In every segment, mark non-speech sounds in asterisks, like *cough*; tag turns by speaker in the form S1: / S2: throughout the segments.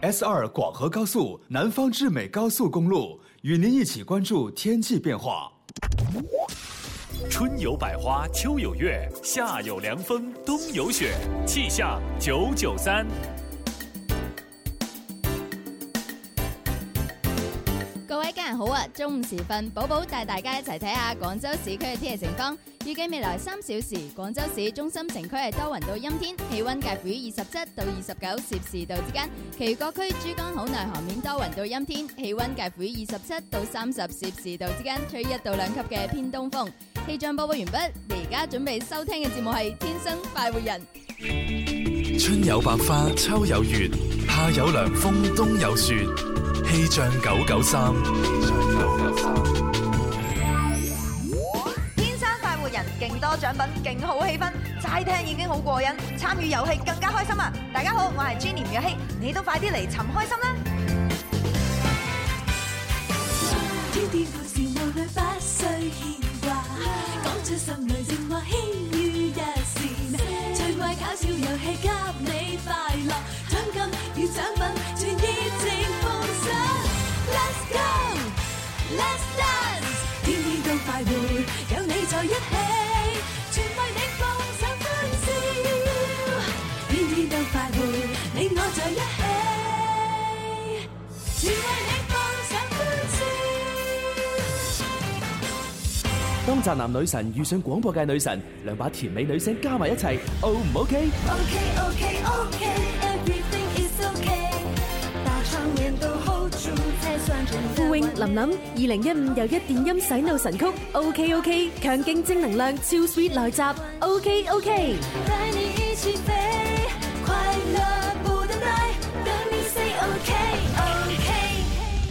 S1: S 二广河高速、南方至美高速公路，与您一起关注天气变化。
S2: 春有百花，秋有月，夏有凉风，冬有雪。气象九九三，
S3: 各位家人好啊！中午時分，寶寶帶大家一齊睇下廣州市區嘅天氣情況。預計未來三小時，廣州市中心城區係多雲到陰天，氣温介乎於二十七到二十九攝氏度之間。其餘各區珠江口內河面多雲到陰天，氣温介乎於二十七到三十攝氏度之間，吹一到兩級嘅偏東風。氣象播報完畢，你而家準備收聽嘅節目係《天生快活人》。
S4: 春有百花，秋有月，夏有涼風，冬有雪。氣象九九三，
S5: 天生快活人，勁多獎品，勁好氣氛，齋聽已經好過癮，參與遊戲更加開心啊！大家好，我係 Jenny 吳若希，你都快啲嚟尋開心啦！
S6: 天天故事無慮不需牽掛，講出心裏情話輕於一線，趣味搞笑遊戲給你快樂，獎金與獎品全熱情奉上。Let's go，Let's dance，天天都快活，有你在一起，全為你放上歡笑，天天都快活，你我在一起。全為你放上歡笑。
S7: 當宅男女神遇上廣播界女神，兩把甜美女聲加埋一齊，O 唔 OK？
S6: OK OK OK，everything is OK，把窗簾都 hold 住才算真的。
S8: 傅穎、林琳，二零一五又一電音洗腦神曲，OK OK，強勁正能量超 sweet 來襲，OK OK。
S6: 帶你一起飛，快樂不等待，等你 say OK OK。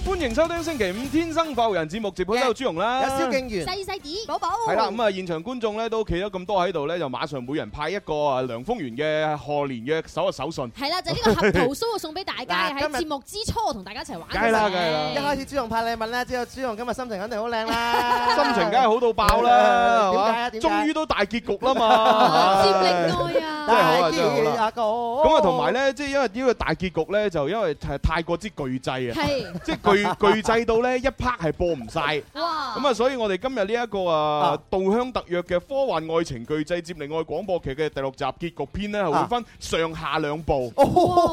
S9: 歡迎收聽星期五《天生快活人》節目，直播都有朱容啦，
S3: 細細啲，
S5: 寶寶
S9: 係啦，咁啊現場觀眾咧都企咗咁多喺度咧，就馬上每人派一個啊梁風源嘅賀年嘅手啊手信。
S10: 係啦，就呢個
S9: *laughs*
S10: 合桃酥啊，送俾大家
S11: 嗱
S10: 喺
S11: 今日
S10: 節目之初同大家一齊玩嘅啫。
S9: 梗係啦梗係啦
S11: 一開始朱紅派禮物咧，知道朱紅今日心情肯定好靚啦，
S9: *laughs*
S10: 啊
S9: 心情梗係好到爆
S11: 點
S9: 啦，
S11: 解啊
S9: 係嘛
S11: 點解
S9: 終於都大結局啦
S10: 啊
S9: 嘛，
S10: 接力愛啊！
S9: 真係
S11: 大
S9: 好啊真係好
S11: 啲
S9: 啦
S11: 阿哥。
S9: 咁
S11: 咁
S9: 啊，同埋，咧，即係因為呢個大結局咧，就因為太太過之巨制啊，
S10: 係
S9: 即
S10: *laughs*
S9: 係巨巨制到咧一 part 係播唔晒。
S10: 哇！
S9: 咁啊，所以我哋今日呢一個啊
S11: 啊
S9: 《稻香特約》嘅科幻愛情巨制接力愛廣播劇嘅第六集結局篇咧，係會
S11: 啊哦
S9: 分上下
S11: *laughs*
S9: 兩部。
S10: 哇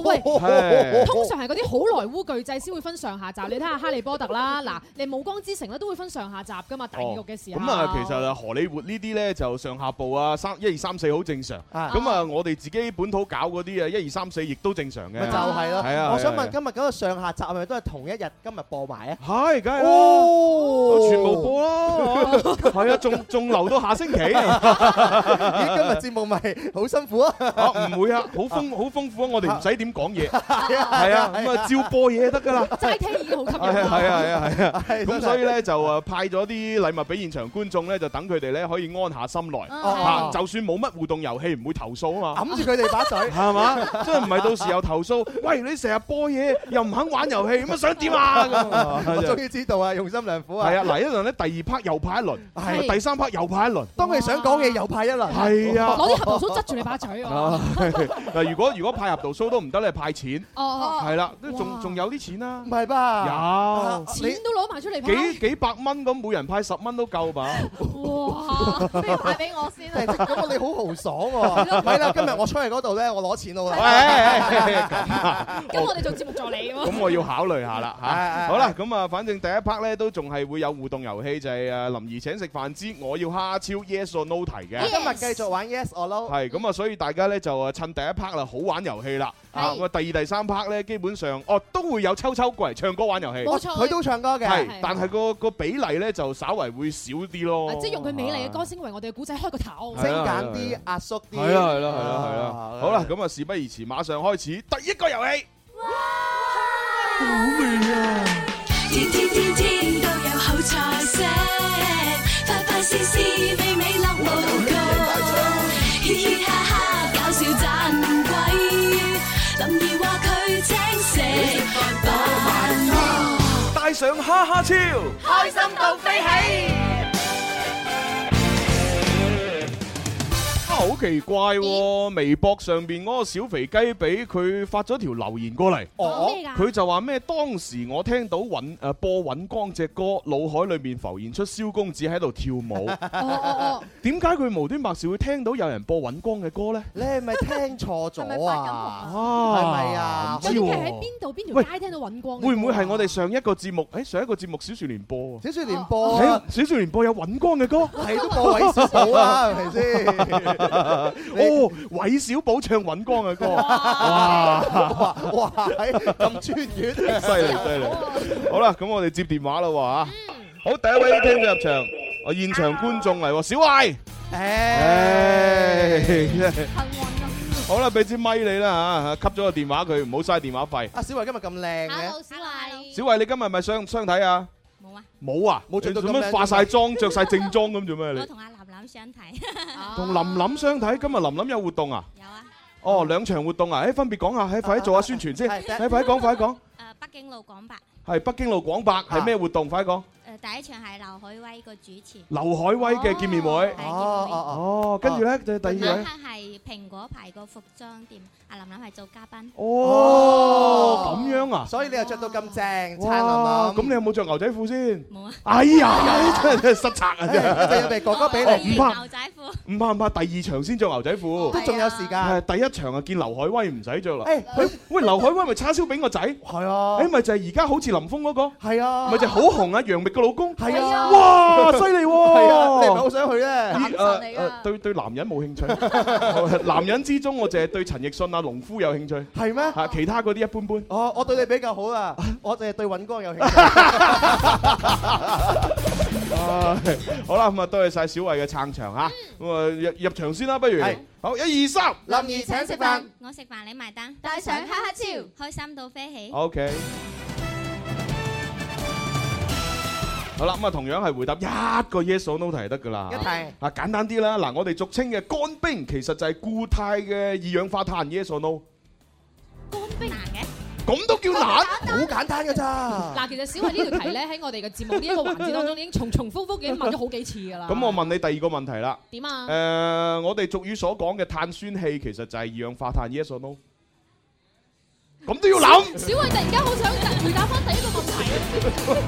S10: 喂
S9: 係
S10: 通常係嗰啲好萊塢巨製先會分上下集，你睇下《哈利波特》啦，嗱，你《暮光之城》咧都會分上下集噶嘛，大結局嘅時候。
S9: 哦咁啊，其實啊荷里活呢啲咧就上下部啊，三一二三四好正常。
S11: 啊
S9: 咁啊，我哋自己本土搞嗰啲啊，一二三四亦都正常嘅
S11: 咪。就係
S9: 係啊
S11: 咯。我想
S9: 係啊
S11: 問今日嗰個上下集係咪都係同一日今日播埋啊？
S9: 係，梗係啦，
S11: 哦
S9: 全部播啦。係啊，仲仲留到下星
S11: *laughs*
S9: 期。
S11: 咦，今日節目咪好辛苦啊！
S9: 啊，唔會啊，好豐好豐富啊，我哋唔使點講
S11: *laughs*
S9: 嘢，
S11: 係
S9: 係啊，咁啊照播嘢就
S11: *laughs*
S9: 得噶啦。
S10: 齋聽已經好吸
S9: *laughs* 係
S10: 引
S9: 啊
S10: 啦。
S9: 係啊係啊係啊，
S11: 係
S9: 咁
S11: 真係
S9: 所以咧就誒派咗啲禮物俾現場觀眾咧，就等佢哋咧可以安下心來
S10: 啊
S11: 係
S9: 嚇，就算冇乜互動遊戲唔會投訴啊嘛。
S11: 揞住佢哋把嘴。 *laughs*
S9: 係嘛？真係唔係到時又投訴，喂你成日播嘢又唔肯玩遊戲，咁啊
S11: *laughs*
S9: 想點啊？
S11: 我
S9: 咁
S11: 終於知道啊，用心良苦啊！
S9: 係啊，，嗱一輪咧第二 part 又派一輪，
S10: 係
S9: 第三 part 又派一輪，
S11: 當佢想講嘢又派一輪。
S9: 係啊。
S10: 攞啲合桃酥執住你把
S9: *laughs*
S10: 嘴喎。
S9: 啊，嗱，如果如果派入度 show 都唔得，你係派錢，
S10: 哦，
S9: 係啦，都仲
S10: 哇
S9: 仲有啲錢啦
S11: 唔，係吧？
S9: 有
S11: 你
S10: 錢都攞埋出嚟派
S9: 幾。幾百蚊咁，每人派十蚊
S10: *laughs*
S9: 都夠吧？ *laughs*
S10: 哇！
S5: 不如派俾我先
S11: 真係咁你好豪爽喎！唔係啦，今日我出去嗰度咧，我攞錢好
S9: 喂，
S11: 啦。
S9: 咁啊
S10: 咁我哋做節目助理喎。
S9: 咁我要考慮下啦嚇。
S11: 係係
S9: 好啦，咁啊，反正第一 part 咧都仲係會有互動遊戲，就係誒林兒請食飯之我要蝦超 yes or no 題嘅。
S11: 今日繼續玩 Yes or No。
S9: 係咁啊，所以大家咧就啊趁第一 part 啦，好玩遊戲啦。啊，
S10: 係
S9: 咁啊第二、第三 part 咧，基本上哦都會有秋秋過嚟唱歌玩遊戲，
S10: 冇錯
S11: 佢都唱歌嘅。
S9: 係，但係個個比例咧就稍為會少啲咯
S10: 啊。即係用佢美麗嘅歌聲為我哋嘅古仔開個頭。
S11: 精簡啲，壓縮啲。
S9: 哦啊係啦係啦係啦係啦
S11: 啊。
S9: 好啦，咁啊事不宜遲，馬上開始第一個遊戲。
S6: 天天天天都有好菜色，快快試試美美樂無窮，嘻嘻哈哈搞笑盞鬼，林兒話佢請食飯喎。
S9: 帶上哈哈超，
S5: 開心到飛起。
S9: 哦好奇怪喎！微博上邊嗰個小肥雞俾佢發咗條留言過嚟，
S11: 哦咩㗎
S9: 佢就話咩？當時我聽到尹誒播尹光隻歌，腦海裏面浮現出蕭公子喺度跳
S11: *laughs*
S9: 舞。
S11: 哦
S9: 點解佢無端白事會聽到有人播尹光嘅歌呢？
S11: 你係咪聽錯咗啊？
S9: 啊
S11: 係咪啊？
S9: 唔
S12: 究
S9: 知
S12: 竟係喺
S9: 喎。
S12: 邊度邊條街聽到尹光嘅歌啊？
S9: 會唔會係我哋上一個節目？誒，上一個節目小説聯播喎。
S11: 小説連播
S9: 係啊
S11: 啊，
S9: 小説聯播有尹光嘅歌，
S11: 係都播韋小寶啦，係咪先？
S9: *laughs* 哦，韋小寶唱尹光嘅歌，哇
S11: 哇！哇，係咁專業，
S9: 犀利犀利。好啦，咁我哋接電話啦喎
S11: 嗯
S9: 嚇。好，第一位聽眾入場，我現場觀眾嚟喎，小艾。
S11: 哎啊
S9: 誒，好啦，俾支咪你啦啊嚇，吸咗個電話佢，唔好嘥電話費。
S11: 阿小慧今日咁靚嘅，
S9: 小慧，你今日係咪雙雙睇啊？冇啊，
S11: 冇着到
S9: 你
S11: 咁
S9: 做
S11: 靚
S9: 乜化晒妝、着晒正裝咁做咩你？ *laughs* 同琳琳相睇，今日琳琳有活動啊？有啊。哦，兩場活動啊！誒，分別講下，誒，快啲做下宣傳先。
S13: 係
S9: 誒，快啲啊講，快啲講。
S13: 北京路廣百，
S9: 係北京路廣百係咩活動？快啲講。
S13: 誒第一場係劉海威個主持，
S9: 劉海威嘅見面會。哦哦哦。跟住咧就係第二
S13: 晚
S9: 位。
S13: 黑係蘋果牌個服裝店，阿林林係做嘉賓。
S9: 哦，咁樣啊。
S11: 所以你又着到咁正，
S9: 哇！
S11: 燦
S9: 咁你有冇着牛仔褲先？
S13: 冇啊。
S9: 哎呀，真係真係失策
S11: *laughs*
S9: 啊！真
S11: 誒
S9: 係。
S11: 一陣有哥哥俾你
S9: 哦唔怕
S13: 牛仔褲，
S9: 唔怕唔怕，第二場先着牛仔褲。
S11: 都仲有時間。
S9: 係第一場啊，見劉海威唔使着啦。
S11: 誒
S9: 喂喂，劉海威咪叉燒餅個仔？係
S11: 啊。
S9: 誒咪就係而家好似林峰嗰個。
S11: 係啊。
S9: 咪就係好紅啊，楊冪個老公。
S11: 係啊
S9: 哇，犀利喎！
S11: 係啊你唔係好
S9: *laughs*
S11: 想去咧男神
S9: 誒
S11: 嚟㗎
S9: 誒對對男人冇興趣。 *laughs* 男人之中，我淨係對陳奕迅啊、農夫有興趣。
S11: 係咩？
S9: 嚇，其他嗰啲一般般。
S11: 哦，我對你比較好啦，我淨係對尹光有興趣。 *laughs*
S9: 啊， *laughs* 好啦，咁啊，多謝晒小慧嘅撐場嚇，咁啊入入場先啦，不如好一二三，
S11: 林兒請食飯，
S13: 我食飯你埋單，
S14: 帶上哈哈超
S13: 開心到飛起。
S9: OK。好啦，咁啊，同樣係回答一個 yes or no 題就得噶啦。
S11: 一題
S9: 啊，簡單啲啦。嗱，我哋俗稱嘅乾冰其實就係固態嘅二氧化碳，yes or no？乾冰難嘅？咁都叫難？
S11: *laughs* 好簡單㗎
S14: 啊
S11: 咋？
S12: 嗱，其實小慧呢條題咧喺我哋嘅節目呢一個環節當中已經重重複複已經問咗好幾次㗎啦。
S9: 咁我問你第二個問題啦。
S12: 點啊
S9: 誒、我哋俗語所講嘅碳酸氣其實就係二氧化碳，yes or no？咁都要
S11: *laughs*
S9: 諗。
S12: 小慧突然間好想回答翻第一個問題。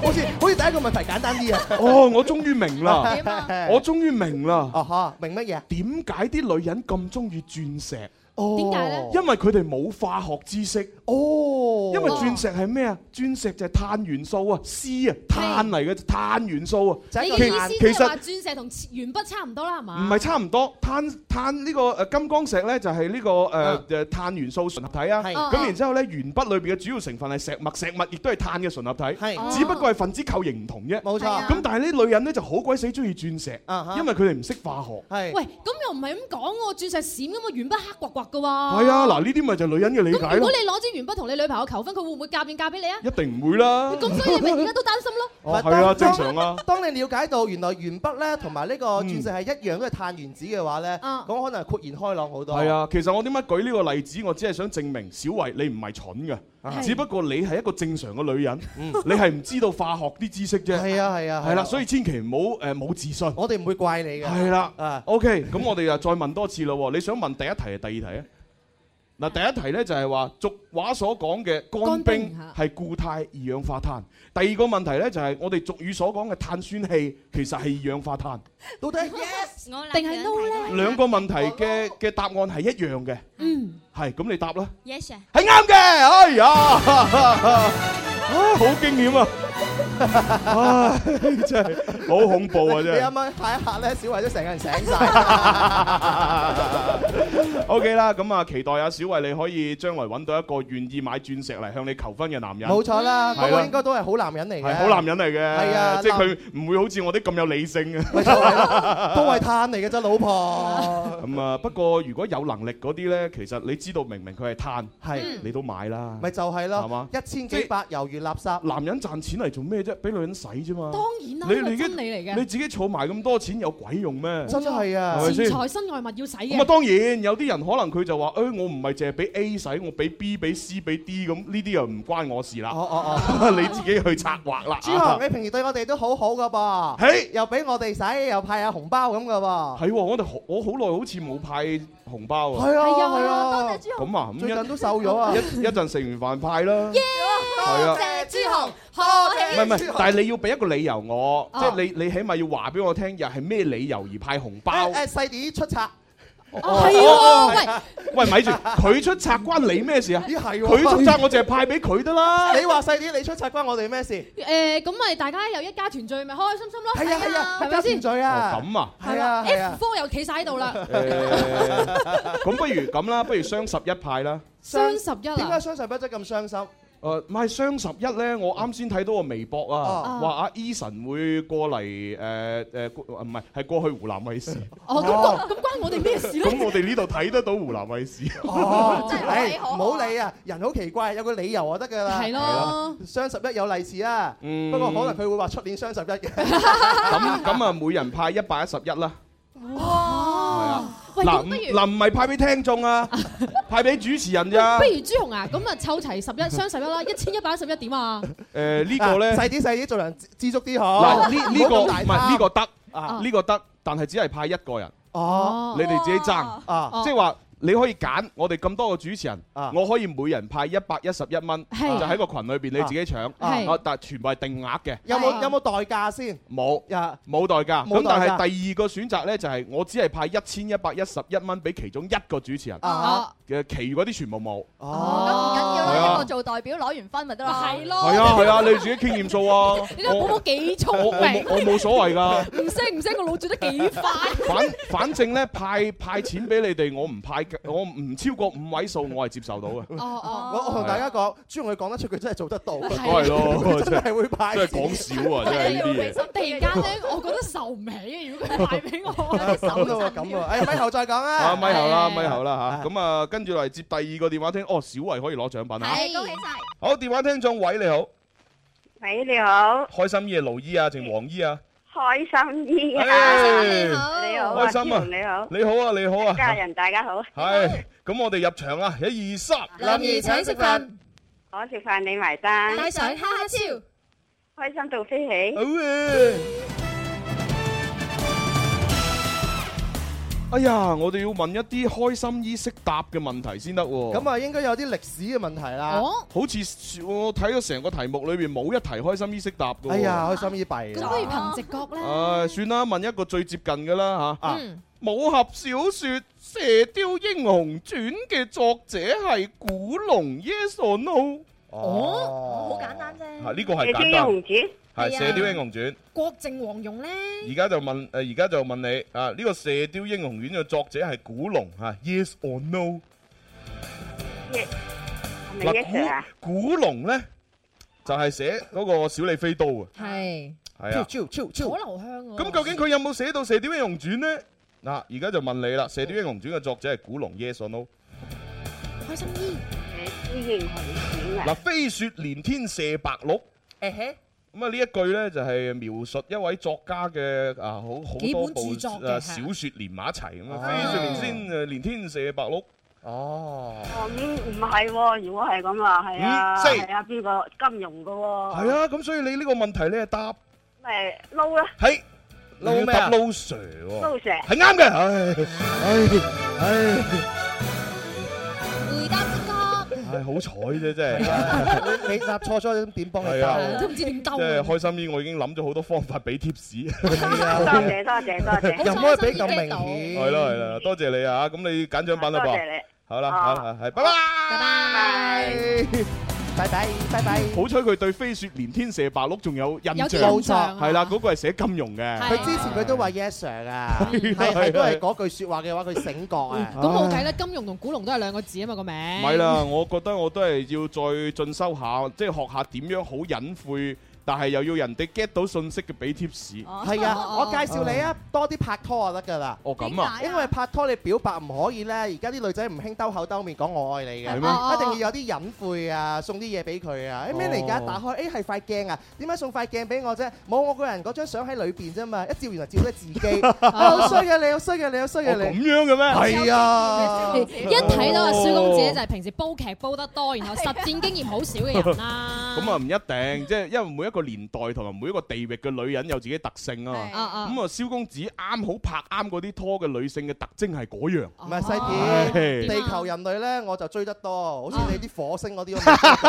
S11: 好似好似第一個問題簡單啲啊。
S9: 哦，我終於明
S11: *laughs*
S9: 啦
S11: 點啊！
S9: 我終於明啦！
S11: 哦哈，明乜嘢？
S9: 點解啲女人咁中意鑽石？
S11: 哦點解呢
S9: 因為佢哋冇化學知識。
S11: 哦
S9: 因為鑽石係咩啊？鑽石就係碳元素啊，C 啊，碳嚟嘅碳元素啊。
S12: 你
S9: 其
S12: 嘅意思即
S9: 其
S12: 係話
S9: 實
S12: 鑽石同鉛筆差唔多啦，係嘛？
S9: 唔係差唔多，碳碳呢個誒金剛石咧就係呢個誒誒碳元素純合體啊。
S12: 啊係
S9: 咁然之後咧，鉛筆裏邊嘅主要成分係石墨，石墨亦都係碳嘅純合體。
S12: 哦
S11: 係
S9: 只不過係分子構型唔同啫。冇
S11: 錯係啊
S9: 咁但係呢女人咧就好鬼死中意鑽石
S11: 啊哈，
S9: 因為佢哋唔識化學。
S11: 係
S12: 喂，咁又唔係咁講喎，鑽石閃咁啊，鉛筆黑刮刮嘅喎。
S9: 係啊，嗱呢啲咪就係女人嘅理解
S12: 如
S9: 咯
S12: 果。你攞支鉛筆同你女朋友求婚，佢會唔會夾面嫁俾你啊？
S9: 一定唔會啦。
S12: 咁所以你咪而家都擔心咯。
S9: 哦係啊，正常啊。
S11: 當你了解到原來鉛筆咧同埋呢個鑽石係一樣都係碳原子嘅話咧，咁可能係豁然開朗好多。
S9: *laughs* 係啊，其實我點解舉呢個例子，我只係想證明小慧你唔係蠢嘅，
S11: 係
S9: 只不過你係一個正常嘅女人，你係唔知道化學啲知識啫。係
S11: 啊係啊係啊
S9: 係啦，所以千祈唔好誒冇自信。
S11: 我哋唔會怪你嘅。
S9: 係啦，OK，咁我哋又再問多次咯喎。你想問第一題定第二題啊？嗱，第一題呢就係話俗話所講嘅乾冰係固態二氧化碳。第二個問題呢就係我哋俗語所講嘅碳酸氣其實係二氧化碳。
S11: 到底 yes 定係 no 咧
S9: 兩個問題嘅嘅答案係一樣嘅。嗯，係咁你答啦。
S13: Yes sir，
S9: 係啱嘅，哎呀， *laughs* 啊好驚險啊！ *laughs* 唉，真係好恐怖啊！
S11: 你
S9: 真
S11: 啱
S9: 係。
S11: 啱下一刻咧，小慧都成個人
S9: *laughs*
S11: 醒晒。
S9: O K 啦，咁啊，期待啊，小慧你可以將來揾到一個願意買鑽石嚟向你求婚嘅男人。
S11: 冇錯啦，
S9: 係
S11: 嗰個
S9: 啦
S11: 應，該都係好男人嚟嘅。
S9: 係好男人嚟嘅。
S11: 係啊
S9: 即係佢唔會好似我啲咁有理性啊
S11: *laughs*
S9: 嘅。
S11: 都係碳嚟嘅啫，老婆。
S9: *laughs* 咁啊，不過如果有能力嗰啲呢，其實你知道明明佢係碳，
S11: 係
S9: 你都買啦。
S11: 咪就係咯
S9: 係嘛？
S11: 一千幾百猶如垃圾。
S9: 男人賺錢係重咩啫？俾女人使啫嘛。
S12: 當然啦
S9: 你
S12: 呢個
S9: 你已
S12: 真
S9: 經
S12: 理嚟嘅
S9: 你自己儲埋咁多錢有鬼用咩？
S11: 真係啊
S9: 係咪
S12: 錢
S9: 先？
S12: 財身外物要使
S11: 哎
S12: 嘅。
S9: 咁啊，當然有啲人可能佢就話：，誒、我唔係淨係俾 A 使，我俾 B、俾 C、俾 D 咁，呢啲又唔關我事啦。
S11: 哦哦哦
S9: *laughs* 你自己去策劃啦。啊
S11: 朱紅，你平時對我哋都好好噶噃
S9: 係，
S11: 又俾我哋使，又派下紅包咁噶噃。
S9: 係喎，我哋好我好耐好似冇派紅包啊。
S11: 係啊係啊係啊多謝
S9: 朱紅。咁啊，咁一
S11: 最近都瘦咗啊
S9: 一一陣食完飯派
S11: *laughs*
S9: 啦。係啊。
S11: 朱紅，多
S9: 唔係唔係，但係你要俾一個理由我，
S11: 哦
S9: 即係你你起碼要話俾我聽，又係咩理由而派紅包？
S11: 誒細啲出冊，
S9: 哦
S11: 係喎啊
S9: 哦
S11: 喂
S9: 哦喂，咪住，佢出冊關你咩事啊？
S11: 咦係喎
S9: 佢出冊
S11: *laughs*
S9: 我淨係派俾佢得啦。
S11: 你話細啲，你出冊關我哋咩事？
S12: 誒咁咪大家又一家團聚，咪開開心心咯。
S11: 係啊係啊，
S12: 係咪先？
S11: 嘴啊，
S9: 哦咁啊
S11: 係啊係
S12: F
S11: 啊，
S12: 科又企晒喺度
S11: *laughs*
S12: 啦，
S9: 誒咁不如咁啦，不如雙十一派啦。
S12: 雙十一啊
S11: 點解雙十一真係咁傷心？
S9: 誒，唔係雙十一咧，我啱先睇到個微博啊，
S11: 哦
S9: 話阿 Eason 會過嚟誒誒，過唔係係過去湖南衞視。
S12: 哦，咁關咁關我哋咩事咧？
S9: 咁我哋呢度睇得到湖南衞視。
S11: *laughs* 哦，
S12: 真係可喜
S11: 係
S12: 可賀
S11: 唔好理啊！人好奇怪，有個理由就得㗎啦。
S12: 係咯，
S11: 雙十一有利是啊，
S9: 嗯
S11: 不過可能佢會話出年雙十一嘅。
S9: 咁咁啊，每人派一百一十一啦。
S11: 哦
S9: 啊
S12: 哇！喂，
S9: 嗱
S12: 咁
S9: 唔
S12: 不如
S9: 嗱唔係派俾聽
S11: *laughs*
S9: 眾啊，派俾主持人咋
S12: 不。如朱紅啊，咁啊湊齊
S11: *laughs*
S12: 十一雙十一啦，一千一百一十一點啊！
S9: 誒呢個咧
S11: 啊細啲細啲，做人知足啲好。
S9: 嗱呢呢個
S11: 唔好咁
S9: 唔
S11: 大
S9: 係呢個得
S11: 啊
S9: 呢個得，但係只係派一個人。
S11: 哦
S9: 你哋自己爭
S11: 啊
S9: 即係話你可以揀我哋咁多個主持人，我可以每人派一百一十一蚊，
S11: 係
S9: 就喺個群裏邊你自己搶，
S11: 係
S9: 啊但係全部係定額嘅，
S11: 有冇有冇代價先？
S9: 冇
S11: 呀
S9: 冇代價。
S11: 冇
S9: 咁但
S11: 代價
S9: 係第二個選擇呢，就係我只係派一千一百一十一蚊俾其中一個主持人，
S11: 啊哦
S9: 嘅其餘嗰啲全部冇。係啊
S14: 咁唔緊要啦，一個做代表攞完分咪得咯。係咯
S9: 係啊
S13: *laughs*
S9: 係啊，你自己傾掂
S3: *laughs*
S9: 數啊！
S12: 你個寶寶幾聰
S9: 我我
S12: 明
S9: 冇，我冇所謂㗎。
S12: 唔聲唔聲個腦轉得幾快？
S9: 反反正咧派派錢俾你哋，我唔派嘅，我唔超過五位數，我係接受到嘅。
S12: 哦哦，
S11: 我我同大家講，朱紅佢講得出，佢真係做得到。梗 *laughs*
S9: 係咯
S11: 真係會派。哎
S9: 真係講少啊，真
S11: *laughs*
S9: 係呢啲嘢。
S12: 突然間咧，我覺得受唔起啊！如果佢派俾我，
S11: *laughs* 咁咯喎，咁喎，哎呀，咪後再講
S9: 啊，
S11: 啊。
S9: 咪後啦，
S11: 係
S9: 咪後啦嚇。咁啊，跟住嚟接第二個電話聽，哦，小維可以攞獎品啊。
S14: 恭喜晒！
S9: 好，電話聽眾，喂，你好，
S15: 喂，你好，
S9: 開心姨、盧姨啊，定黃姨啊？
S15: 開心姨啊！
S9: 哎
S15: 你好啊，
S9: 開心
S15: 朱紅你好
S9: 啊，，你好啊，你好啊。
S15: 家人大家好。
S9: 係，咁我哋入場啦，一二三，
S15: 林兒請食飯，我食飯你埋單。
S16: 帶上哈哈超，
S15: 開心到飛起。
S9: 好啊！哎呀，我哋要問一啲開心姨識答嘅問題先得喎。
S11: 咁啊，應該有啲歷史嘅問題啦。
S9: 好似我睇咗成個題目裏邊冇一題開心醫識答嘅喎。
S11: 哎呀，開心依弊
S12: 咁
S11: 啊
S12: 不如憑直覺咧。
S9: 唉，算啦，問一個最接近嘅啦嚇。
S12: 嗯
S9: 武俠小説《射雕英雄傳》嘅作者係古龍，Yes or No？
S10: 哦，好簡單啫。啊
S9: 係啊呢個係簡單。係《射雕英雄傳》。
S10: 郭靖黃蓉咧，
S9: 而家就問誒，而家就問你啊，呢、個《射雕英雄傳》嘅作者係古龍嚇、啊、，Yes or No？
S15: 係咪 yes 啊？
S9: 古古龍咧就係、寫嗰個小李飛刀啊，
S10: 係
S9: 係啊。
S10: 楚留香喎。
S9: 咁究竟佢有冇寫到《射雕英雄傳》呢？嗱、而家就問你啦，《射雕英雄傳》嘅作者係古龍，Yes or No？
S10: 開心啲？
S15: 誒，英雄傳
S9: 嗱、
S15: 啊，
S9: 飛雪連天射白鹿。
S10: 誒嘿，
S9: 咁啊呢一句呢，就係、描述一位作家嘅啊好好
S10: 幾
S9: 多
S10: 本
S9: 部
S10: 著作嘅
S9: 啊
S10: 係
S9: 小説連埋一齊咁
S15: 哦
S9: 啊，飛雪連天誒連天射白鹿。哦。
S15: 哦，咁唔係喎，如果係咁話，係啊，
S9: 五四
S15: 係啊，邊個金融嘅喎？
S9: 係啊，咁所以你呢個問題咧答
S15: 咪撈啦，
S9: 係
S15: 撈
S9: 你要
S15: 咩啊
S9: 答撈 Sir 喎，
S15: 撈 Sir
S9: 係啱嘅，唉唉
S14: 回答即
S9: 唉，唉好彩啫，真係，
S11: 你你答錯咗，點幫你
S9: 係啊
S11: 答？
S10: 都唔知點
S9: 即
S10: 兜
S9: 係
S10: 啊。
S9: 開心啲，我已經諗咗好多方法俾貼士，
S15: 多
S9: *laughs*
S15: 謝多謝多謝，
S11: 又唔可以俾咁明顯。
S9: 係啦係啦，多謝你啊，咁你揀獎品啦
S15: 多謝
S9: 噃
S15: 你，
S9: 好啦，
S15: 啊
S9: 好啦，係，拜拜。
S11: 拜拜拜拜。
S9: 好彩佢對飛雪連天射白鹿仲有印象，
S11: 有啲印象啊
S9: 係啦，嗰個係寫金融嘅，
S11: 佢之前佢都話 yes sir 啊，係
S9: 係
S11: 係都係嗰句説話嘅話，佢醒覺啊。
S12: 咁冇計啦，金融同古龍都係兩個字啊嘛，個名。
S9: 唔係啦，我覺得我都係要再進修下，即係學下點樣好隱晦但係又要人哋 get 到信息嘅俾 tips。
S11: 係啊，我介紹你啊，多啲拍拖就得㗎啦。
S9: 哦咁啊點解啊
S11: 因為拍拖你表白唔可以咧，而家啲女仔唔興兜口兜面講我愛你嘅，
S9: 係
S11: 一
S9: 咩哦
S11: 定要有啲隱晦啊，送啲嘢俾佢啊。誒咩嚟㗎？
S9: 哦
S11: 打開，誒係塊鏡啊，點解送塊鏡俾我啫？冇我個人嗰張相喺裏邊啫嘛，一照原來照得自
S9: *laughs*
S11: 己。啊好衰啊你，好衰啊你，好衰啊你。
S9: 哦咁樣嘅咩
S11: 係啊，
S12: 一睇到阿蕭公子咧，就係平時煲劇煲得多，
S15: *laughs*
S12: 然後實戰經驗好少嘅人啦。
S9: 咁啊唔一定，即係因為每一個年代同埋每一個地域嘅女人有自己特性啊嘛。
S11: 哦
S12: 係啊啊
S9: 咁啊，蕭公子啱好拍啱嗰啲拖嘅女性嘅特徵係嗰樣。
S11: 唔係細
S9: 啊係啊
S11: 啲，地球人類咧我就追得多，好似你啲火星嗰啲咁。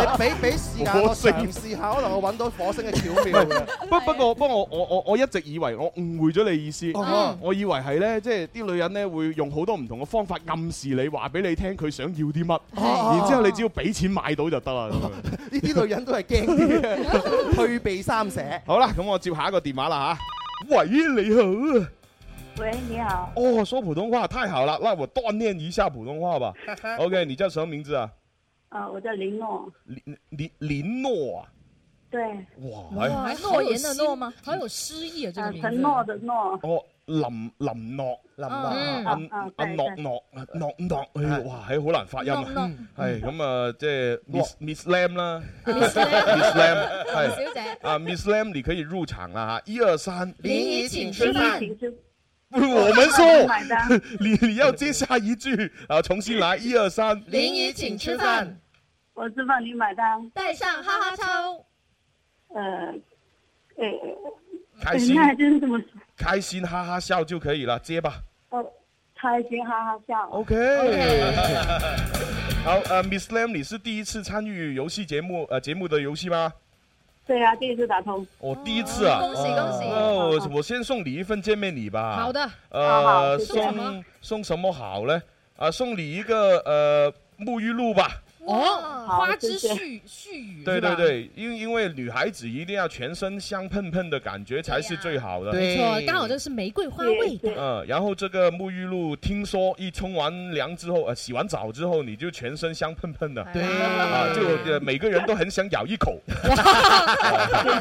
S11: 你俾俾時間我
S9: 火星
S11: 嘗試下，可能我揾到火星嘅巧
S9: *laughs*
S11: 妙嘅。
S9: 不不過不過我我我我一直以為我誤會咗你意思啊
S11: 哦，
S9: 我以為係咧，即係啲女人咧會用好多唔同嘅方法暗示你，話俾你聽佢想要啲乜，
S11: 係
S9: 然之後你只要俾錢買到就得啦。咁樣
S11: 哦呢啲女人都係驚啲嘅，退避三舍。
S9: 好啦，咁我接下一個電話啦吓，喂，你好啊。
S15: 喂，你好，
S9: 哦，说普通话太好了，那我锻炼一下普通
S11: *laughs*
S9: 话吧。OK，你叫什么名字啊？
S15: 啊，我叫林诺，
S9: 林林林诺啊？
S15: 对，
S9: 哇，哎
S10: 诺言的诺吗？好有诗意啊，这个
S15: 呃
S10: 名字。
S15: 承诺的诺，
S9: 哦，林林诺，林
S10: 諾嗯
S9: 阿
S10: 嗯
S15: 嗯對
S9: 阿諾
S15: 對
S9: 諾啊諾諾，哎哇，係好難發音
S10: 諾諾
S9: 啊，係咁啊，即係 Miss Miss Lam 啦
S10: Miss Lam
S9: Miss Lam，
S10: 林
S9: 係
S10: 小姐
S9: 啊，Miss Lam，你可以入場啦嚇，一二三，
S10: 林姨請吃飯林姨
S15: 請吃
S9: 我們說
S15: 買單，
S10: *laughs*
S9: *laughs* 你你要接下一句啊，重新來，一二三，
S10: 林姨請吃飯，
S15: 我吃飯你買單，
S10: 带上哈哈超，
S15: 呃，呃，
S9: 開
S15: *laughs*
S9: 心
S15: 哎那就是怎么说，
S9: 開心哈哈笑就可以了，接吧。
S15: 呃，開心哈哈笑。
S9: OK，好，呃，Miss Lam，你是第一次參與遊戲節目，呃，節目的遊戲嗎？
S15: 对啊，第一次打通，
S9: 我第一次啊！
S15: 恭喜恭喜
S9: 哦，我我先送你一份见面礼吧。
S15: 好的
S9: 呃，
S15: 好谢谢
S9: 送送什么好呢？啊，送你一个呃沐浴露吧。
S10: 哦，
S15: 好
S10: 花枝
S15: 谢谢
S10: 絮絮语，
S9: 对
S10: 是吧
S9: 对，对，因因为女孩子一定要全身香喷喷的感觉才是最好的。
S10: 没错，刚好这是玫瑰花味的。
S9: 嗯，然后这个沐浴露，听说一冲完凉之后，呃，洗完澡之后，你就全身香喷喷
S15: 哎
S9: 的，对，啊，就呃每个人都很想咬一口。 *laughs*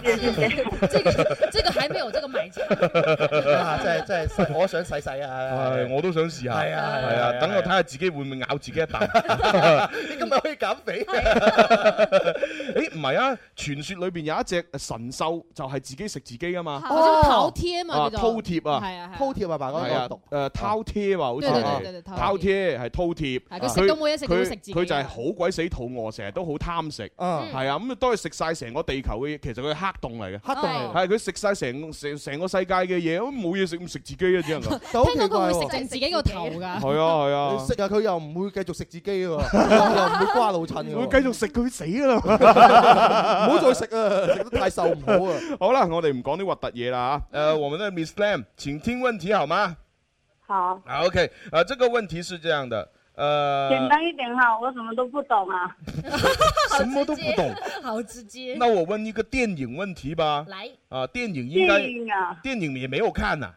S15: 谢谢谢谢。
S10: 这个这个还没有这个买家。
S11: 啊真係真係，我想洗洗啊！
S9: 唉，我都想試下。
S11: 係啊
S9: 係
S11: 係啊
S9: 啊
S11: 係，啊
S9: 等我睇下自己會唔會咬自己一
S11: *laughs*
S9: 啖。
S11: 你今日可以減肥。
S9: 誒唔係啊，傳說裏邊有一隻神獸就係自己食自己噶嘛。
S12: 或者饕餮啊嘛叫做
S9: 饕餮啊，
S12: 係啊係啊
S11: 哦饕餮啊嘛嗰個
S9: 係啊
S11: 讀
S9: 誒饕餮啊，好似
S12: 對對對對對
S9: 係饕餮係饕餮。啊
S12: 係佢食到每一隻佢都食自己㗎
S9: 佢就係好鬼死肚餓，成日都好貪食。
S11: 嗯
S9: 係啊，咁當佢食晒成個地球嘅嘢，其實佢係黑洞嚟嘅。
S11: 黑洞嚟
S9: 係佢食晒成成成個世界嘅嘢，咁冇嘢食，咁食自己啊，只能
S12: *laughs*
S9: 夠。
S12: 聽講佢會食剩自己個頭㗎。
S9: 係啊係啊
S12: *laughs*
S11: *laughs* 你食啊佢又唔會繼續食自己喎，
S9: *laughs*
S11: 又唔會瓜老襯嘅喎。
S9: 會繼續食佢死㗎啦！
S11: *laughs* 唔好再食啊，
S9: *laughs*
S11: 食得太瘦唔好啊。
S9: 好啦，我哋唔講啲核突嘢啦啊！呃，我們的 Miss Lam，請聽問題好嗎？
S15: 好，
S9: 啊，OK，呃，這個問題是這樣的，呃，
S15: 简单一点哈，我什么都不懂啊。
S9: *laughs* 什么都不懂。
S10: *laughs* 好直接。
S9: 那我問一個電影問題吧。
S10: 來
S9: 啊，電影應該
S15: 電影啊
S9: 電影也沒有看呐、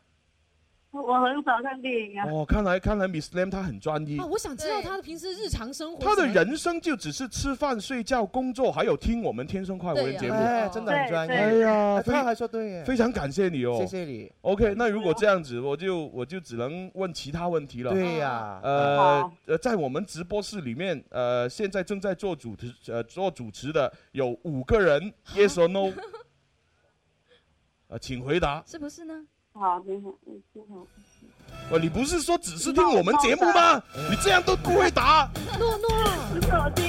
S15: 我很少看电影啊。
S9: 哦，看來看來 Miss Lam 她很專一
S12: 啊，。我想知道他的平時日常生活。
S9: 她的人生就只是吃飯、睡覺、工作，還有聽我們《天生快活人》節
S11: 對
S9: 目。
S11: 啊哎真的很專一
S9: 哎呀，非
S11: 他還說對耶
S9: 非常感謝你哦，
S11: 謝謝你。
S9: OK，那如果這樣子，我就我就只能問其他問題了。
S11: 對呀
S9: 呃
S11: 好
S9: 呃，在我們直播室裡面，呃，現在正在做主持呃做主持的有五個人，Yes or No？呃，請回答。
S15: 是不是呢？好，等一下，嗯等一下。
S9: 喂，你不是說只是聽我們節目嗎？你這樣都不會
S15: *laughs*
S9: 答。
S15: 诺诺，手机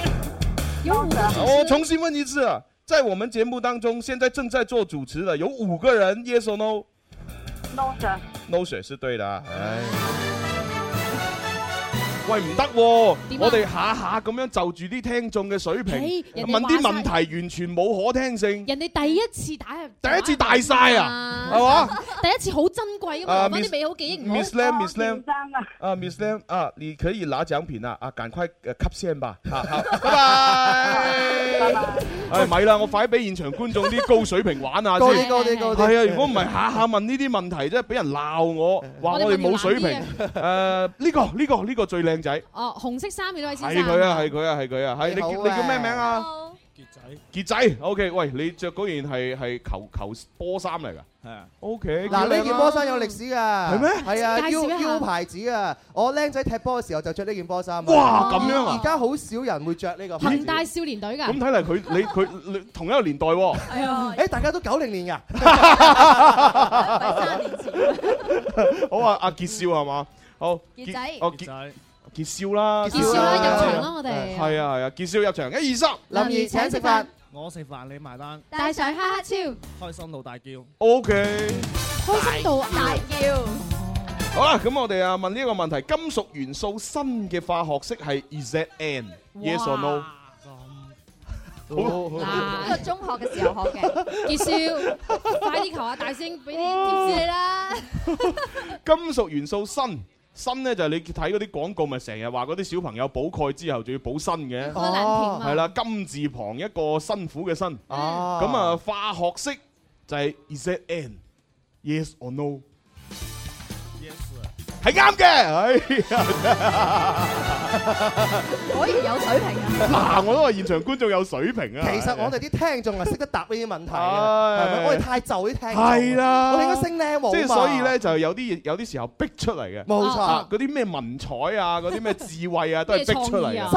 S12: 有五个
S9: 我哦重新問一次啊，在我們節目當中，現在正在做主持的有五個人，Yes or No？
S15: no sir，
S9: No sir 是對啦，唉。喂，唔得喎！
S12: 點啊
S9: 我哋下下咁樣就住啲聽眾嘅水平
S12: 唉，人哋
S9: 問啲
S12: 話
S9: 問
S12: 晒
S9: 題完全冇可聽性。
S12: 人哋第一次打入，
S9: 第一次大晒啊，係嘛？？
S12: 第一次好珍貴啊嘛，
S9: 啊
S12: 留翻啲
S9: Miss-
S12: 美好記憶。
S9: Miss Lam，Miss Lam，
S15: 啊
S9: ，Miss Lam 啊，你可以拿獎品啦，啊，趕快呃吸聲
S12: *laughs*
S9: 吧， *laughs* 好好，拜拜，拜拜。唉，哎咪啦，我快啲俾現場觀眾啲高水平玩下
S11: 高啲
S9: 先
S11: 高啲高啲
S9: 係啊，如果唔係下下問呢啲問題，真係俾人
S12: *laughs*
S9: 鬧我，話
S12: 我哋
S9: 我哋
S12: 問
S9: 冇
S12: 難
S9: 水
S12: 啲啊
S9: 平。 *laughs* 誒，呢個呢個呢個最靚仔。
S12: *laughs* 哦，紅色衫嘅呢位先
S9: 係
S12: 生。
S9: 佢啊，係佢啊，係佢啊，係你
S12: 你好
S9: 叫你叫咩
S12: 啊
S9: 名啊？杰仔，OK，喂，你着嗰件係係球球波衫嚟㗎？係啊，OK，
S11: 嗱，呢件波衫有
S9: 力。
S11: 歷史噶，
S9: 係咩
S11: 係啊
S9: 介紹
S11: ，U
S9: 一下
S11: U 牌子啊！我僆仔踢波嘅時候就着呢件波衫。
S9: 哇咁樣啊
S11: 而家好少人會着呢個牌
S12: 恒
S11: 子。
S12: 大少年隊㗎。
S9: 咁睇嚟佢你佢你同一個年
S11: *laughs*
S9: 代喎。
S11: 係啊，誒，大家都九零年㗎。
S9: 好啊，阿傑少係嘛？好，
S11: 傑仔
S9: 哦傑傑少啦，
S11: 傑少啦入場啦我哋
S9: 係啊係啊，傑少入場，一二三，
S11: 林兒請食飯，
S17: *laughs* 我食飯你埋單，
S14: 帶上哈哈超，
S17: 開心到大叫。
S9: O K，
S12: 開心
S11: 啊
S12: 到大
S14: 叫。
S9: 好啦，咁我哋啊問呢一個問題，金屬元素新嘅化學式係 ZN，yes or no？好好
S14: 呢個中學嘅時候學嘅。
S12: 傑少，快啲求下大聲俾啲貼士你啦！
S9: 金屬元素鋅，鋅咧就係你睇嗰啲廣告咪成日話嗰啲小朋友補鈣之後仲要補鋅嘅，
S11: 柯南片嘛
S9: 係啦，金字旁一個辛苦嘅辛，咁
S11: 哦
S9: 啊化學式就係 ZN，yes or no？係啱嘅，哎呀
S14: 果然有水平啊！
S9: *laughs* 嗱，我都話現場觀眾有水平啊！
S11: 其實我哋啲聽眾啊，識得答呢啲問題嘅，
S9: 唉
S11: 係咪？我哋太就啲聽眾。
S9: 係啦
S11: 我哋應該升 level
S9: 即係
S11: 嘛
S9: 所以咧，就有啲有啲時候逼出嚟嘅，
S11: 冇錯
S9: 啊嗰啲咩文采啊，嗰啲咩智慧啊，都係逼出
S11: 咩
S9: 嚟
S11: 創意啊
S9: 嘅，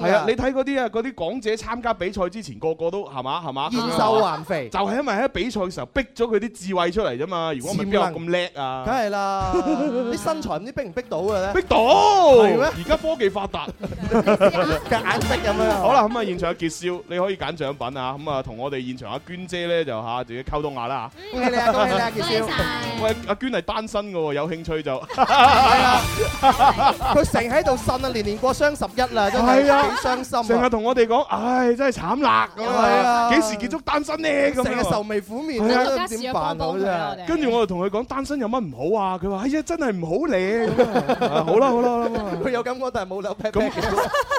S11: *laughs* 真係啱㗎
S9: 係啊，你睇嗰啲啊，嗰啲港姐參加比賽之前，個個都係嘛係嘛，
S11: 燕瘦還肥
S9: 就係因為喺比賽嘅時候逼咗佢啲智慧出嚟啫嘛。如果唔係邊有咁叻啊？
S11: 梗
S9: *laughs*
S11: 係啦，啲身材唔知逼唔逼到嘅咧。
S9: 逼到，
S11: 係咩？
S9: 而家科技發達，
S11: *laughs* 夾硬逼咁樣。
S9: 好啦，咁啊，現場有傑少，你可以揀獎品啊，咁啊，同我哋現場阿娟姐咧就嚇自己溝通下啦嚇。
S11: 恭喜你啊！恭喜你啊！傑少。
S9: 喂，阿娟係單身嘅喎，有
S11: *laughs*
S9: 興趣就。 *laughs*
S11: 啊佢成日喺度呻啊，年年過雙十一啦，真係
S9: 係啊
S11: 幾傷心
S9: 成日同我哋講，唉，真係慘啦咁
S11: 係啊
S9: 啊！幾時結束單身呢？咁
S11: 成日愁眉苦面真係都唔知點辦好真係
S9: 跟住我就同佢講單身有乜唔好啊？佢話：哎呀，真係唔好咧。咁啊好啦好啦好啦。
S11: 佢有感覺，但係冇扭 pat
S9: 咁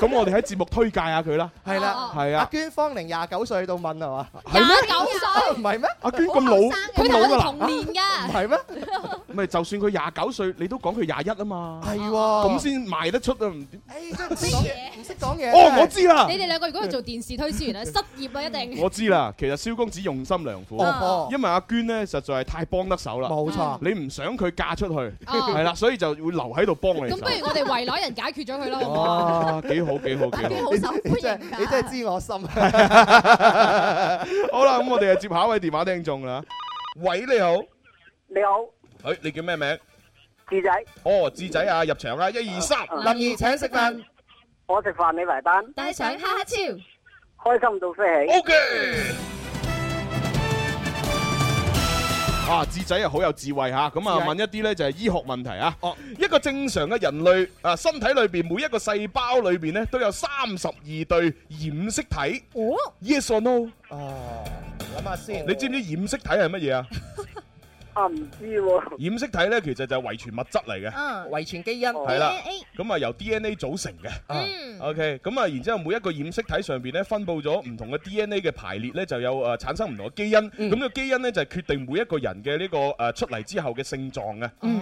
S9: 咁，我哋喺節目推介下佢啦。
S11: 係啦，
S9: 係
S11: 阿
S9: 啊。
S11: 娟芳齡廿九歲到問係嘛？
S9: 係咩
S11: 九歲唔係咩？
S9: 阿娟咁老咁老㗎啦，
S11: 㗎，
S9: *laughs*
S11: 係咩？
S9: 唔係就算佢廿九歲，你都講佢廿一啊嘛。
S11: 係喎。
S9: 咁先賣得出啊！唔
S11: 唔識講嘢，唔識講嘢。
S9: 哦我知啦
S12: 你哋兩個如果去做電視推銷員咧，失業啊一定。
S9: 我知啦，其實蕭公子用心良苦
S12: 哦，
S9: 因為阿娟呢實在係太幫得手啦。
S11: 冇錯，
S9: 你唔想佢嫁出去，
S12: 哦
S9: 係啦，所以就會留喺度幫你手。
S12: 咁不如我哋圍內人解決咗佢啦，好唔好？
S9: 哇，幾好幾好幾好！
S11: 你真你真係你真係知我心。
S9: *laughs* 好啦，咁我哋就接下一位電話聽眾啦。喂，你好，
S15: 你好，
S9: 誒，你叫咩名？
S15: 智仔。
S9: 哦，智仔啊，入場啦，一二三。
S11: 林怡請食飯，
S15: 我食飯你埋單，
S10: 帶上哈哈超，
S15: 開心到飛起。
S9: O K。啊，智仔啊，好有智慧吓，咁啊
S15: 智慧
S9: 問一啲咧就係醫學問題啊。哦，一個正常嘅人類啊，身體裏邊每一個細胞裏邊咧都有三十二對染色體。
S12: 哦
S9: ，Yes or no？
S11: 哦，諗下先
S9: 你知唔知染色體係乜嘢啊？
S15: *laughs* 啊，唔知喎。
S9: 染色體咧其實就係遺傳物質嚟嘅。
S11: 嗯，遺傳基因
S9: 係啦，咁啊由 DNA 組成嘅。OK，咁啊，然之後每一個染色體上邊咧分佈咗唔同嘅 DNA 嘅排列咧，就有誒、呃、產生唔同嘅基因。咁、呢個基因咧就係、決定每一個人嘅呢、個誒、呃出嚟之後嘅性狀嘅。
S12: 嗯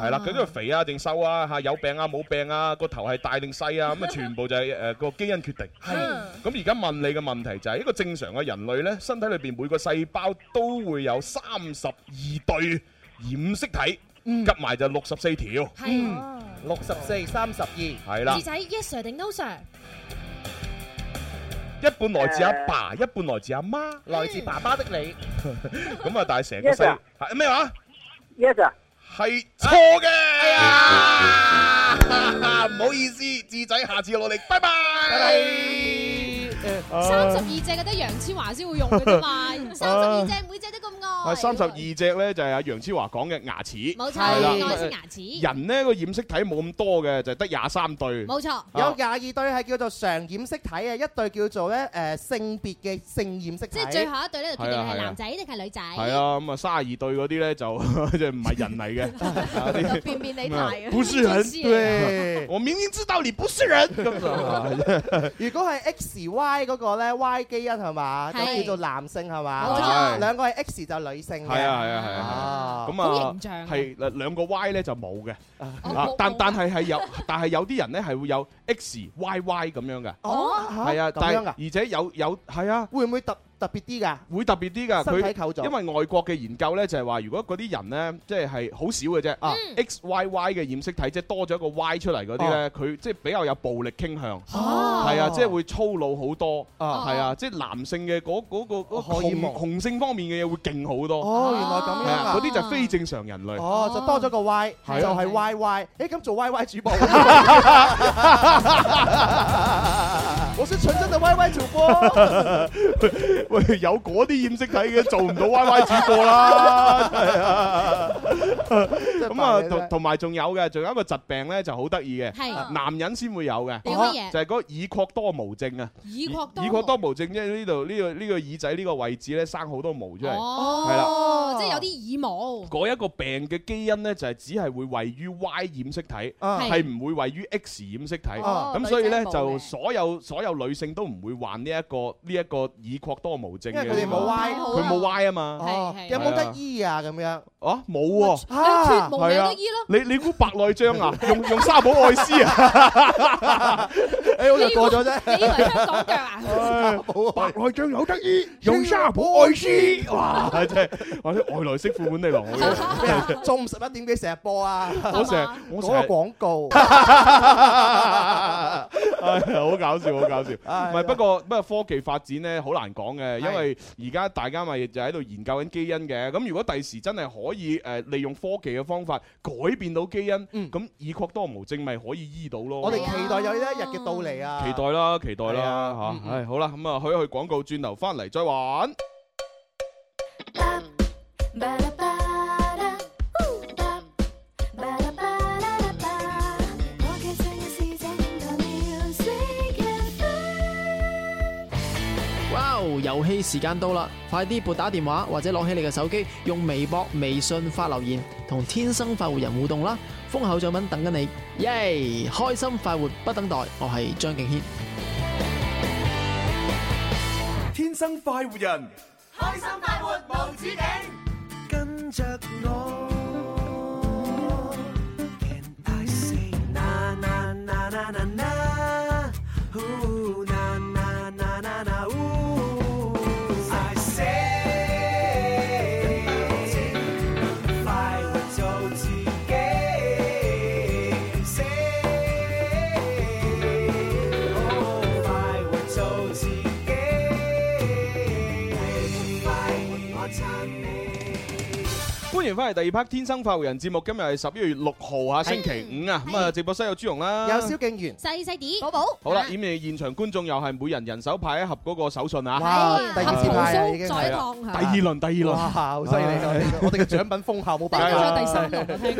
S9: 係啦，佢嗰個肥啊定瘦啊嚇，有病啊冇病啊，個頭係大定細啊， *laughs* 咁啊全部就係誒個基因決定。係。咁而家問你嘅問題就係、一個正常嘅人類咧，身體裏邊每個細胞都會有三十二對染色體，夾埋就六十四條。
S10: 係喎
S11: 六十四三十二。
S9: 係啦
S10: 智。仔 yes sir 定 no sir？
S9: 一半來自阿爸，一半來自阿媽，
S11: 來自爸爸的你。
S9: *laughs* 咁啊，但係成個
S11: Yes,
S9: 世
S11: sir
S9: 係咩話
S15: Yes 啊，
S9: 係錯嘅。 *laughs* 哎呀，唔好意思，智仔，下次努力，拜拜。Ờ.
S12: 三十二隻嘅得楊千嬅先會用嘅啫嘛，三十二隻每隻都咁
S9: 係
S12: 愛。
S9: 啊三十二隻咧，就係阿楊千嬅講嘅牙齒。
S12: 冇錯
S9: 係啦啊
S12: 愛先牙齒
S9: 人呢個染色體冇咁多嘅，就係得廿三對。啊
S11: 有廿二對係叫做常染色體啊，一對叫做咧誒性別嘅性染色
S12: 即
S11: 體。
S12: 係最後一對咧，就決定
S9: 係啊
S12: 係
S9: 係啊
S12: 男仔定係女仔。
S9: 係啊，咁啊，三十二對嗰啲咧就 *laughs* 就唔係
S12: *laughs*
S9: 人嚟嘅啊啲。
S12: 便便你
S9: 啊
S12: *laughs*
S9: 不是人，
S12: 啊
S11: 對
S9: 我明明知道你不是人，咁啊就
S11: 如果係 X Y 嗰個咧，Y 基因係嘛，
S9: 係
S11: 咁叫做男性係嘛
S9: 冇錯，
S11: 兩個係 X 就女女性嘅。
S9: 係啊係啊係啊，咁
S11: 好
S9: 啊
S11: 形象啊哦
S9: 係誒兩個 Y 咧就冇嘅，啊
S11: 冇
S9: 但
S11: 冇
S9: 但係係有， *laughs* 但係有啲人咧係會有 X、Y、Y 咁樣嘅，
S11: 哦
S9: 係
S11: 嚇
S9: 啊，
S11: 咁
S9: 但
S11: 樣
S9: 係
S11: 㗎
S9: 而且有有係啊，
S11: 會唔會特特別啲㗎？
S9: 會特別啲㗎，
S11: 身體構造
S9: 佢因為外國嘅研究咧就係話，如果嗰啲人咧即係係好少嘅啫
S11: 啊
S9: ，X、Y、Y 嘅染色體即係多咗一個 Y 出嚟嗰啲
S11: 哦
S9: 咧，佢即係比較有暴力傾向，係啊，即係會粗魯好多，
S11: 啊
S9: 係啊，即係男性嘅嗰嗰個嗰
S11: 荷爾蒙
S9: 雄雄性方面嘅嘢會勁好多。
S11: 哦原來咁樣
S9: 係啊
S11: 啊
S9: 嗰啲就係非正常人類。
S11: 哦，就多咗個 Y，就
S9: 係啊
S11: 係 Y Y。誒，咁做 Y Y 主
S9: *laughs*
S11: 播， *laughs* 我是純真的 Y Y 主播。
S9: 喂，有嗰啲染色體嘅做唔到 Y Y 主播啦，係啊。咁啊，同同埋仲有嘅，仲有一個疾病咧就好得意嘅，
S12: 係
S9: 男人先會有嘅，
S12: 點乜嘢
S9: 就係嗰個耳廓多毛症啊。
S12: 以擴多
S9: 耳廓多毛症即係呢度呢個呢個耳仔呢個位置咧生好多毛出嚟，係啦。
S12: 哦，即係有啲耳毛。
S9: 嗰一個病嘅基因呢，就係只係會位於 Y 染色體，
S12: 啊
S9: 係唔會位於 X 染色體。
S12: 哦
S9: 咁所以呢，
S12: 女仔冇嘅
S9: 就所有所有女性都唔會患呢一個呢一個耳廓多毛症嘅。
S11: 因為佢哋冇 Y
S9: 佢冇 Y 啊嘛。
S11: 哦，有冇得醫啊？咁
S9: *laughs*
S11: 樣
S9: 啊冇喎，
S11: 脫毛
S9: 係啊
S11: 有得醫咯
S9: 你你估白內障啊？ *laughs* 用用沙普愛斯啊？誒，我就過咗啫。你以為香港腳啊？白內障有得醫，用沙普愛斯。 *laughs* 哇！真係，或者外來媳婦本地郎好 *laughs* 嘢。
S11: 中午十一點幾成日播啊！
S9: *laughs* 我成日我成日
S11: 嗰個廣
S9: *laughs*
S11: 告，
S9: 唉，哎好搞笑，好
S11: *laughs*
S9: 搞笑。
S11: 哎
S9: 唔係，不過不過科技發展咧，好難講嘅，因為而家大家咪就喺度研究緊基因嘅。咁如果第時真係可以誒利用科技嘅方法改變到基因，咁耳廓多毛症咪可以醫到咯。
S11: 嗯我哋期待有呢一日嘅到嚟啊！
S9: 期待啦，期待
S11: 係
S9: 啦
S11: 啊
S9: 嚇。唉，好啦，咁啊，去一去廣告，轉頭翻嚟再玩。
S16: 我嘅真是整個 music cafe
S18: 哇哦！遊戲時間到啦，快啲撥打電話或者攞起你嘅手機，用微博、微信發留言，同天生快活人互動啦！豐厚獎品等緊你，耶！開心快活不等待，我係張敬軒。
S6: 天生快活人，
S16: 開心快活無止境。
S6: 跟着我。And I say na na na na na na, ooh na na na na na ooh. I say 快活做自己，say 哦快活做自己，快活我撐你。
S9: 歡迎翻嚟第二 part《天生快活人》節目，今日係十一月六號啊，星期五啊，咁啊，直播室有朱容啦，
S11: 有蕭敬元。
S14: 細細啲，寶寶，
S9: 好啦，咁你現場觀眾又係每人人手派一盒嗰個手信啊！
S11: 哇第二次派啊已經
S9: 係啦第二輪，第二輪，
S11: 哇好犀利啊！我哋嘅我哋嘅獎品豐厚，冇辦法。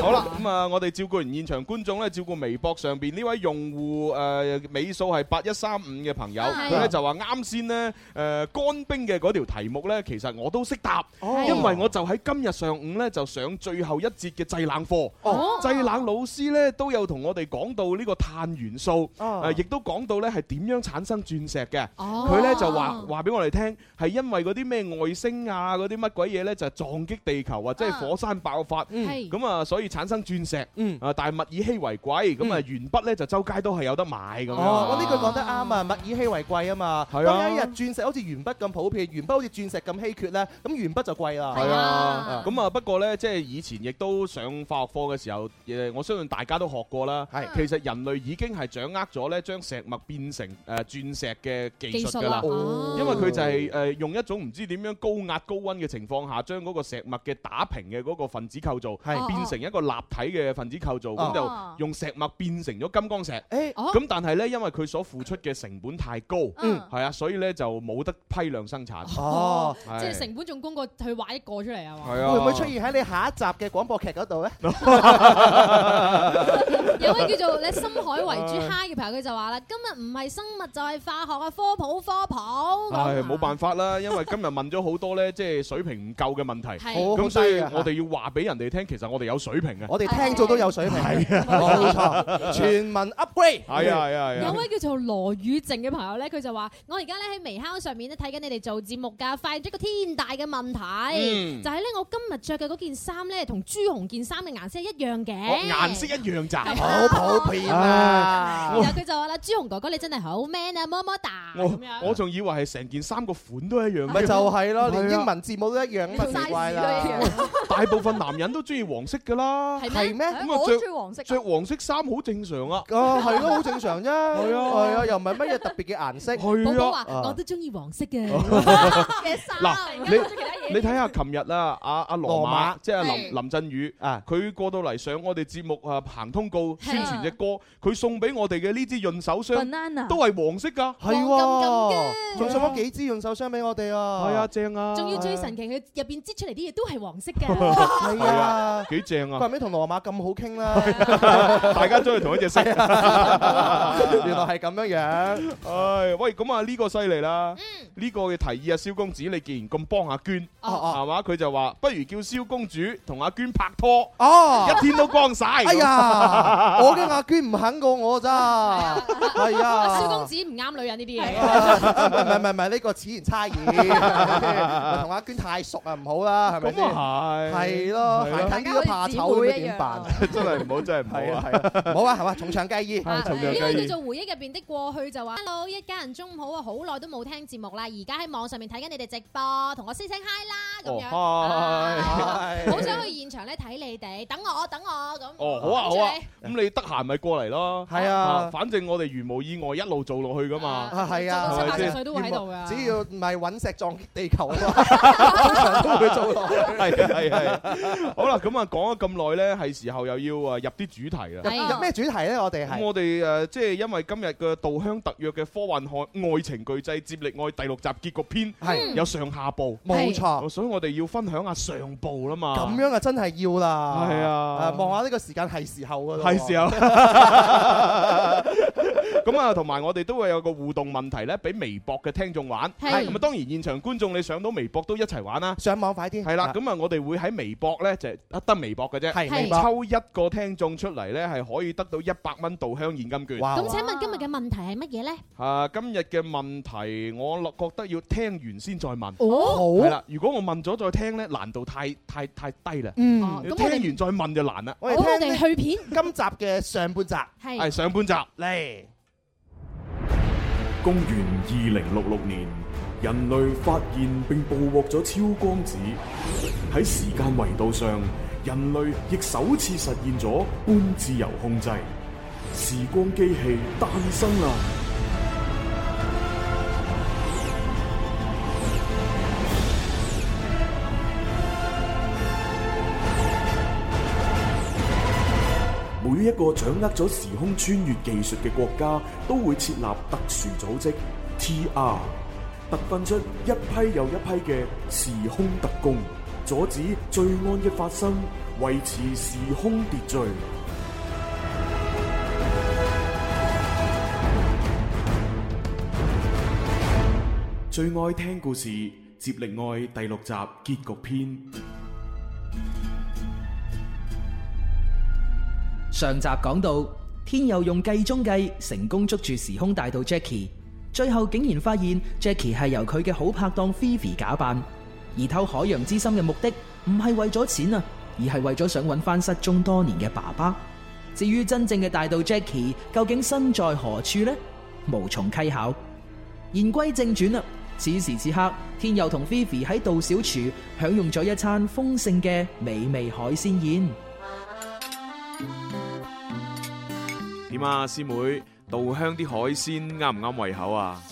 S9: 好啦，咁啊，我哋照顧完現場觀眾咧，照顧微博上邊呢位用戶誒尾數係八一三五嘅朋友，
S11: 係
S9: 佢咧就話啱先呢，誒乾冰嘅嗰條題目咧，其實我都識答，
S11: 哦
S9: 因為我就喺今日上午咧就上最後一節嘅製冷課
S11: 哦，
S9: 製冷老師咧都有同我哋講到呢個碳元素，
S11: 哦
S9: 誒亦都講到咧係點樣產生鑽石嘅，
S11: 哦
S9: 佢咧就話話俾我哋聽係因為嗰啲咩外星啊嗰啲乜鬼嘢咧就撞擊地球或者係火山爆發。
S11: 啊嗯
S9: 咁啊，所以產生鑽石，啊，但係物以稀為貴，咁啊，鉛筆咧就周街都係有得買咁樣。
S11: 嗯哦，我呢句講得啱啊！物以稀為貴啊嘛。
S9: 係啊
S11: 當有一日鑽石好似鉛筆咁普遍，鉛筆好似鑽石咁稀缺咧，咁鉛筆就貴啦。
S9: 係啊，咁啊，不過呢，即係以前亦都上化學課嘅時候，誒，我相信大家都學過啦。係，其實人類已經係掌握咗呢將石墨變成誒鑽石嘅技術㗎啦。
S11: 技術啦哦
S9: 因為佢就係誒用一種唔知點樣高壓高温嘅情況下，將嗰個石墨嘅打平嘅嗰個分子構造，
S11: 係
S9: 變成一個立體嘅分子構造，咁
S11: 哦
S9: 就用石墨變成咗金剛石。
S11: 誒
S9: 咁但係呢，因為佢所付出嘅成本太高，
S12: 嗯
S9: 係啊，所以呢就冇得批量生產。
S11: 哦
S9: Ờ.
S12: 即係成本仲高過佢畫一個出嚟啊嘛！
S9: 係啊
S11: 會唔會出現現喺你下一集嘅廣播劇嗰度
S9: *laughs*
S11: 咧？
S10: 有位叫做你深海
S11: Ờ.
S10: 為主蝦嘅朋友，佢就話啦：今日唔係生物就係化學啊，科普科普。
S11: 啊
S9: 唉，冇辦法啦，因為今日問咗好多
S11: *laughs*
S9: 咧，即係水平唔夠嘅問題，
S10: 係
S9: 咁
S11: 好
S9: 所以
S11: 低啊
S9: 我哋要話俾人哋聽，其實我哋有水平嘅。
S11: 我哋聽做都有水平，
S9: 係啊
S11: 冇錯， *laughs* 全民 upgrade，
S9: 係啊係啊係啊
S10: 有位叫做羅宇靜嘅朋友咧，佢就話：我而家咧喺微烤上面咧睇緊你哋做節目㗎，發現咗一個天大嘅問題，
S9: 嗯
S10: 就係咧我今日着嘅嗰件衫咧，同朱紅件衫嘅顏色一樣嘅，
S9: 我哦顏色一哦樣咋，
S10: 係
S11: 好普遍啊
S10: 然後佢就話啦：朱紅哥哥你真係好 man 啊，麼麼哒咁
S9: 我
S10: 樣。
S9: 我仲以為係成件衫個款都一樣嘅，
S11: 咪就係咯，連
S9: 係啊
S11: 英文字母都一樣，咁啊奇怪啦。
S9: 大部分男人都中意黃色㗎啦，
S11: 係咩
S9: 咁啊
S11: 我都
S9: 着
S11: 鍾意黃色㗎
S9: 着黃色衫好正常啊。
S11: 哦，係咯，好正常啫。係
S9: 啊
S11: 係啊，又唔係乜嘢特別嘅顏色。
S10: 寶寶話：
S9: 啊哦
S10: 我都中意黃色嘅嘅衫。
S9: 嗱，
S10: 突然間諗咗其他嘢
S9: 你你睇下琴日啊，阿阿羅
S11: 羅
S9: 馬
S11: 馬
S9: 即係林
S10: 係
S9: 林振宇啊，佢過到嚟上我哋節目啊行通告
S10: 係
S9: 宣傳只歌，佢送俾我哋嘅呢支潤手霜
S11: Banana
S9: 都係黃色㗎，
S11: 係
S10: *laughs*
S11: 喎，仲送咗幾支潤手霜俾我哋啊！
S9: 係啊，正啊！
S10: 仲要最神奇，佢入邊擠出嚟啲嘢都係黃色
S9: *laughs*
S10: 嘅。
S11: 係啊，
S9: 幾正
S11: 怪
S9: 啊！
S11: 唔知同羅馬咁好傾啦，
S9: *laughs* 大家都係同一
S11: *laughs*
S9: 隻色，原來
S11: 係咁樣樣。
S9: 唉，喂，咁啊呢個犀利啦！
S10: 嗯
S9: 呢個嘅提議啊，蕭公子，你既然咁幫阿娟，
S11: 哦哦
S9: 係嘛？佢就話不如叫蕭公主同阿娟拍拖，
S11: 哦
S9: 一天都光晒。
S11: 哎呀，我嘅阿娟唔肯過我
S10: *laughs*
S11: 咋，係
S10: 蕭公
S11: 啊。
S10: 子唔啱女人呢啲嘢。啊
S11: 唔係唔係唔係，呢個此言差異，咪同阿娟太熟啊，唔好啦，係咪先？
S9: 咁啊係
S11: 係咯，
S9: 係咯
S11: 睇呢個怕醜咁點辦？
S9: *laughs* 真係唔好，真係唔好啊！
S11: 唔好啊，係嘛，重唱雞
S10: *laughs*
S11: 衣，
S10: 呢位叫做回憶入邊的過去就話：Hello，一家人中午好啊，好耐都冇聽節目啦，而家喺網上面睇緊你哋直播，同我 say 聲 hi 啦咁樣。
S9: 哦，
S10: 好想去現場咧睇你哋，等我等我咁。
S9: 哦，好啊，好啊
S10: 跟住，
S9: 咁你得閒咪過嚟咯。
S11: 係啊
S9: 反正我哋如無意外一路做落去噶嘛。
S11: 啊，係啊，
S9: 係咪先
S11: *laughs* 只要唔係隕石撞地球啊嘛，通常都會做落去。
S9: 係啊係啊係啊。好啦，咁啊講咗咁耐咧，係時候又要啊入啲主題啦。
S11: 入入咩主題咧？我哋
S9: 咁
S11: 係
S9: 我哋誒即係因為今日嘅《稻香特約》嘅科幻愛愛情巨製接力愛第六集結局篇，
S11: 係
S9: 有上下部，哦
S11: 冇錯，
S9: 所以我哋要分享下上部啦嘛。
S11: 咁樣啊，真係要啦。
S9: 係啊
S11: 誒望下呢個時間係時候噶啦。
S9: 係時候。咁啊，同埋我哋都會有個互動問題咧，俾微博嘅聽眾玩。
S11: 係
S9: 咁啊，當然現場觀眾你上到微博都一齊玩啦。
S11: 上網快啲。
S9: 係啦，咁啊，我哋會喺微博咧就係得微博嘅啫，
S11: 係
S10: 微博
S9: 抽一個聽眾出嚟咧，係可以得到一百蚊稻香現金券。
S10: 咁請問今日嘅問題係乜嘢咧？
S9: 啊，今日嘅問題我落覺得要聽完先再問。
S10: 哦好
S9: 係啦，如果我問咗再聽咧，難度太太太低啦。
S11: 嗯
S9: 要
S11: 咁我
S9: 聽
S11: 哋
S9: 完再問就難啦。
S11: 我
S10: 好我
S11: 哋聽
S10: 哋去片
S11: 今集嘅上半集
S10: 係
S9: 係上半集。
S11: 嚟。
S6: 公元二零六六年，人類發現並捕獲咗超光子。喺時間維度上，人類亦首次實現咗半自由控制。時光機器誕生啊啦！每一個掌握咗時空穿越技術嘅國家，都會設立特殊組織 TR，特訓出一批又一批嘅時空特工，阻止罪案嘅發生，維持時空秩序。最愛聽故事《接力愛》第六集結局篇。
S19: 上集講到，天佑用計中計成功捉住時空大盜 Jackie，最後竟然發現 Jackie 係由佢嘅好拍檔 Fifi 假扮，而偷海洋之心嘅目的唔係為咗錢啊，而係為咗想揾翻失蹤多年嘅爸爸。至於真正嘅大盜 Jackie 究竟身在何處呢？無從稽考。言歸正傳啦，此時此刻，天佑同 Fifi 喺杜小廚享用咗一餐豐盛嘅美味海鮮宴。
S9: 點啊，師妹，稻香啲海鮮啱唔啱胃口啊？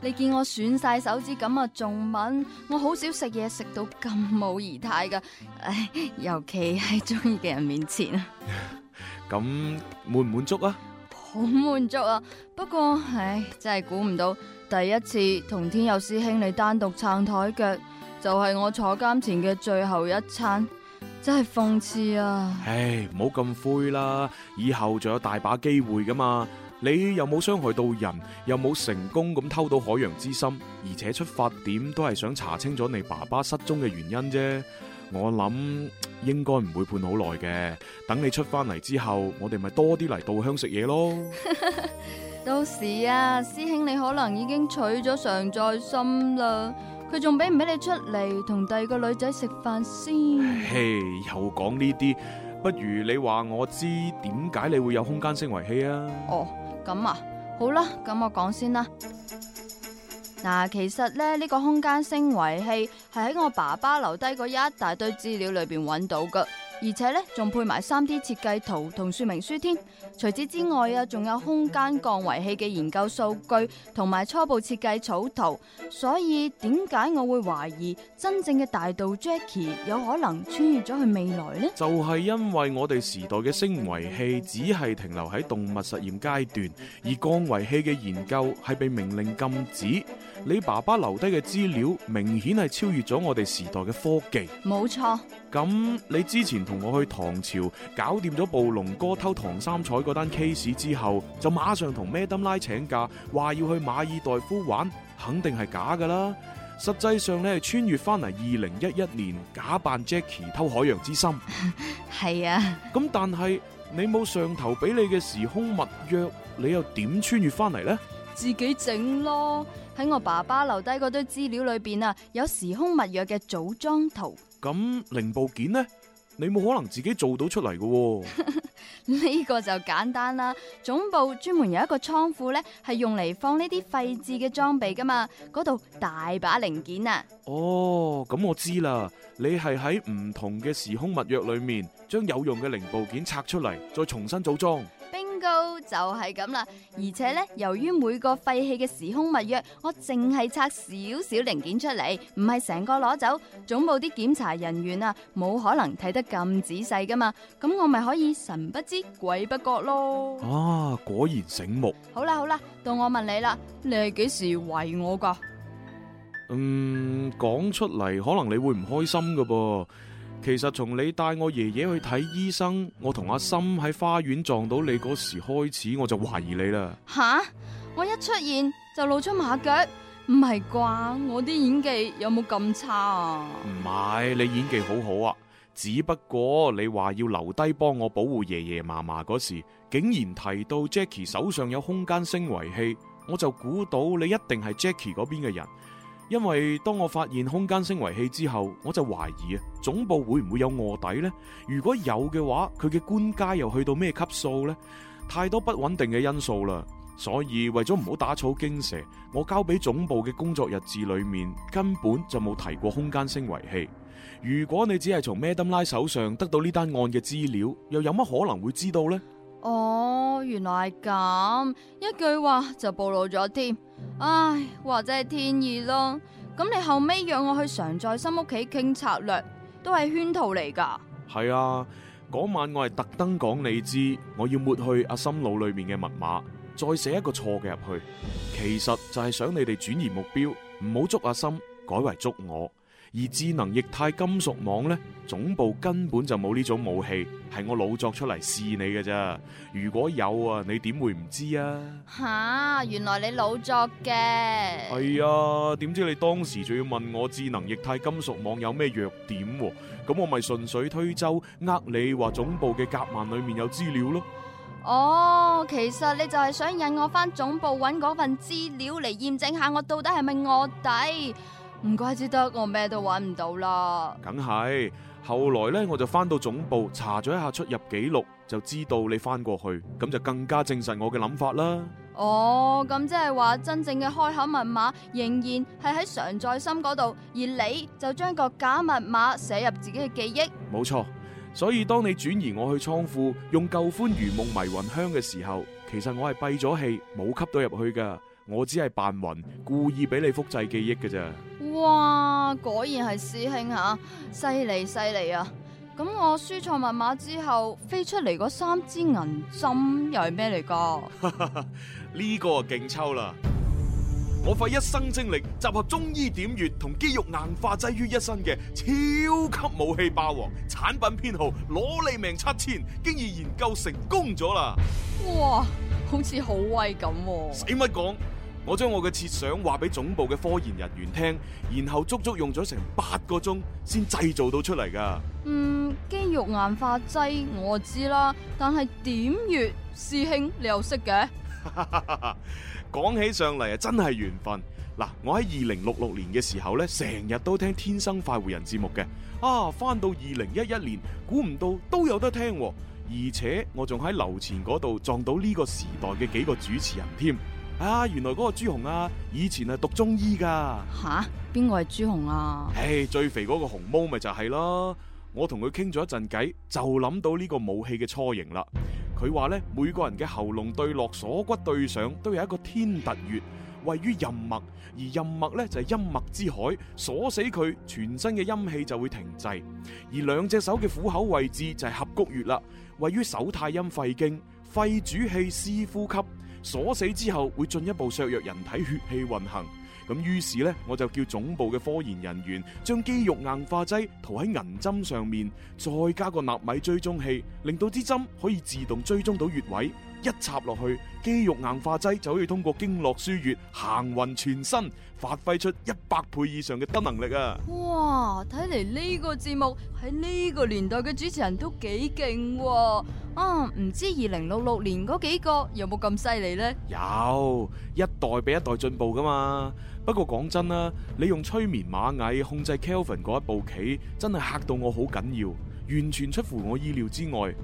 S3: 你見我損晒手指咁啊，仲問？我好少食嘢食到咁冇儀態噶，唉，尤其喺中意嘅人面前啊， *laughs*
S9: 咁滿唔滿足啊？
S3: 好滿足啊！不過唉，真係估唔到，第一次同天佑師兄你單獨撐台腳，就係、我坐監前嘅最後一餐。真係諷刺啊！ *laughs*
S9: 唉，唔好咁灰啦，以後仲有大把機會噶嘛。你又冇傷害到人，又冇成功咁偷到海洋之心，而且出發點都係想查清楚你爸爸失蹤嘅原因啫。我諗應該唔會判好耐嘅。等你出翻嚟之後，我哋咪多啲嚟稻香食嘢咯。
S3: 到時啊，師兄你可能已經娶咗常在心啦，佢仲俾唔俾你出嚟同第二個女仔食飯先？
S9: 嘿，又講呢啲，不如你話我知點解你會有空間升維器啊？
S3: 哦，咁啊，好啦，咁我講先啦。嗱，其實咧呢個空間升維器係喺我爸爸留低嗰一大堆資料裏邊揾到噶，而且咧仲配埋 3D 設計圖同說明書添。除此之外啊，仲有空間降維器嘅研究數據同埋初步設計草圖。所以點解我會懷疑真正嘅大道 Jackie 有可能穿越咗去未來呢？
S9: 就係因為我哋時代嘅升維器只係停留喺動物實驗階段，而降維器嘅研究係被命令禁止。你爸爸留低嘅資料明顯係超越咗我哋時代嘅科技。
S3: 冇錯。
S9: 咁你之前同我去唐朝搞掂咗暴龍哥偷唐三彩嗰單 case 之後，就馬上同咩登拉請假，話要去馬爾代夫玩，肯定係假噶啦。實際上你係穿越翻嚟二零一一年，假扮 Jackie 偷海洋之心。
S3: *laughs* 係啊，
S9: 咁但係你冇上頭俾你嘅時空密約，你又點穿越翻嚟呢？
S3: 自己整咯。喺我爸爸留低嗰堆資料裏邊啊，有時空密約嘅組裝圖。 *laughs*
S9: 咁零部件呢？你冇可能自己做到出嚟嘅喎。
S3: *laughs* 呢個就簡單啦，總部專門有一個倉庫呢，係用嚟放呢啲廢置嘅裝備噶嘛，嗰度大把零件啊。
S9: 哦，咁我知啦，你係喺唔同嘅時空密約裏面，將有用嘅零部件拆出嚟，再重新組裝。
S3: Bingo 就係咁啦，而且呢，由於每個廢棄嘅時空密約，我淨係拆少少零件出嚟，唔係成個攞走。總部啲檢查人員啊，冇可能睇得咁仔細噶嘛，咁我咪可以神不知鬼不覺咯。
S9: 啊，果然醒目。
S3: 好啦好啦，到我問你啦，你係幾時圍我噶？
S9: 嗯，講出嚟可能你會唔開心噶噃。其實從你帶我爺爺去睇醫生，我同阿心喺花園撞到你嗰時開始，我就懷疑你啦。
S3: 吓！我一出現就露出馬腳，唔係啩？我啲演技有冇咁差啊？
S9: 唔係，你演技好好啊，只不過你話要留低幫我保護爺爺嫲嫲嗰時，竟然提到 Jackie 手上有空間升維器，我就估到你一定係 Jackie 嗰邊嘅人。因為當我發現空間升維器之後，我就懷疑啊，總部會唔會有卧底呢？如果有嘅話，佢嘅官階又去到咩級數呢？太多不穩定嘅因素啦，所以為咗唔好打草驚蛇，我交俾總部嘅工作日誌裏面根本就冇提過空間升維器。如果你只係從 Madam 拉手上得到呢單案嘅資料，又有乜可能會知道呢？
S3: 哦，原來係咁，一句話就暴露咗添。唉，或者係天意咯。咁你後尾約我去常在心屋企傾策略，都係圈套嚟噶。
S9: 係啊，嗰晚我係特登講你知，我要抹去阿心腦裏面嘅密碼，再寫一個錯嘅入去。其實就係想你哋轉移目標，唔好捉阿心，改為捉我。而智能液態金屬網呢，總部根本就冇呢種武器，係我老作出嚟試你嘅咋。如果有啊，你點會唔知啊？
S3: 吓，原來你老作嘅。
S9: 係啊，點知你當時仲要問我智能液態金屬網有咩弱點喎、咁我咪順水推舟，呃你話總部嘅夾萬裡面有資料咯。
S3: 哦，其實你就係想引我翻總部揾嗰份資料嚟驗證下我到底係咪臥底，唔怪之得我咩都揾唔到啦。
S9: 梗係，後來呢，我就翻到總部查咗一下出入記錄，就知道你翻過去，咁就更加證實我嘅諗法啦。
S3: 哦，咁即係話真正嘅開口密碼仍然係喺常在心嗰度，而你就將個假密碼寫入自己嘅記憶。
S9: 冇錯，所以當你轉移我去倉庫，用舊歡如夢迷魂香嘅時候，其實我係閉咗氣，冇吸到入去㗎。我只係扮暈，故意俾你複製記憶㗎咋。
S3: 哇，果然係師兄吓、犀利犀利啊！咁我輸錯密碼之後飛出嚟嗰三支銀
S9: *laughs*
S3: 針又係咩嚟噶？
S9: 呢個啊勁抽啦！我費一生精力集合中醫點穴同肌肉硬化劑於一身嘅超級武器霸王產品編號攞你命七千，經已研究成功咗啦！
S3: 哇，好似好威咁喎、
S9: 使乜講？我將我嘅設想話俾總部嘅科研人員聽，然後足足用咗成八個鐘先製造到出嚟㗎。
S3: 嗯，肌肉硬化劑我知啦，但係點穴，師兄你又識嘅？
S9: *laughs* 講起上嚟啊，真係緣分。嗱，我喺二零六六年嘅時候呢，成日都聽《天生快活人》節目嘅。啊，翻到二零一一年，估唔到都有得聽喎，而且我仲喺樓前嗰度撞到呢個時代嘅幾個主持人添。啊，原來嗰個朱紅啊，以前係讀中醫㗎。
S3: 吓，邊個係朱紅啊？
S9: 唉，最肥嗰個紅毛咪就係咯。我同佢傾咗一陣偈，就諗到呢個武器嘅雛形啦。佢話呢，每個人嘅喉嚨對落、鎖骨對上，都有一個天突穴，位於任脈，而任脈呢，就係陰脈之海，鎖死佢，全身嘅陰氣就會停滯。而兩隻手嘅虎口位置就係合谷穴啦，位於手太陰肺經，肺主氣司呼吸，鎖死之後會進一步削弱人體血氣運行。咁於是呢，我就叫總部嘅科研人員將肌肉硬化劑塗喺銀針上面，再加個納米追蹤器，令到支針可以自動追蹤到穴位。一插落去，肌肉硬化劑就可以通過經絡輸血行運全身，發揮出一百倍以上嘅得能力啊！
S3: 哇，睇嚟呢個節目喺呢個年代嘅主持人都幾勁喎！啊，唔知二零六六年嗰幾個有冇咁犀利呢？
S9: 有一代比一代進步噶嘛。不過講真啦，你用催眠螞蟻控制 Kelvin 嗰一步棋，真係嚇到我好緊要，完全出乎我意料之外。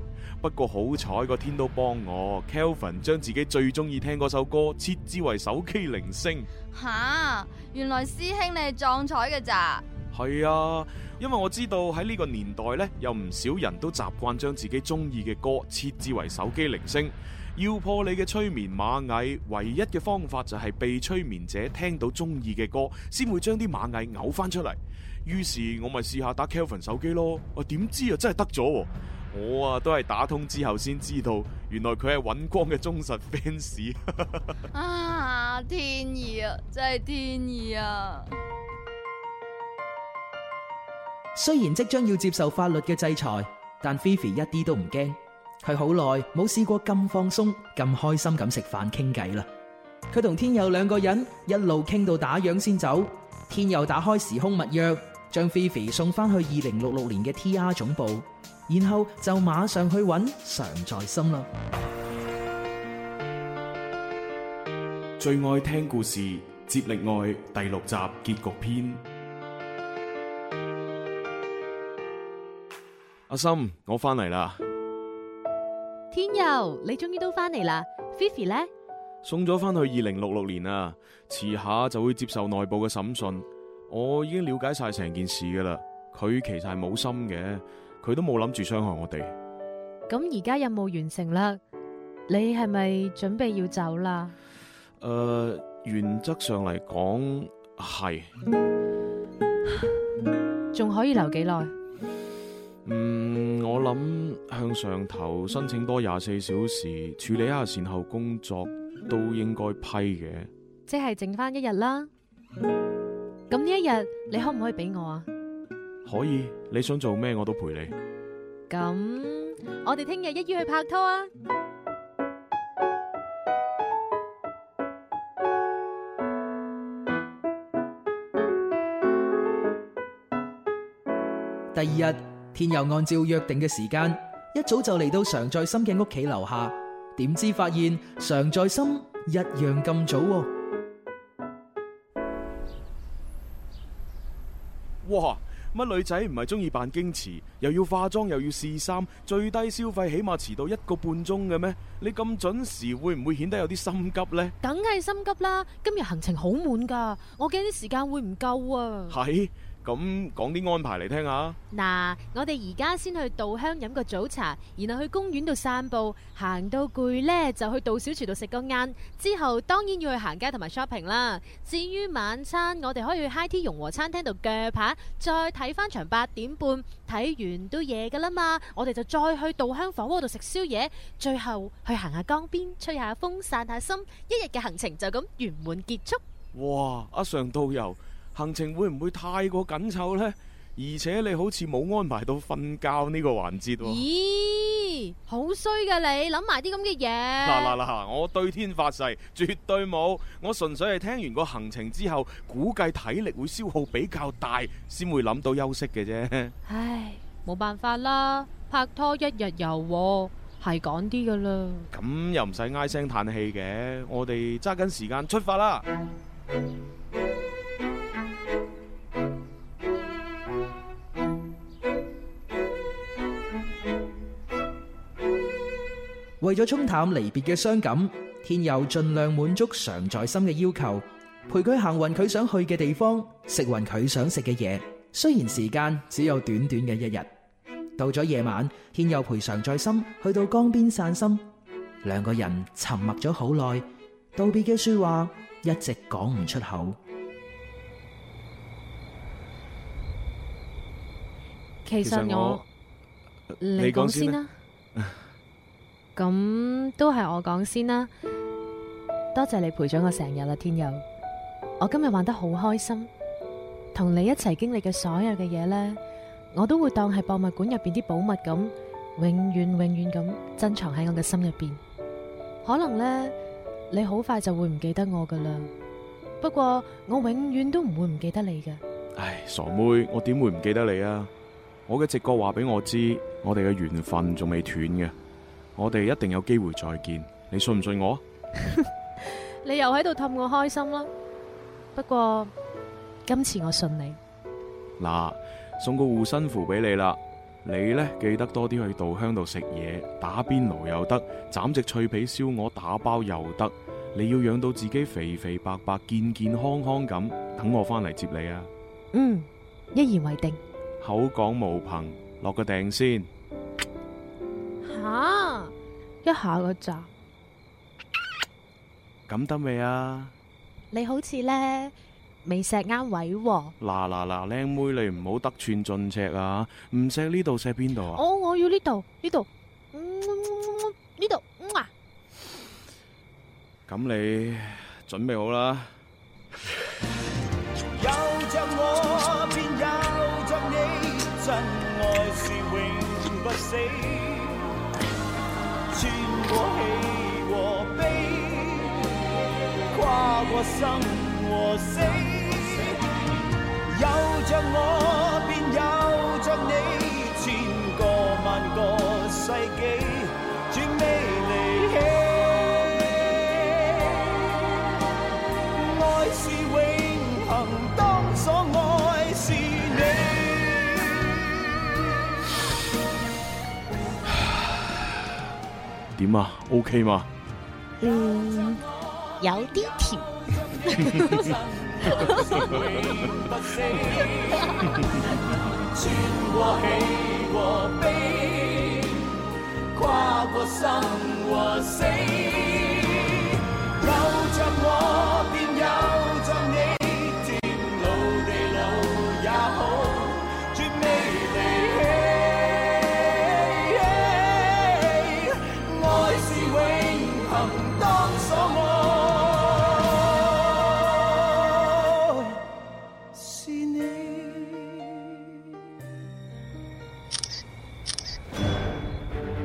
S9: 不過好彩個天都幫我，Kelvin 將自己最中意聽嗰首歌設置為手機鈴聲。
S3: 吓，原來師兄你係撞彩嘅咋？
S9: 係啊，因為我知道喺呢個年代呢，有唔少人都習慣將自己中意嘅歌設置為手機鈴聲。要破你嘅催眠螞蟻，唯一嘅方法就係被催眠者聽到中意嘅歌，先會將啲螞蟻嘔翻出嚟。於是我咪試下打 Kelvin 手機咯，我點知啊真係得咗喎！我啊都係打通之後先知道，原來佢係尹光嘅忠實 fans。
S3: 啊，天意啊，真係天意啊！
S19: 雖然即將要接受法律嘅制裁，但 Fifi 一啲都唔驚。佢好耐冇試過咁放鬆、咁開心咁食飯傾偈啦。佢同天佑兩個人一路傾到打烊先走。天佑打開時空密約，將 Fifi 送翻去二零六六年嘅 TR 總部，然後就馬上去揾常在心啦。
S9: 最愛聽故事《接力愛》第六集結局篇。阿心，我翻嚟啦，
S10: 天佑，你終於都翻嚟啦，Fifi 咧，
S9: 送咗翻去二零六六年啊，遲下就會接受內部嘅審訊。我已經了解晒成件事噶啦，佢其實係冇心嘅，佢都冇諗住傷害我哋。
S10: 咁而家任務完成啦，你係咪準備要走啦？
S9: 誒、原則上嚟講係，
S10: 仲可以留幾耐？
S9: 嗯，我諗向上頭申請多廿四小時處理一下善後工作，都應該批嘅。
S10: 即係剩翻一日啦。咁呢一日你可唔可以俾我啊？
S9: 可以，你想做咩我都陪你。
S10: 咁我哋聽日一於去拍拖啊！
S19: 第二日，天佑按照約定嘅時間，一早就嚟到常在心嘅屋企樓下，點知發現常在心一樣咁早喎、
S9: 哇！乜女仔唔係中意扮矜持，又要化妝又要試衫，最低消費起碼遲到一個半鐘嘅咩？你咁準時會唔會顯得有啲心急呢？
S10: 梗係心急啦，今日行程好滿㗎，我驚啲時間會唔夠啊！
S9: 係咁講啲安排嚟聽下。
S10: 嗱，我哋而家先去稻香飲個早茶，然後去公園度散步，行到攰呢，就去稻小廚度食個晏，之後當然要去行街同埋 shopping 啦。至於晚餐，我哋可以去 High Tea 融和餐廳度鋸扒，再睇翻場八點半，睇完都夜噶啦嘛，我哋就再去稻香火鍋度食宵夜，最後去行下江邊，吹下風，散下心，一日嘅行程就咁圓滿結束。
S9: 哇！阿常導遊，行程會唔會太過緊湊呢？而且你好似冇安排到瞓覺呢個環節喎。
S10: 咦，好衰噶你，諗埋啲咁嘅嘢。
S9: 嗱嗱嗱！我對天發誓，絕對冇。我純粹係聽完個行程之後，估計體力會消耗比較大，先會諗到休息嘅啫。
S10: 唉，冇辦法啦，拍拖一日遊喎，係講啲噶啦。
S9: 咁又唔使唉聲嘆氣嘅，我哋揸緊時間出發啦！
S19: 為咗沖淡離別嘅傷感，天佑盡量滿足常在心嘅要求，陪佢行運佢想去嘅地方，食勻佢想食嘅嘢。雖然時間只有短短嘅一日，到咗夜晚，天佑陪常在心去到江邊散心，兩個人沉默咗好耐，道別嘅說話一直講唔出口。
S10: 其
S9: 其實
S10: 實我
S9: 我，
S10: 你講
S9: 講
S10: 先
S9: 先
S10: 啦
S9: 啦。
S10: 咁都係我講先啦。多謝你陪咗我成日啦，天佑。我今日玩得好開心，同你一齊經歷嘅所有嘅嘢呢，我都會當係博物館入邊啲寶物咁，永遠永遠咁珍藏喺我嘅心入邊。可能呢，你好快就會唔記得我噶啦。不過我永遠都唔會唔記得你嘅。
S9: 唉，傻妹，我點會唔記得你啊？我嘅直覺話俾我知，我哋嘅緣分仲未斷嘅，我哋一定有機會再見。你信唔信我啊？
S10: 你又喺度氹我開心啦。不過今次我信你。
S9: 嗱，送個護身符俾你啦。你呢，記得多啲去稻香度食嘢，打邊爐又得，斬隻脆皮燒鵝打包又得。你要養到自己肥肥白白、健健康康咁，等我返嚟接你啊！
S10: 嗯，一言為定。
S9: 口講無憑，落個訂先。
S10: 吓，一下個咋？
S9: 咁得未啊？
S10: 你好似咧未錫啱位喎。
S9: 嗱嗱嗱，靚妹你唔好得寸進尺啊！唔錫呢度錫邊度啊？
S10: 我哦我要呢度呢度，嗯呢度嗯啊，
S9: 咁你準備好啦。
S6: 有着我，便有着你，真愛是永不死。穿過喜和悲，跨過生和死。有着我，便有着你，千個萬個世紀，絕未離棄。愛是永恆，當所愛是你。
S9: 點啊？OK 嘛？
S10: 嗯，有啲甜。
S6: 不死，穿過喜和悲，跨過生和死。有着我，便有着你，天老地老也好，絕未離棄。愛是永恆，當所愛是你。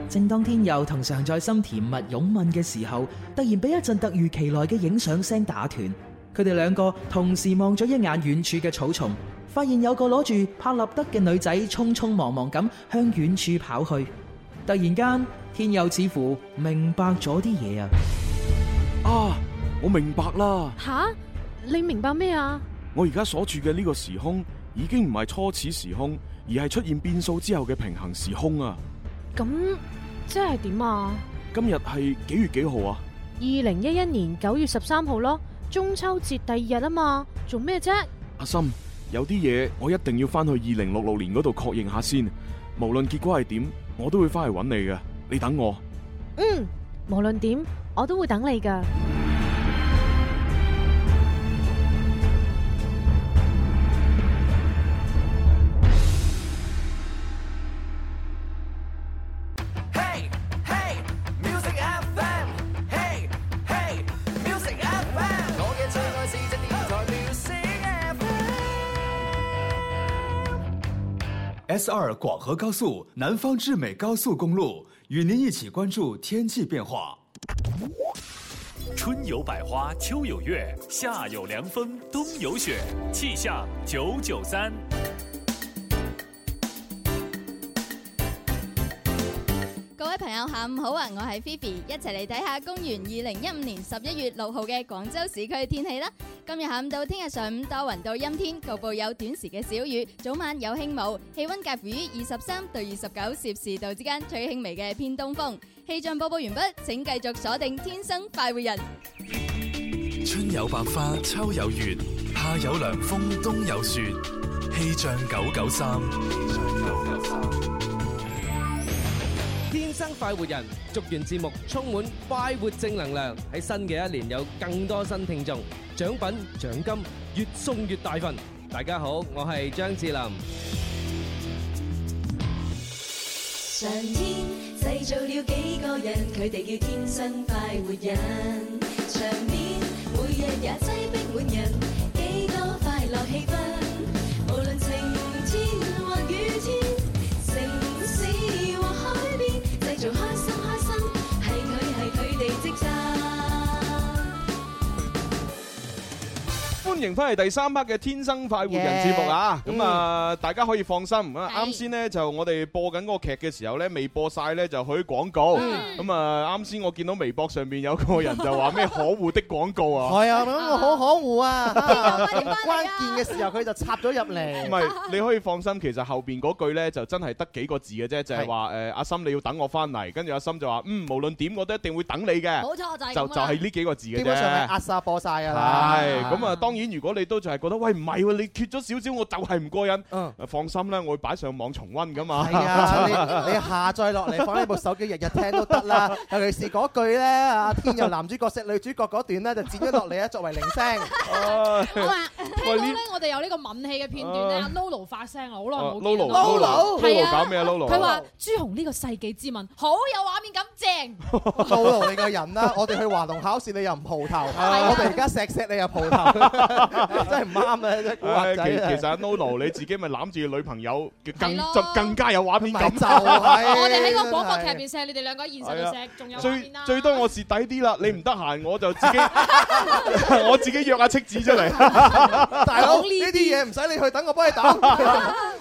S19: 正當天佑同常在心甜蜜擁吻嘅時候，突然俾一陣突如其來嘅影相聲打斷。佢哋兩個同時望咗一眼遠處嘅草叢，發現有個攞住拍立得嘅女仔匆匆忙忙咁向遠處跑去。突然間，天佑似乎明白咗啲嘢啊！
S9: 啊，我明白啦。
S10: *laughs* 吓，你明白咩啊？
S9: 我而家所處嘅呢個時空已經唔係初始時空，而係出現變數之後嘅平衡時空啊！
S10: 咁即係點啊？
S9: 今日係幾月幾號啊？
S10: 二零一一年九月十三號咯，中秋節第二日啊嘛，做咩啫？
S9: 阿心，有啲嘢我一定要翻去二零六六年嗰度確認下先。無論結果係點，我都會翻嚟揾你嘅。你等我。
S10: 嗯，無論點，我都會等你噶。
S6: Hey, hey, music FM. Hey, hey, music FM. 我嘅最愛是隻電台。
S20: S 二广河高速南方至美高速公路，与您一起关注天气变化。
S2: 春有百花，秋有月，夏有凉风，冬有雪。气象九九三，
S14: 各位朋友下午好啊，我係 Fifi，一齊嚟睇下公元二零一五年十一月六號嘅廣州市區天氣啦。今日下午到聽日上午多雲到陰天，局部有短時嘅小雨，早晚有輕霧，氣温介乎於二十三到二十九攝氏度之間，吹輕微嘅偏東風。氣象播報完畢，請繼續鎖定《天生快活人》。
S4: 春有百花，秋有月，夏有涼風，冬有雪。氣象九九三，
S21: 天生快活人，祝願節目充滿快活正能量，喺新嘅一年有更多新聽眾，獎品獎金越送越大份。大家好，我係張智霖。
S16: 上天製造了幾個人，佢哋叫天生快活人。場面每日也擠逼滿人，幾多快樂氣氛。無論晴天或雨天，城市或海邊，製造開心開心，係佢係佢哋職責。
S9: 歡迎翻嚟第三 part 嘅《天生快活人》節目啊！
S11: Yeah
S9: 咁啊，大家可以放心。咁啊，啱先呢，就我哋播緊嗰個劇嘅時候呢，未播晒呢，就去廣告。咁啊，啱先我見到微博上面有個人就話咩可惡的廣告啊！
S11: 係啊，咁我好可惡啊！關鍵嘅時候佢就插咗入嚟。
S9: 嗯唔係，你可以放心，其實後邊嗰句呢，就真係得幾個字嘅啫，就係話誒阿心你要等我翻嚟，跟住阿心就話嗯無論點我都一定會等你嘅，
S11: 冇錯就係咁啦
S9: 就就係呢幾個字嘅啫。
S11: 基本上係壓晒播晒㗎啦。
S9: 係咁啊！當然，如果你都就係覺得喂唔係喎，你缺咗少少，我就係唔過癮。放心啦，我會擺上網重温噶嘛。
S11: 嗯係啊，你你
S9: *laughs*
S11: 下載落嚟放喺部手機，日日聽都得啦。尤其是嗰句咧，啊天佑男主角錫女主角嗰段咧，就剪咗落嚟啊咧，作為鈴聲。
S10: 聽到咧，我哋有呢個吻戲嘅片段咧，阿 Lolo 發聲啊，好耐冇見
S9: Lolo
S10: 啦
S9: Lolo
S10: 係
S9: Lolo
S10: 啊
S9: 搞咩啊？Lolo
S10: 佢話朱紅呢個世紀之吻好有畫面感，正。
S11: 粗勞你個人啦，我哋去華農考試你又唔蒲
S9: *laughs*
S11: 頭，我哋而家錫錫你又蒲頭，真係唔啱啊！真係古惑
S9: 唉其
S11: 仔
S9: 其實阿 Nolo 你自己咪攬住女朋友，更
S10: 係咯
S9: 就更加有畫面感。
S11: 咪就係
S10: 我哋喺個廣播劇入邊錫，你哋兩個喺現實度錫，仲有畫
S9: 最
S10: 面啊啦。
S9: 啊最多我蝕底啲啦，你唔得閒我就自
S10: *laughs*
S9: 己 *laughs* 我自己約阿戚子出嚟。
S11: 啊！大佬呢啲嘢唔使你去，等我幫你打。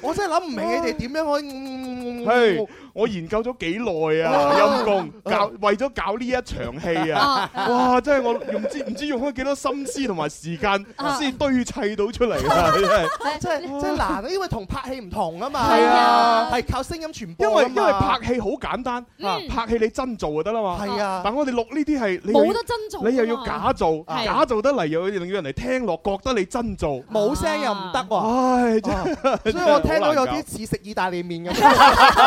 S11: 我真係諗唔明你哋點樣可以嗯。
S9: 嘿，我研究咗幾耐啊，陰公搞為咗搞呢一場戲啊，
S11: 啊
S9: 哇！真係我唔知唔知用咗幾多心思同埋時間
S11: 啊
S9: 先堆砌到出嚟啊！真係。
S11: 真係真係難啊，因為同拍戲唔同啊嘛。
S9: 係啊
S11: 係靠聲音傳播
S9: 因為
S11: 啊嘛。
S9: 因為拍戲好簡單，
S11: 嗯
S9: 拍戲你真做就得啦嘛。
S11: 係啊
S9: 但我哋錄呢啲係你
S11: 冇
S9: 又
S11: 得真做㗎嘛
S9: 你又要假做，
S11: 係
S9: 假做得嚟又要令到人哋聽落覺得你真做，
S11: 冇聲又唔得喎。哦
S9: 唉，
S11: 所以我聽到有啲似食意大利麵咁。
S3: 呢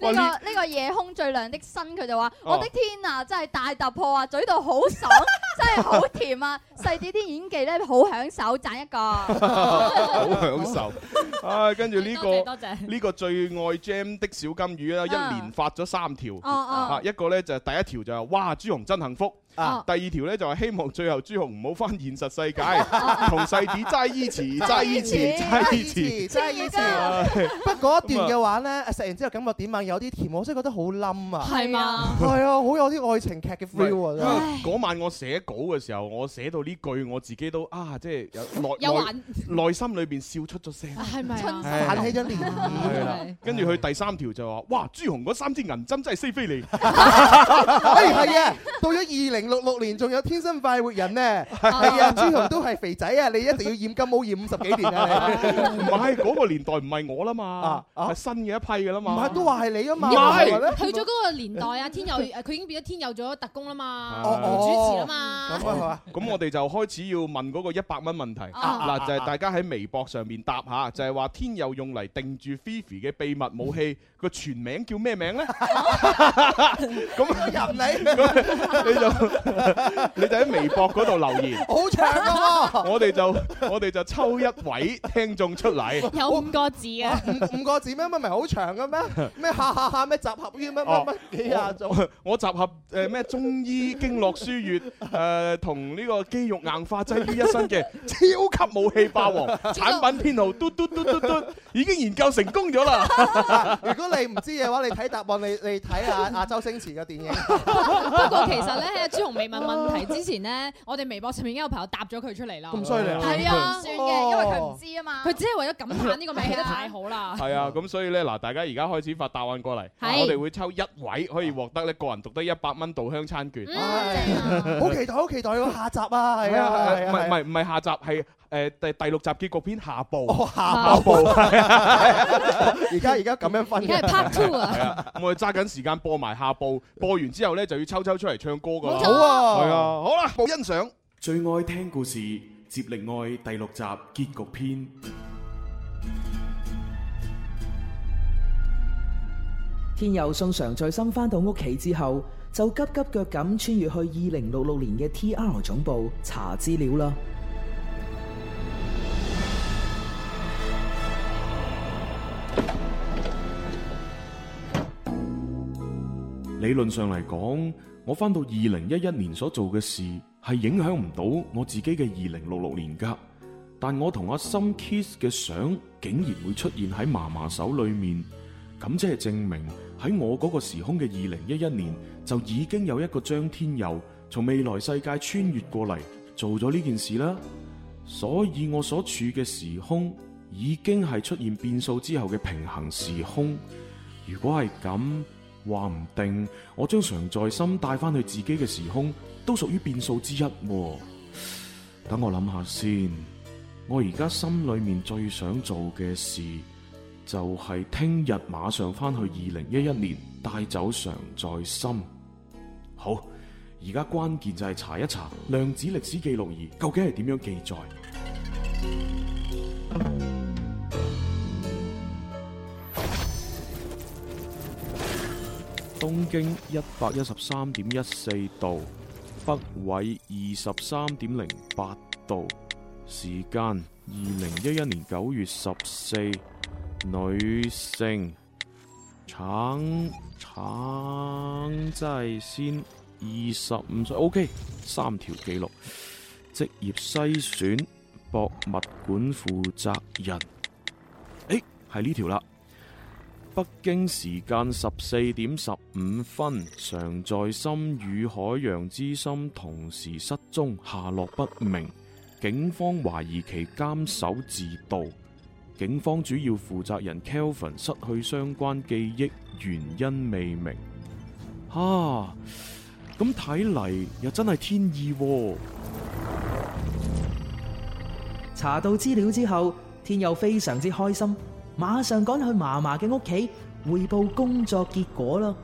S3: 個
S11: 哇
S3: 呢個夜空最亮的星，佢就話：
S11: 哦
S3: 我的天啊，真係大突破啊！嘴度好爽，真係好
S11: *laughs*
S3: 甜啊！細啲啲演技咧，好享受，讚一
S14: *laughs*
S3: 個。
S9: 好享受。啊，跟住呢
S3: 多謝
S9: 個
S3: 多謝
S9: 呢個最愛 Jam 的小金魚啦，
S3: 啊
S9: 一連發咗三條。
S3: 哦哦
S9: 啊，一個呢就係第一條就係哇朱紅真幸福。
S11: 啊
S9: 第二條呢就係希望最後朱紅唔好翻現實世界，同細子齋依詞齋依詞齋依詞
S11: 真係以前。不過一段嘅話咧，食完之後感覺點啊？有啲甜，我真係覺得好冧啊。
S10: 係嘛
S11: 係啊，好有啲愛情劇嘅 feel 啊！真係
S9: 嗰晚我寫稿嘅時候，我寫到呢句，我自己都啊，即係有內
S11: 有
S9: 內內心裏邊笑出咗聲，
S10: 係咪
S11: 啊泛起咗漣
S9: 係啦
S11: 漪。
S9: 跟住佢第三條就話：，哇，朱紅嗰三支銀針真係飛飛嚟，
S11: *laughs* 哎，係啊！到咗二零六六年，仲有《天生快活人》呢。係啊，朱紅都係肥仔啊！你一定要染金毛染五十幾年啊！你啊
S9: 唔係嗰個年代唔係我啦嘛，係新嘅一批嘅啦嘛，
S11: 唔係都話係你啊嘛
S9: 唔
S11: 係咪
S9: 係
S11: 咧
S10: 去咗嗰個年代啊，天佑 *laughs* 誒佢已經變咗天佑咗特工啦嘛，
S9: 哦
S10: 做主持啦嘛。
S11: 咁啊
S9: 咁我哋就開始要問嗰個一百蚊問題，
S10: 啊
S9: 嗱就係大家喺微博上面答下，就係話天佑用嚟定住 Fifi 嘅秘密武器個全名叫
S11: *laughs*
S9: 咩名呢？
S11: 任你，
S9: 你就你就喺微博嗰度留言，
S11: *laughs* 好長啊
S22: *laughs*
S11: 喎！
S9: 我哋就我哋就抽一位聽眾出
S11: *laughs*
S9: 嚟。
S10: 有五個字嘅，
S11: 五五個字咩？乜咪好長嘅咩？咩下下
S22: 哦 *laughs*
S11: 下咩集合於乜乜乜幾廿種？
S22: 呃
S9: 我我集合誒咩中醫經絡輸血誒
S22: 诶呃同呢個肌肉硬化劑於一身嘅超級武器霸王產品編號嘟嘟嘟嘟嘟，已經研究成功咗啦。
S11: 如果你唔知嘅話，你睇答案，你你睇下阿周星馳嘅電影。
S10: 不過其實咧，朱紅未問問題之前咧，我哋微博上面已經有朋友答咗佢出嚟啦。
S22: 咁犀利啊
S10: 係啊，
S6: 算嘅因為佢唔
S11: 哦
S6: 知啊嘛
S10: 佢只係為咗感嘆呢個名起得太好啦。
S22: 係啊，咁所以咧嗱，大家而家開始發答案過嚟，
S10: 係
S22: 我哋會抽一位可以獲得咧個人獨得一百蚊稻香餐券。 *laughs*
S11: 好期待，好期待個下集啊！係啊，係
S22: 唔係
S11: 啊
S22: 唔
S11: 係啊。
S22: 係唔係下集係誒第第六集結局篇下部，
S11: 哦下部
S22: 係啊
S11: *laughs* 而家而家咁樣分嘅而家係 part two 啊
S22: 係啊，咁我哋揸緊時間播埋下部，播完之後咧就要抽抽出嚟唱歌噶啦，
S23: 冇錯好啊
S22: 係啊，好啦，冇欣賞。
S23: 最愛聽故事，接力愛第六集結局篇。
S19: 天佑送常在心翻到屋企之後，就急急腳咁穿越去二零六六年嘅 T.R. 總部查資料啦。
S9: 理論上嚟講，我翻到二零一一年所做嘅事係影響唔到我自己嘅二零六六年噶。但我同阿心 kiss 嘅相竟然會出現喺嫲嫲手裏面，咁即係證明喺我嗰個時空嘅二零一一年就已經有一個張天佑從未來世界穿越過嚟做咗呢件事啦。所以我所處嘅時空已經係出現變數之後嘅平衡時空。如果係咁，話唔定我將常在心帶翻去自己嘅時空，都屬於變數之一喎。等我諗下先，我而家心裏面最想做嘅事，就係聽日馬上翻去二零一一年，帶走常在心。好，而家關鍵就係查一查量子歷史記錄儀究竟係點樣記載。東經一百一十三點一四度，北緯二十三點零八度，時間二零一一年九月十四，女性，橙橙真係先二十五歲，OK，三條記錄，職業篩選，博物館負責人，誒係呢條啦。北京時間十四點十五分，常在心與海洋之心同時失蹤，下落不明。警方懷疑其監守自盜。警方主要負責人 Kelvin 失去相關記憶，原因未明。啊，咁睇嚟又真係天意喎、
S19: 查到資料之後，天佑非常之開心，馬上趕去嫲嫲嘅屋企匯報工作結果啦。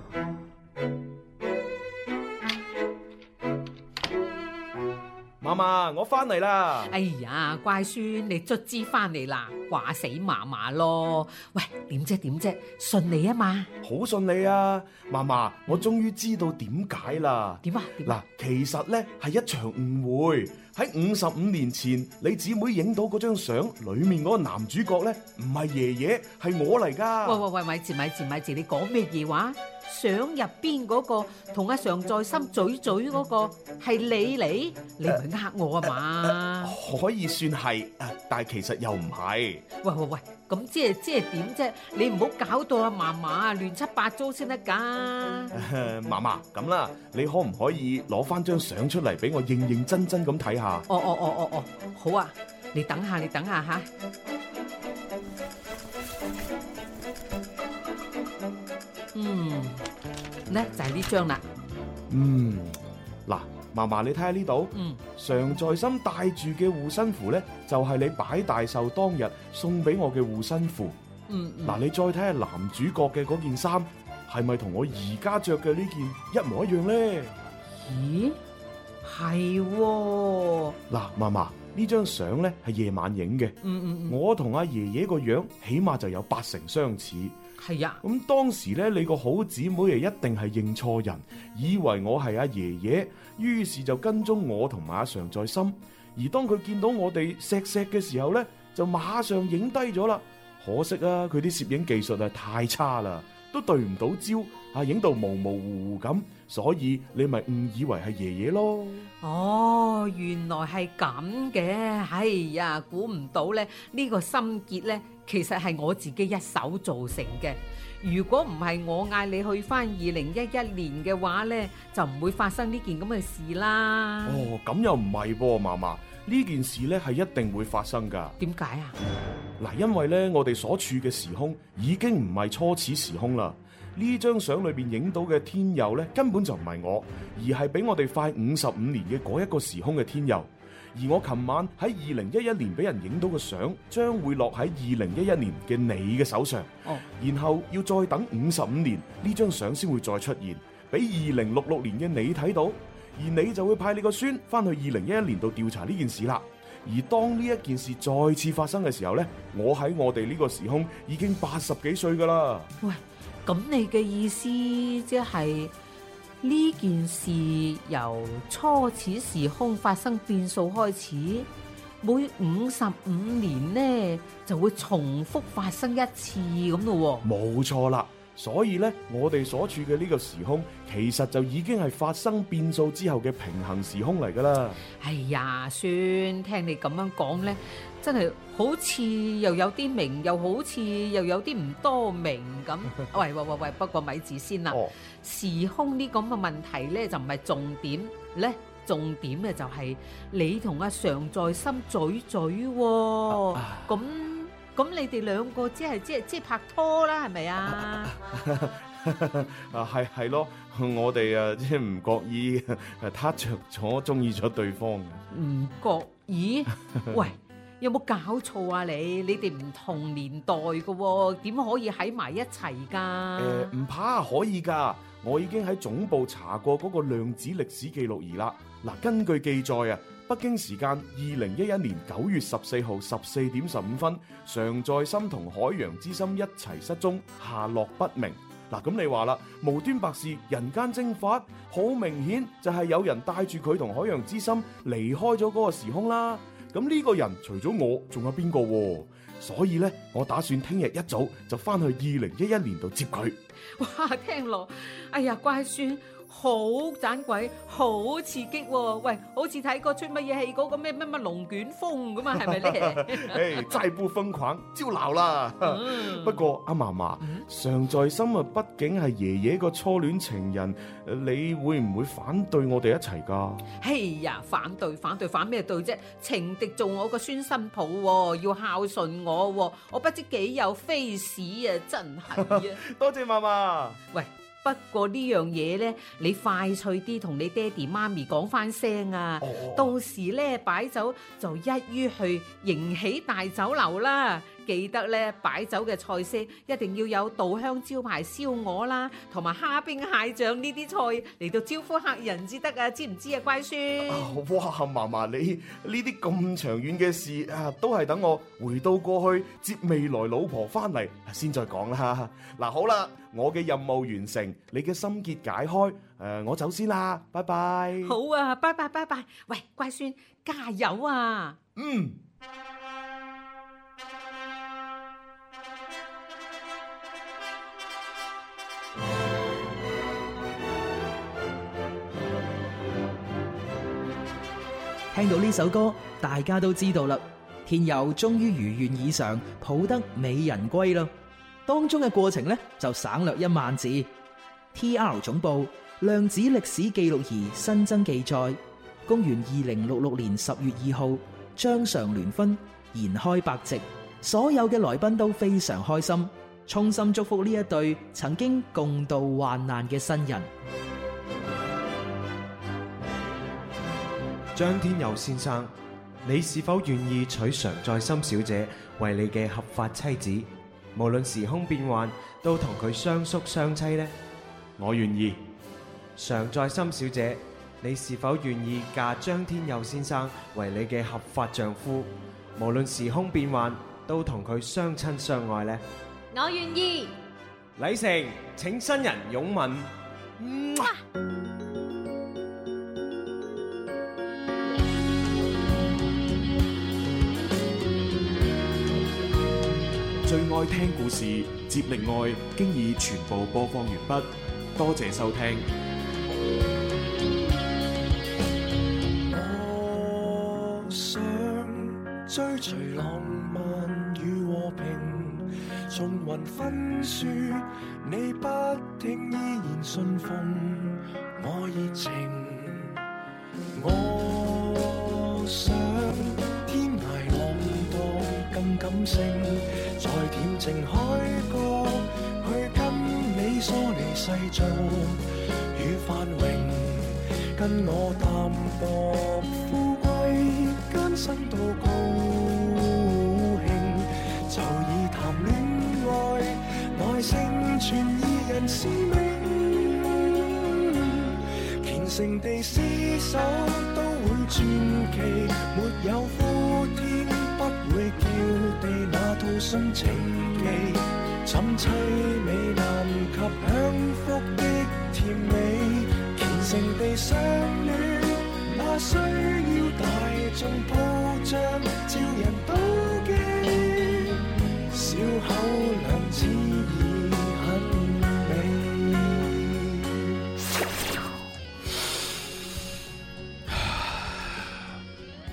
S15: 嫲嫲，我翻嚟啦。
S24: 哎呀，乖孫，你卒之翻嚟啦，話死嫲嫲咯。喂，點啫點啫，順利啊嘛。
S15: 好順利啊，嫲嫲，我終於知道點解啦。
S24: 點啊？
S15: 嗱，其實呢係一場誤會。喺五十五年前，你姊妹影到嗰張相，裡面嗰個男主角呢，唔係爺爺，係我嚟
S24: 喂
S15: 㗎。
S24: 喂喂，咪住咪住咪住，你講咩嘢話？相入邊嗰個同阿常在心嘴嘴嗰個係你嚟？你唔係呃我啊嘛？
S15: 可以算係，啊但係其實又唔係。 *laughs*
S24: 喂喂喂，咁即係即係點啫？你唔好搞到阿嫲嫲亂七八糟先得㗎。
S15: 嫲嫲，咁啦，你可唔可以攞翻張相出嚟俾我認認真真咁睇下？
S24: 哦哦哦哦哦，好啊，你等下，你等下吓。嗯，呢就係呢張啦。
S15: 嗯，嗱，嫲嫲，你睇下呢度，
S24: 嗯，
S15: 常在心戴住嘅護身符呢，就係、你擺大壽當日送俾我嘅護身符。
S24: 嗯
S15: 嗱、你再睇下男主角嘅嗰件衫，係咪同我而家着嘅呢件一模一樣呢？
S24: 咦，係喎。
S15: 嗱，嫲嫲，呢張相呢係夜晚影嘅，
S24: 嗯嗯嗯，
S15: 我同阿爺爺個樣起碼就有八成相似。
S24: 係啊。
S15: 咁當時咧，你個好姊妹啊，一定係認錯人，以為我係阿爺爺，於是就跟蹤我同埋阿常在心。而當佢見到我哋錫錫嘅時候咧，就馬上影低咗啦。可惜啊，佢啲攝影技術啊太差啦，
S9: 都對唔到焦，啊影到模模糊糊咁，所以你咪誤以為係爺爺咯。
S24: 哦，原來係咁嘅，哎呀，估唔到咧，呢個心結咧，其實係我自己一手造成嘅。如果唔係我嗌你去翻二零一一年嘅話咧，就唔會發生呢件咁嘅事啦。
S9: 哦，咁又唔係噃，嫲嫲呢件事呢係一定會發生㗎。
S24: 點解啊？
S9: 嗱，因為呢，我哋所處嘅時空已經唔係初始時空啦。呢張相裏邊影到嘅天佑呢，根本就唔係我，而係比我哋快五十五年嘅嗰一個時空嘅天佑。而我琴晚喺二零一一年俾人影到嘅相，將會落喺二零一一年嘅你嘅手上。
S24: 哦，
S9: 然後要再等五十五年，呢張相先會再出現，俾二零六六年嘅你睇到，而你就會派你個孫翻去二零一一年度調查呢件事啦。而當呢一件事再次發生嘅時候呢，我喺我哋呢個時空已經八十幾歲噶啦。
S24: 喂，咁你嘅意思即係呢件事由初始時空發生變數開始，每五十五年呢就會重複發生一次咁咯
S9: 冇錯啦，所以呢，我哋所處嘅呢個時空，其實就已經係發生變數之後嘅平行時空嚟噶啦。
S24: 喎。哎呀，算聽你咁樣講呢，真係好似又有啲明，又好似又有啲唔多明咁。喂喂喂喂，不過咪住先啦，時空呢咁嘅問題呢，就唔係重點呢。重點嘅就係你同阿常在心嘴嘴喎、咁咁你哋兩個只係即係即係拍拖啦，係咪啊？
S9: 啊，係係咯，我哋啊即係唔覺意，他着咗中意咗對方嘅。
S24: 唔覺意？喂，有冇搞錯啊你？你哋唔同年代嘅喎、點可以喺埋一齊㗎？
S9: 誒
S24: 예,
S9: 唔怕，可以㗎。我已經喺總部查過嗰個量子歷史記錄儀啦。嗱，根據記載啊，北京時間二零一一年九月十四號十四點十五分，常在心同海洋之心一齊失蹤，下落不明。嗱，咁你話啦，無端白事，人間蒸發，好明顯就係有人帶住佢同海洋之心離開咗嗰個時空啦。咁呢個人除咗我，仲有邊個喎？所以呢，我打算聽日一早就翻去二零一一年度接佢。
S24: 哇，聽落，哎呀，乖孫，好盞鬼，好刺激喎、喂，好似睇過出乜嘢戲嗰個咩咩乜龍捲風咁 *laughs* 啊，係咪
S9: *laughs*
S24: 咧？
S9: 誒，再不瘋狂，招鬧啦！
S24: 嗯
S9: 不過阿嫲嫲，常在心啊，畢竟係爺爺個初戀情人，呃你會唔會反對我哋一齊㗎？
S24: 嘿哎呀，反對反對反咩對啫？情敵做我個孫新抱喎、要孝順我喎、我不知幾有 face 啊，真係啊！
S9: *laughs* 多謝媽媽。
S24: 喂，不過呢樣嘢呢，你快脆啲同你爹哋媽咪講翻聲啊！
S9: 哦
S24: 到時呢，擺酒就一於去迎喜大酒樓啦。記得呢，擺酒嘅菜式一定要有稻香招牌燒鵝啦，同埋蝦兵蟹將呢啲菜嚟到招呼客人至得啊！知唔知啊，乖孫？
S9: 哇，嫲嫲你呢啲咁長遠嘅事啊，都係等我回到過去接未來老婆翻嚟啊先再講啦。 *laughs* 嗱、好啦，我嘅任務完成，你嘅心結解開，誒、我走先啦，拜拜。
S24: *laughs* 好啊，拜拜拜拜！喂，乖孫，加油啊！
S9: 嗯。
S19: 聽到呢首歌，大家都知道啦，天佑終於如願以償抱得美人歸啦。當中嘅過程呢，就省略一萬字。T.R. 總部量子歷史記錄儀新增記載，公元二零六六年十月二號，張常聯婚筵開百席，所有嘅來賓都非常開心，衷心祝福呢一對曾經共度患難嘅新人。
S25: 張天佑先生，你是否願意娶常在心小姐為你嘅合法妻子？無論時空變幻，都同佢相宿相妻呢？我願意。常在心小姐，你是否願意嫁張天佑先生為你嘅合法丈夫？無論時空變幻，都同佢相親相愛呢？
S10: 我願意。
S25: 禮成，請新人擁吻。
S26: 最愛聽故事接力愛經已全部播放完畢，多謝收聽。
S6: 我想追隨浪漫與和平，縱雲分輸，你不聽依然信奉我熱情。我想天涯浪蕩更感性，在恬靜海角去跟你疏離世俗與繁榮。跟我淡薄富貴，艱辛到高興，就以談戀愛，耐性全二人使命，虔誠地厮守都會傳奇，沒有呼天不會叫地那套殉情記，怎凄美難及享福的甜美。虔誠地相戀，那需要大眾鋪張，照人妒忌，笑口兩指已很美。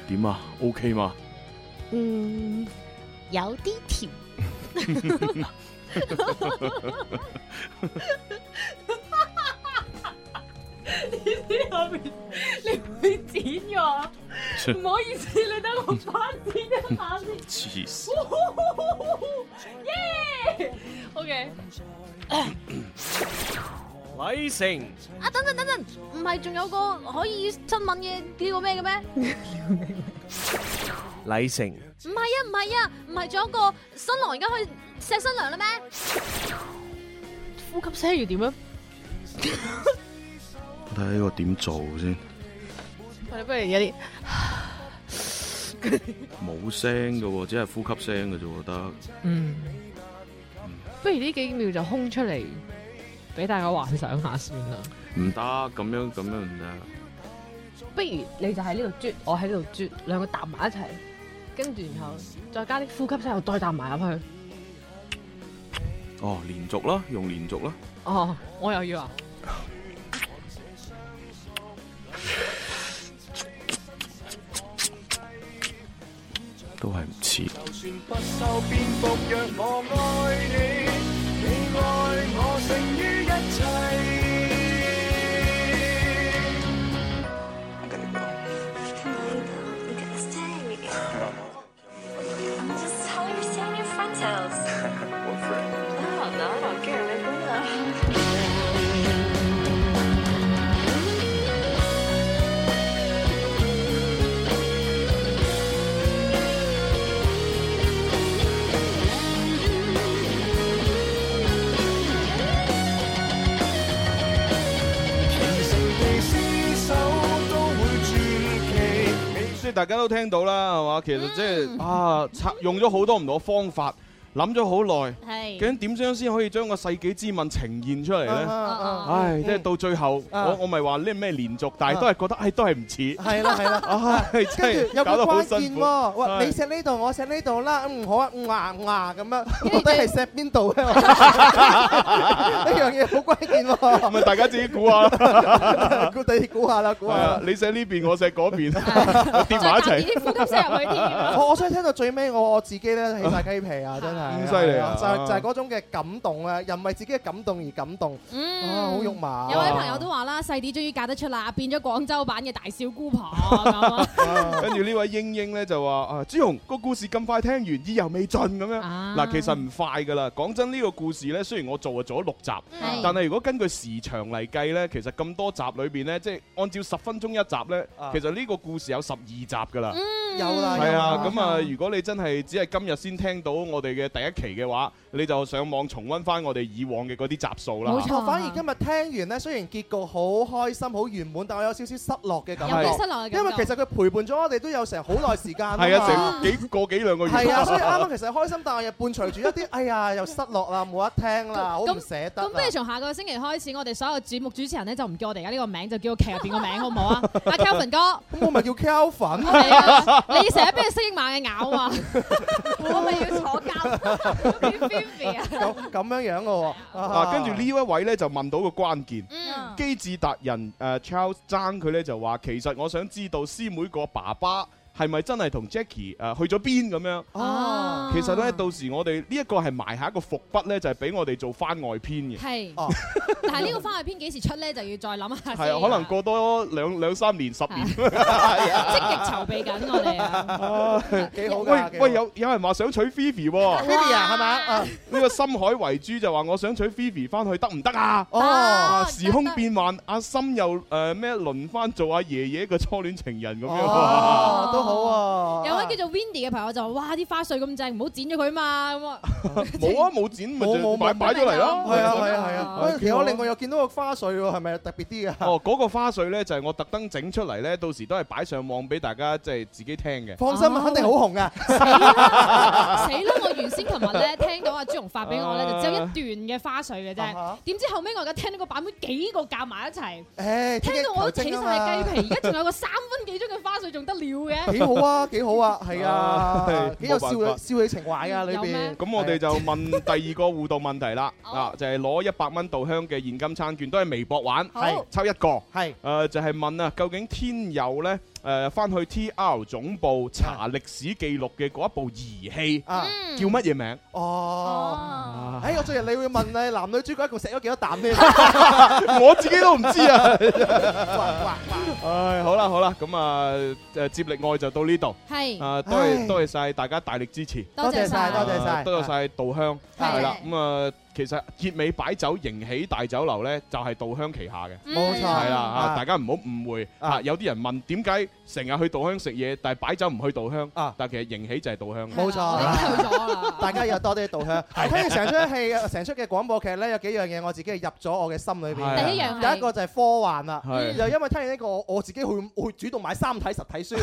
S5: 點啊？OK 嘛？
S1: 嗯，有啲甜。
S13: 你知後面你會剪㗎，唔好意思，你等我反剪一下先。
S26: 黐線
S13: 耶！OK，禮成，啊等陣等陣，唔係仲有個可以親吻嘅呢個咩嘅咩？
S25: 禮成，
S13: 唔係啊唔係啊，唔係仲有個新郎而家去錫新娘啦咩？
S1: 呼吸聲要點樣？
S5: 睇下呢個點做先，
S1: 我哋不如有啲
S5: 冇聲噶喎，只係呼吸聲嘅啫喎，得。
S1: 嗯，不如呢幾秒就空出嚟，俾大家幻想下先啦。
S5: 唔得，咁樣咁樣唔得。
S1: 不如你就喺呢度啜，我喺呢度啜，兩個搭埋一齊，跟住然後再加啲呼吸聲，又再搭埋入去。
S5: 哦，連續啦，用連續啦。
S1: 哦，我又要啊！
S5: 都係唔似。
S6: 就算不修邊幅，若我愛你，你愛我勝於一
S9: 即係大家都聽到啦，係嘛？其
S13: 嗯
S9: 實即係啊，拆用咗好多唔同嘅方法，諗咗好耐，
S13: 係
S9: 究竟點樣先可以將個世紀之吻呈現出嚟
S13: 啊啊
S9: 呢
S13: 啊？
S9: 唉，
S13: 嗯
S9: 即係到最後，
S13: 啊
S9: 我我咪話呢咩連續，
S11: 啊
S9: 但係都係覺得唉，都係唔似。
S13: 係啦係啦
S9: *laughs* 唉，
S11: 跟
S9: 真
S11: 住有個
S9: 係搞得好
S11: 關
S9: 辛
S11: 鍵
S9: 苦。
S11: 喎，
S9: 唉
S11: 喂，你錫呢度，我錫呢度啦，嗯好啊，嗯啊嗯啊咁樣，我到底係錫邊度咧？呢樣嘢好關鍵喎。
S9: 咪啊大家自己估下啦
S11: 估第估下啦， *laughs* 估
S9: 係
S11: 下啦
S9: 啊，。你寫呢邊，我寫嗰邊， *laughs* 跌埋一齊。
S11: 我我想聽到最尾，我我自己咧起晒雞皮啊！真係
S9: 咁犀利啊
S11: 就係就係嗰種嘅感動啊，又唔係自己嘅感動而感動，啊好肉麻。
S10: 嗯有位朋友都話啦，細啲終於嫁得出啦，變咗廣州版嘅大小姑婆
S11: *laughs*
S10: 咁啊
S9: 跟住呢位英英咧就話：啊，朱紅個故事咁快聽完，意猶未盡咁樣。嗱，其實唔快噶啦。講真，呢個故事咧，雖然我做啊做咗六集，但係如果根據時長嚟計咧，其實咁多集裏邊咧，即係按照十分鐘一集咧，其實呢個故事有十二集噶啦。
S11: 啊有啦，
S9: 係啊，
S11: 有啦
S9: 咁啊，如果你真係只係今日先聽到我哋嘅第一期嘅話，你就上網重温翻我哋以往嘅嗰啲集數啦。
S11: 我反而今日聽完呢，雖然結局好開心、好圓滿，但我有少少失落嘅感覺。
S9: 有啲失落嘅感覺
S11: 因為其實佢陪伴咗我哋都有成好耐時間。
S9: 係啊，成。幾個幾兩個月。
S11: 係啊，所以啱啱其實開心，但係又伴隨住一
S9: *laughs*
S11: 啲，哎呀，又失落啦，冇得聽啦，好唔捨得
S10: 咁
S11: 啊。
S10: 不如從下個星期開始，我哋所有節目主持人咧就唔叫我哋而家呢個名，就叫我劇入邊個名好唔好啊？阿 Kelvin 哥，
S11: 我咪叫 Kelvin。
S10: *laughs* 係啊
S11: *laughs*
S10: 你成日俾佢蜥蜴猛嘅咬啊嘛，我咪要坐監。 *laughs*
S11: *laughs* 咁咁樣樣嘅喎。
S9: 啊，跟住
S11: *laughs*
S9: 呢一位咧就問到個關鍵，機智達人誒 Charles 爭佢咧就話，其實我想知道師妹個爸爸。係咪真係同 Jackie 誒、去咗邊咁樣？
S11: 哦
S9: 其實咧，到時我哋呢一個係埋下一個伏筆咧，就係、俾我哋做番外篇嘅。
S10: 係，但係呢個番外篇幾時出咧，就要再諗下先
S9: 係啊，可能過多兩兩三年、十年。
S10: *laughs* 積極籌備緊我哋啊。
S11: 幾好㗎幾
S9: 喂
S11: 好
S9: 喂，有有人話想娶 Fifi 喎
S11: Fifi 啊係咪啊
S9: 呢個深海遺珠就話我想娶 Fifi 翻去得唔得啊？
S11: 哦
S9: 啊，時空變幻，阿心又誒咩輪翻做阿爺爺嘅初戀情人咁樣。
S11: 哦都好啊
S10: 有位叫做 Windy 嘅朋友就話：哇，啲花絮咁正，唔好剪咗佢嘛咁啊。
S9: 冇啊，冇剪咪
S11: 冇
S9: 就
S11: 冇
S9: 擺擺咗嚟咯。
S11: 係啊係啊係啊！喂，其實我另外又見到個花絮喎，係咪特別啲㗎？
S9: *laughs* 哦，嗰個花絮咧就係我特登整出嚟咧，到時都係擺上網俾大家即係自己聽嘅。
S11: 放心，肯定好紅㗎。
S10: 死啦！我原先
S11: *laughs*
S10: 琴日咧聽到阿朱紅發俾我咧，就只有一段嘅花絮嘅啫。點知後尾我而家聽到個版本幾個夾埋一齊，
S11: 誒，
S10: 聽到我都起
S11: 聽得求證
S10: 晒
S11: 啊嘛
S10: 雞皮。而家仲 *laughs* 有個三分幾鐘嘅花絮，仲得了
S11: *laughs*
S10: 嘅？
S11: 幾好啊，幾好啊，係
S9: *laughs* 唉
S11: 啊，幾有
S9: 冇辦
S11: 少
S9: 法
S11: 女少女情懷啊，裏邊。
S9: 咁我哋就問第二個互動問題啦，
S11: 哦
S9: 啊，就係攞一百蚊稻香嘅現金餐券，都係微博玩，
S11: 好係
S9: 抽一個，
S11: 係，
S9: 誒就係問啊，究竟天佑呢？誒翻去 T.R. 總部查歷史記錄嘅嗰一部儀器
S11: 啊
S9: 叫乜嘢名？啊
S11: 哦， *laughs* 哎，我最近你會問你男女主角一共食咗幾多啖呢？
S9: *laughs* 我自己都唔知啊！唉，好啦好啦，咁啊誒接力愛就到呢度，
S10: 係
S9: 啊多
S11: 唉
S9: 謝多謝晒大家大力支持，
S11: 多謝晒多謝晒
S9: 啊多謝晒稻香，係啦咁啊。其實結尾擺酒迎起大酒樓呢，就係稻香旗下嘅，
S11: 冇錯
S9: 係啦啊！
S11: 啊
S9: 大家唔好誤會啊！有啲人問點解成日去稻香食嘢，但係擺酒唔去稻香啊？但其實迎起就係稻香，
S11: 冇錯，大家有多啲導向。
S9: 係
S11: 睇完成出戲、成出嘅廣播劇咧，有幾樣嘢我自己係入咗我嘅心裏邊。
S9: 係第一樣
S11: 第一個就係科幻啦。
S9: 係
S11: 又因為聽完呢個，我我自己會會主動買三體實體書。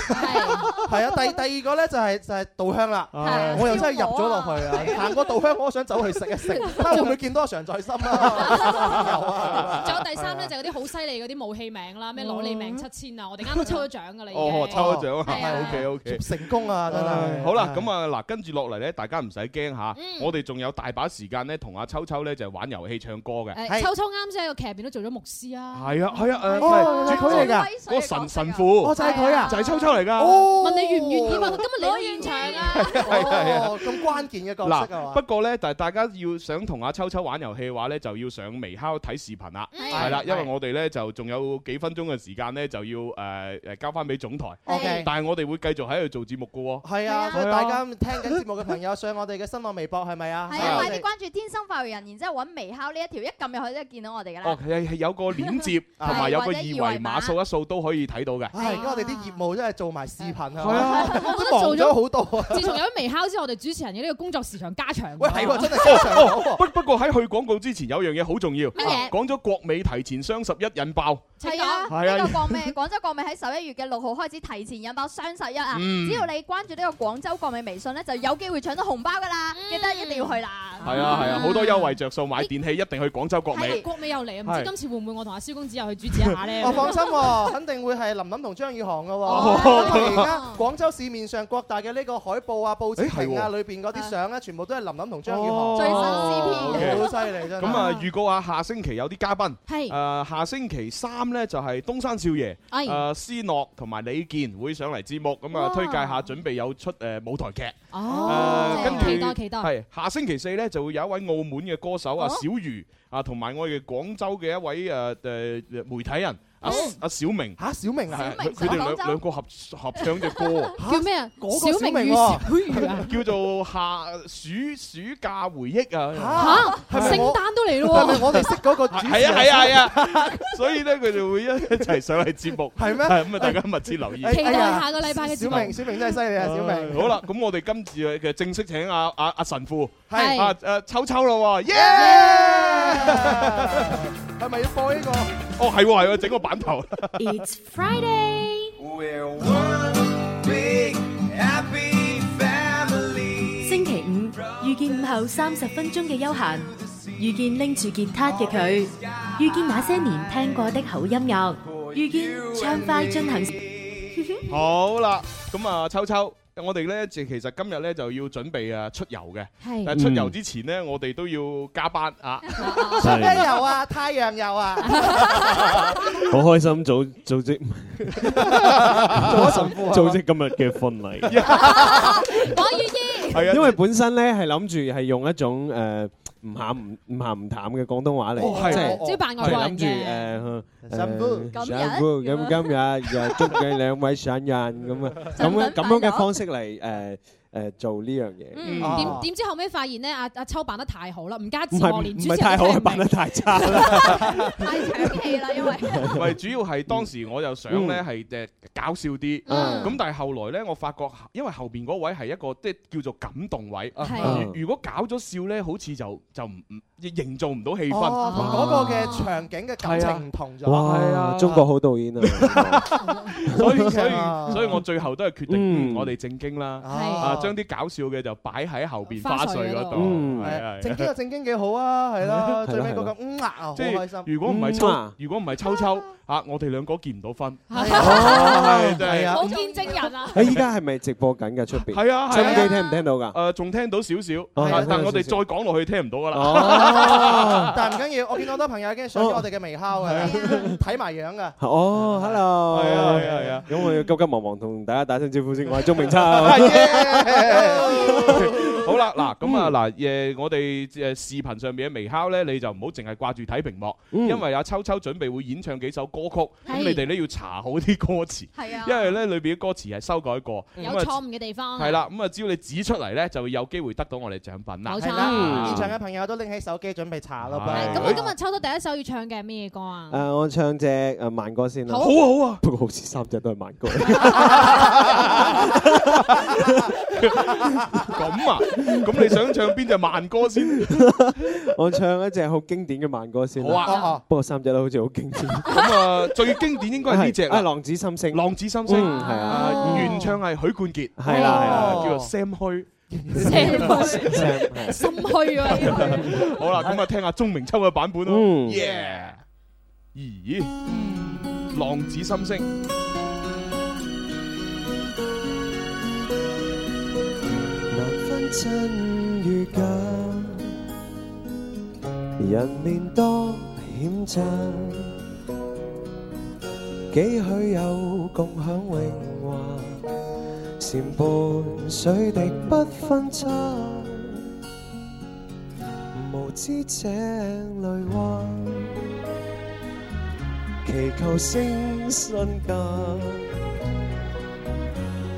S11: 係啊，第第二個咧就係就係稻香啦。
S9: 係
S11: 我又真係入咗落去啊！行過稻香，我都想走去食一
S10: *laughs*
S11: 食，睇下會唔會見到阿常在心啊？
S10: 仲有第三咧，就係嗰啲好犀利嗰啲武器名啦，咩攞你命七千啊！我哋啱啱抽咗獎噶啦，已經
S9: 哦，抽咗獎啊
S10: 係啊
S9: ！OK OK，
S11: 成功啊！真係
S9: 唉好啦，咁啊嗱，跟住落嚟咧，大家唔使驚吓，我哋仲有大把時間咧，同阿秋秋咧就玩遊戲唱歌嘅。
S10: 誒秋秋啱先喺個劇入邊都做咗牧師啊。
S9: 係啊係啊誒，
S11: 哦
S9: 係
S11: 係佢嚟㗎
S9: 嗰個神神父，
S11: 哦就係佢啊
S9: 就係秋秋嚟㗎。
S11: 哦
S10: 問你願唔願意嘛？佢今日嚟到現場啊！
S9: 係係啊
S11: 哦，咁關鍵嘅角色啊
S9: 嗱，
S11: 嘛
S9: 不。過咧，但係大家要想同阿秋秋玩遊戲嘅話咧，就要上微烤睇視頻啦。
S11: 嗯
S9: 係啦，
S11: 係
S9: 因為我哋咧就仲有幾分鐘嘅時間咧，就要誒誒交翻俾總台。
S11: OK
S9: 但係我哋會繼續喺度做節目嘅喎。
S11: 係啊，所以
S9: 係
S11: 大家聽緊節目嘅朋友上我哋嘅新浪微博係咪啊？
S3: 係啊，快啲關注天生快活人，然之後揾微烤呢一條，一撳入去都見到我哋㗎
S9: 哦
S3: 啦。，
S9: 係係有個鏈接同埋有個
S3: 或
S9: 二
S3: 者
S9: 維碼，掃一掃都可以睇到嘅。
S11: 唉，而家我哋啲業務真係做埋視頻啊，
S9: 係啊
S10: 我覺
S11: 都忙
S10: 得
S11: 咗好
S10: 做
S11: 多啊。
S10: 自從有咗微烤之後，我哋主持人嘅呢個工作時長加長。
S11: 喂 *laughs* 係喎真係
S9: 哦哦不不過喺去廣告之前有樣嘢好重要，啊
S3: 乜嘢
S9: 講咗國美提前雙十一引爆。
S3: 係啊，
S9: 係啊
S3: 呢個國美 *laughs* 廣州國美喺十一月嘅六號開始提前引爆雙十一啊！
S9: 嗯
S3: 只要你關注呢個廣州國美微信咧，就有機會搶到紅包㗎啦！
S9: 嗯
S3: 記得一定要去啦！
S9: 係啊係啊，好多優惠着數，買電器一定去廣州國
S10: 係
S9: 美。
S10: 國美又嚟啊！唔
S9: 係
S10: 知今次會唔會我同阿蕭公子又去主持啊一下咧？
S11: 我放心喎，肯定會係林琳同張宇航嘅
S9: 哦
S11: 喎。因為而家廣州市面上各大嘅呢個海報啊、報紙屏啊，
S9: 誒係喎
S11: 裏邊嗰啲相咧，全部都係林琳同張宇航。
S9: 最新 CP
S11: 好犀利真係。
S9: 咁啊，預告下下星期有啲嘉賓，
S11: 係
S9: 誒下星期三呢，就係東山少爺，
S11: 係
S9: 誒思樂同埋李健會上嚟節目，咁啊
S10: 哇
S9: 推介下準備有出誒舞台劇，
S10: 哦
S9: 誒
S10: 正期待期待
S9: 係下星期四呢，就會有一位澳門嘅歌手啊小魚啊，同埋我哋廣州嘅一位誒誒媒體人阿阿小明
S11: 嚇小明
S9: 啊，
S11: 小
S9: 佢
S11: 明
S9: 佢哋
S11: 上廣
S9: 兩
S11: 州
S9: 兩個合合唱隻歌啊。
S10: 叫咩啊？
S11: 嗰個小明
S10: 與
S11: 喎
S10: 小魚啊！
S9: *laughs* 叫做夏暑暑假回憶啊！
S10: 嚇，聖誕都嚟咯
S11: 係咪
S10: 喎！
S11: 我哋識嗰個主持人
S9: 係啊係啊係啊，所以咧佢哋會一一齊上嚟節目，
S11: 係咩
S9: 咁啊，大家密切留意。
S10: 期待下個禮拜嘅節
S11: 小
S10: 目。
S11: 明，小明真係犀利啊！小明，
S9: 好啦，咁我哋今次嘅正式請阿阿阿神父，
S11: 係
S9: 啊誒秋秋啦喎，耶！
S11: *laughs* 係咪要播呢個？
S9: 哦係喎係喎，整個版頭。 *laughs*
S1: It's Friday。
S6: We're one big happy family.
S15: 星期五遇見午後三十分鐘嘅休閒，遇見拎住吉他嘅佢，遇見那些年聽過的好音樂，遇見暢快進行。
S9: 好啦，咁啊，秋秋。我哋咧，就其實今日咧就要準備啊出遊嘅，
S11: 係
S9: 但係出遊之前咧，我哋都要加班啊！ *laughs*
S11: 咩油啊？太陽油啊？
S20: 好開心組組織組織今日嘅婚禮，
S10: 我願意。
S20: 因為本身咧係諗住係用一種誒唔鹹唔唔鹹唔淡嘅廣東話
S10: 哦
S20: 嚟，
S10: 係
S20: 即
S10: 哦即係
S20: 係
S10: 扮外國人
S20: 諗住誒誒辛苦咁今日又祝你兩位上任
S10: *laughs*
S20: 咁啊，咁樣咁樣嘅方式嚟誒誒做呢樣
S10: 嗯，
S20: 嘢。
S25: 啊
S10: 點點知後尾發現咧，阿阿秋扮得太好啦，吳家
S20: 唔
S10: 志
S20: 係
S10: 我連
S20: 唔
S10: 主
S20: 係
S10: 持人
S20: 太好，
S10: 都
S20: 係
S10: 聽唔
S20: 扮得太差啦。
S9: *laughs* 喂，主要係當時我又想咧
S20: 嗯
S9: 係誒搞笑啲，
S20: 嗯
S9: 咁但係後來咧，我發覺啊因為後邊嗰位係一個即係叫做感動位，
S11: 係
S9: 如如果搞咗笑咧，好似就就唔唔營造唔到氣氛，
S11: 哦同嗰個嘅場景嘅感
S9: 係啊
S11: 情唔同咗。
S20: 哇！中國好導演啊！
S9: *laughs* 所以所以
S11: 啊
S9: 所以我最後都係決定，
S20: 嗯
S9: 嗯我哋正經啦，
S11: 係
S9: 啊將啲搞笑嘅就擺喺後邊
S11: 花
S9: *laughs* 花
S11: 絮
S9: 絮
S11: 嗰
S9: 嗰
S11: 度
S9: 度，
S20: 嗯
S9: 係啊
S11: 正經就正經幾好啊，係啦，最尾嗰個
S9: 係啦係啦
S11: 嗯啊，好
S9: 即
S11: 開心
S9: 係。如果唔係
S20: 嗯
S9: 秋
S20: 啊，
S9: 如果唔係秋秋啊，我哋兩個結唔到婚，
S20: 哦
S9: *laughs* 真係
S20: 係啊
S10: 冇見證
S25: *laughs*
S20: *laughs*
S10: 人啊！
S20: 誒，依家係咪直播緊㗎？出邊
S9: 係啊係
S20: 收音
S9: 啊
S20: 機聽唔聽到㗎？
S9: 誒仲聽到少少，
S20: 哦
S9: 但
S20: 聽到
S9: 但我哋
S20: 少
S9: 再
S20: 少
S9: 講落去聽唔到㗎
S11: 哦
S9: 啦。
S11: *laughs* 但係唔緊要，我見到好多朋友已經上咗我哋嘅微烤嘅，睇埋樣㗎。
S20: 哦，hello，係啊
S9: 係啊係啊，
S20: 咁我要急急忙忙同大家打聲招呼先，我係鍾明
S9: *laughs*
S20: 秋，
S10: *laughs*
S9: 好啦，嗱咁啊嗱，誒我哋誒視頻上面嘅微烤咧，你就唔好淨係掛住睇屏幕，
S20: 嗯
S9: 因為阿秋秋準備會演唱幾首歌曲，咁
S10: 係
S9: 你哋咧要查好啲歌詞，
S10: 係啊嗯
S9: 因為咧裏邊嘅歌詞係修改過，
S10: 有
S9: 咁啊
S10: 錯誤嘅地方。
S9: 係啦，咁啊只要你指出嚟咧，就會有機會得到我哋獎品啦。
S10: 冇錯
S11: 係啦，現場
S20: 嗯
S11: 嘅朋友都拎起手機準備查咯噃。
S9: 係
S10: 咁我今日抽到第一首要唱嘅係咩歌
S9: *laughs*
S10: 啊？
S20: 誒，我唱隻誒慢歌先啦，
S10: 好啊好
S20: 啊，不過好似三隻都係
S9: *laughs*
S20: 慢歌，啊
S9: 咁啊，咁你想唱邊隻慢歌先？
S20: 我唱一隻好經典嘅慢歌先啦，
S9: 好啊，
S20: 不過三隻都好似好經典，
S9: 咁啊，最經典應該係呢隻
S20: 啊，
S9: 啦。
S20: 浪子心聲，
S9: 浪子心聲
S20: 嗯係啊
S10: 哦
S9: 啊，，原唱係許冠傑，
S20: 係啦係啦
S9: 叫做 Sam 虛。 *laughs*
S10: 心虛啊！
S9: 好啦，咁啊，聽下鐘明秋嘅版本咯。
S20: 嗯
S9: Yeah，咦，浪子心聲。
S20: 難分真與假，人面多險詐，幾許有共享榮華，禪伴水滴不分差，無知井裏蛙，祈求升身價。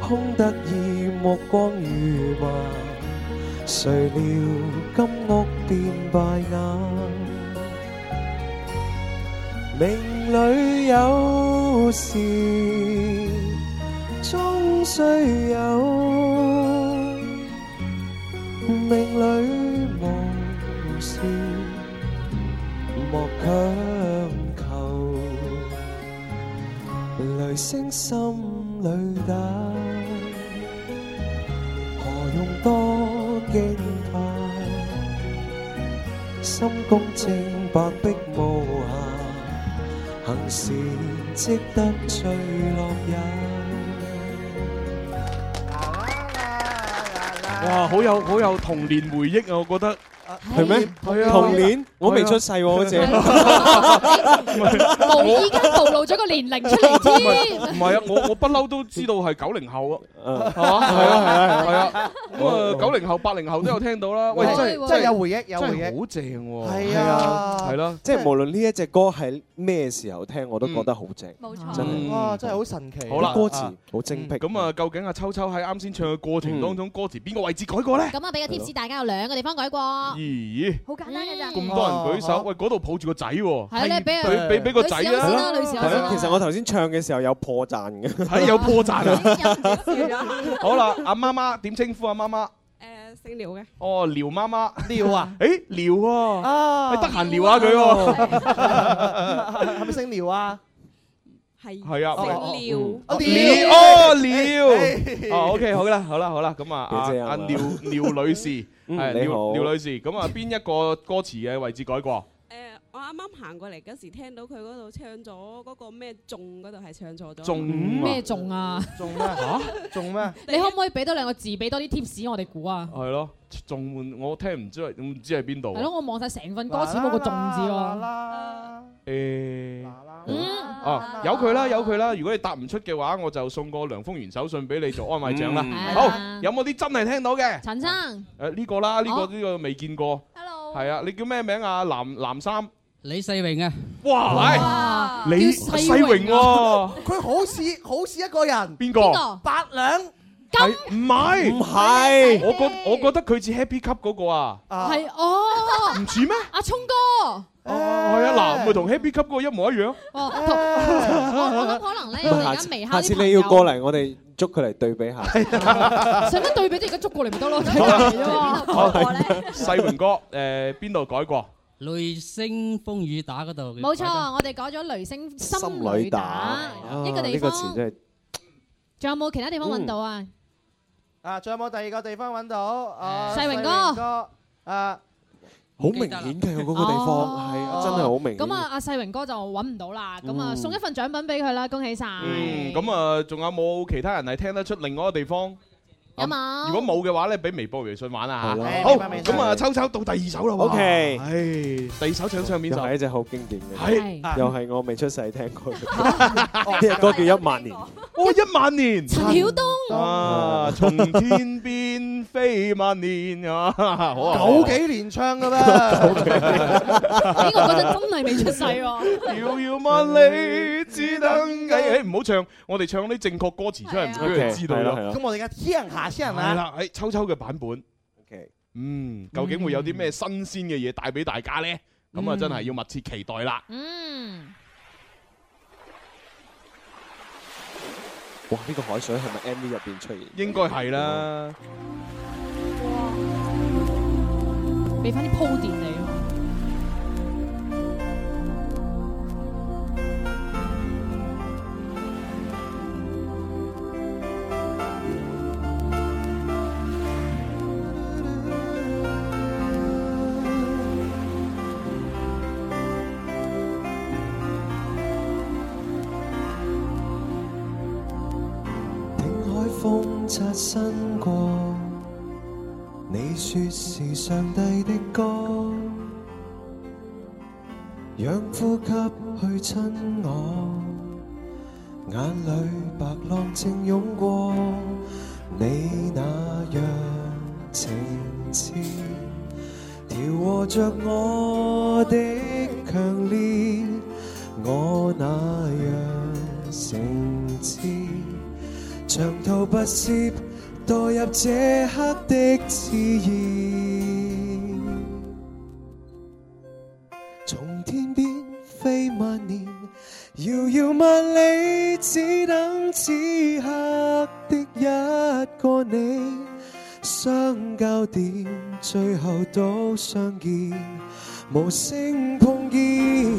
S20: 空得意目光如麻，誰料金屋變敗瓦。命裏有時終須有，命裏無事莫強求。雷聲心裏打，何用多驚怕？心公正白璧無瑕，行事即得最樂也。
S9: 哇，好有好有童年回憶啊！我覺得
S20: 係咩
S9: 係啊
S20: 童年我未出世喎好似
S10: 無意間暴露咗個年齡出嚟添。
S9: 唔係啊，我我不嬲都知道係九零後啊，係
S20: 係
S9: 嘛？係
S20: 啊係
S9: 啊
S20: 啊
S9: 係啊，咁啊九零後、八零後都有聽到啦。喂，真係
S11: 真係有回憶，有回
S9: 真係
S11: 憶。
S9: 好正喎。
S11: 係啊
S9: 係啦，
S20: 即係無論呢一隻歌喺咩時候聽，我都覺得好正，
S3: 冇
S20: 錯真係
S11: 哇，真係好神奇。
S9: 嗯好啦，
S20: 歌詞好精辟。
S9: 咁啊，究竟阿秋秋喺啱先唱嘅過程當中，歌詞邊個位置改過咧？
S10: 咁啊，俾個 tips 大家有兩個地嗯方改過。
S9: 咦，
S10: 好簡單嘅咋
S9: 咁多人舉手，喂，嗰度抱住個仔喎，
S10: 係咧俾
S9: 俾俾俾個仔
S10: 女士優先
S9: 啊
S10: 啦，女士優先啦
S20: 係啊其實我頭先唱嘅時候有破綻嘅，
S9: 係有破綻
S20: 啊！
S9: 好啦，阿媽媽點稱呼啊？媽媽？
S13: 誒姓廖嘅，
S9: 哦，廖媽媽，
S11: 廖
S9: *laughs*
S11: 啊，
S9: 誒廖喎，
S11: 啊
S9: 你哎得閒聊下佢喎，
S11: *laughs* 係咪姓廖啊？
S13: 係
S9: *laughs* 係啊，
S13: 姓廖
S11: 哦
S9: 廖
S11: 廖
S9: 哦
S11: 哎
S9: 廖，哦 OK 好啦好啦好啦，咁啊阿
S20: 幾正啊
S9: 阿廖廖女士，係
S20: *laughs* 嗯你
S9: 廖
S20: 好
S9: 廖女士，咁啊邊一個歌詞嘅位置改過？
S13: 誒，我啱
S17: 啱啱行過嚟嗰時，聽到佢嗰度唱咗嗰個咩仲嗰度係唱錯咗。
S9: 仲
S10: 咩仲哦啊？
S11: 仲咩？
S9: 嚇？
S11: 仲咩？
S10: 你可唔可以俾多兩個字，俾多啲 tips 我哋估啊？
S9: 係咯，仲換我聽唔知係唔知喺邊度
S10: 係
S9: 啊
S10: 咯，。我望晒成份歌詞冇個仲字喎。
S9: 誒，哦，由佢啦，由佢啦。如果你答唔出嘅話，我就送個梁風源手信俾你做安慰獎啦
S10: 嗯係。
S9: 好
S10: 啦，
S9: 有冇啲真係聽到嘅？
S10: 陳生，
S9: 誒呢個啦，呢
S10: 哦
S9: 個呢個未見過。Hello。係啊，你叫咩名啊？藍藍衫。
S18: 李世榮啊！
S9: 哇！係
S18: 叫
S9: 李
S18: 世
S9: 世
S18: 榮
S9: 榮喎。
S11: 佢好似好似一個人。
S9: 邊個邊個
S11: 八兩。
S9: 係唔係？唔係。我覺我覺得佢似 Happy Cup 嗰個啊。
S10: 係哦，
S9: 唔似咩？哦
S10: 阿聰哥，
S9: 係啊，嗱，咪同 Happy Cup 嗰個 *laughs* 一模一樣。
S10: 哦，同我我諗可能咧，我哋而家微敲
S20: 啊下
S10: 啲
S20: 次
S10: 朋
S20: 你要
S10: 友，
S20: 過嚟，我哋捉佢嚟對比下。
S10: 使乜對比啫？而家捉過嚟咪得咯，睇嚟
S9: *laughs*
S10: 啫嘛。
S9: 好，世榮哥，誒邊度改過？
S18: 雷聲風雨打嗰度，
S10: 冇錯，我哋改咗雷聲心裏打，一個地
S20: 啊呢個
S10: 方
S20: 詞。真係
S10: 仲有冇其他地方揾到啊？
S11: 啊，仲有冇第二個地方揾到？
S20: 嗯
S11: 啊
S10: 世榮哥
S11: 哥，啊，
S20: 好明顯嘅嗰個地方，係啊，真係好明顯
S10: 咁啊，。阿世榮哥就揾唔到啦。咁啊，
S9: 嗯
S10: 送一份獎品俾佢啦，恭喜晒！
S9: 嗯，咁啊，仲有冇其他人係聽得出另外一個地方？
S10: 有冇
S9: 啊如果冇嘅話咧，俾微博、微信玩啊
S20: 係
S9: 嚇
S20: 啦
S9: 好，
S20: 微博微信
S9: 咁啊，秋秋到第二首啦喎。
S20: OK
S9: 唉，第二首唱唱面
S20: 又
S9: 就
S20: 係一隻好經典嘅
S9: 係，
S20: 又係我未出世聽
S10: *laughs*
S20: 過嘅，呢隻歌叫《一萬年》。
S9: 哇！哦一萬年，陳
S10: 曉
S9: 東啊，從天邊飛萬年啊，好啊，
S11: 九幾年唱嘅咩？
S10: *laughs* 呢個嗰陣真係未出世喎。
S9: 遙遙萬里，只等誒誒唔好唱，我哋唱啲正確歌詞出嚟，唔
S10: 啊
S9: 俾人知道
S20: 係啦係啦
S9: 咯
S11: 咁。我哋嘅天下先人
S9: 係
S11: 啊！
S9: 啦，誒哎秋秋嘅版本。嗯，究竟會有啲咩新鮮嘅嘢帶俾大家呢？咁啊，
S18: 嗯
S9: 真係要密切期待啦！
S10: 嗯，
S20: 哇！呢個海水係咪 MV 入邊出現？
S9: 應該
S20: 嗯
S9: 係啦。
S10: 俾翻啲鋪墊你咯。
S20: 海風擦身過，你說是上帝的歌，讓呼吸去親我，眼裏白浪正湧過，你那樣情痴，調和着我的強烈，我那樣成痴。長途跋涉，墮入這刻的熾熱。從天邊飛萬年，遙遙萬里，只等此刻的一個你。相交點，最後都相見，無聲碰見，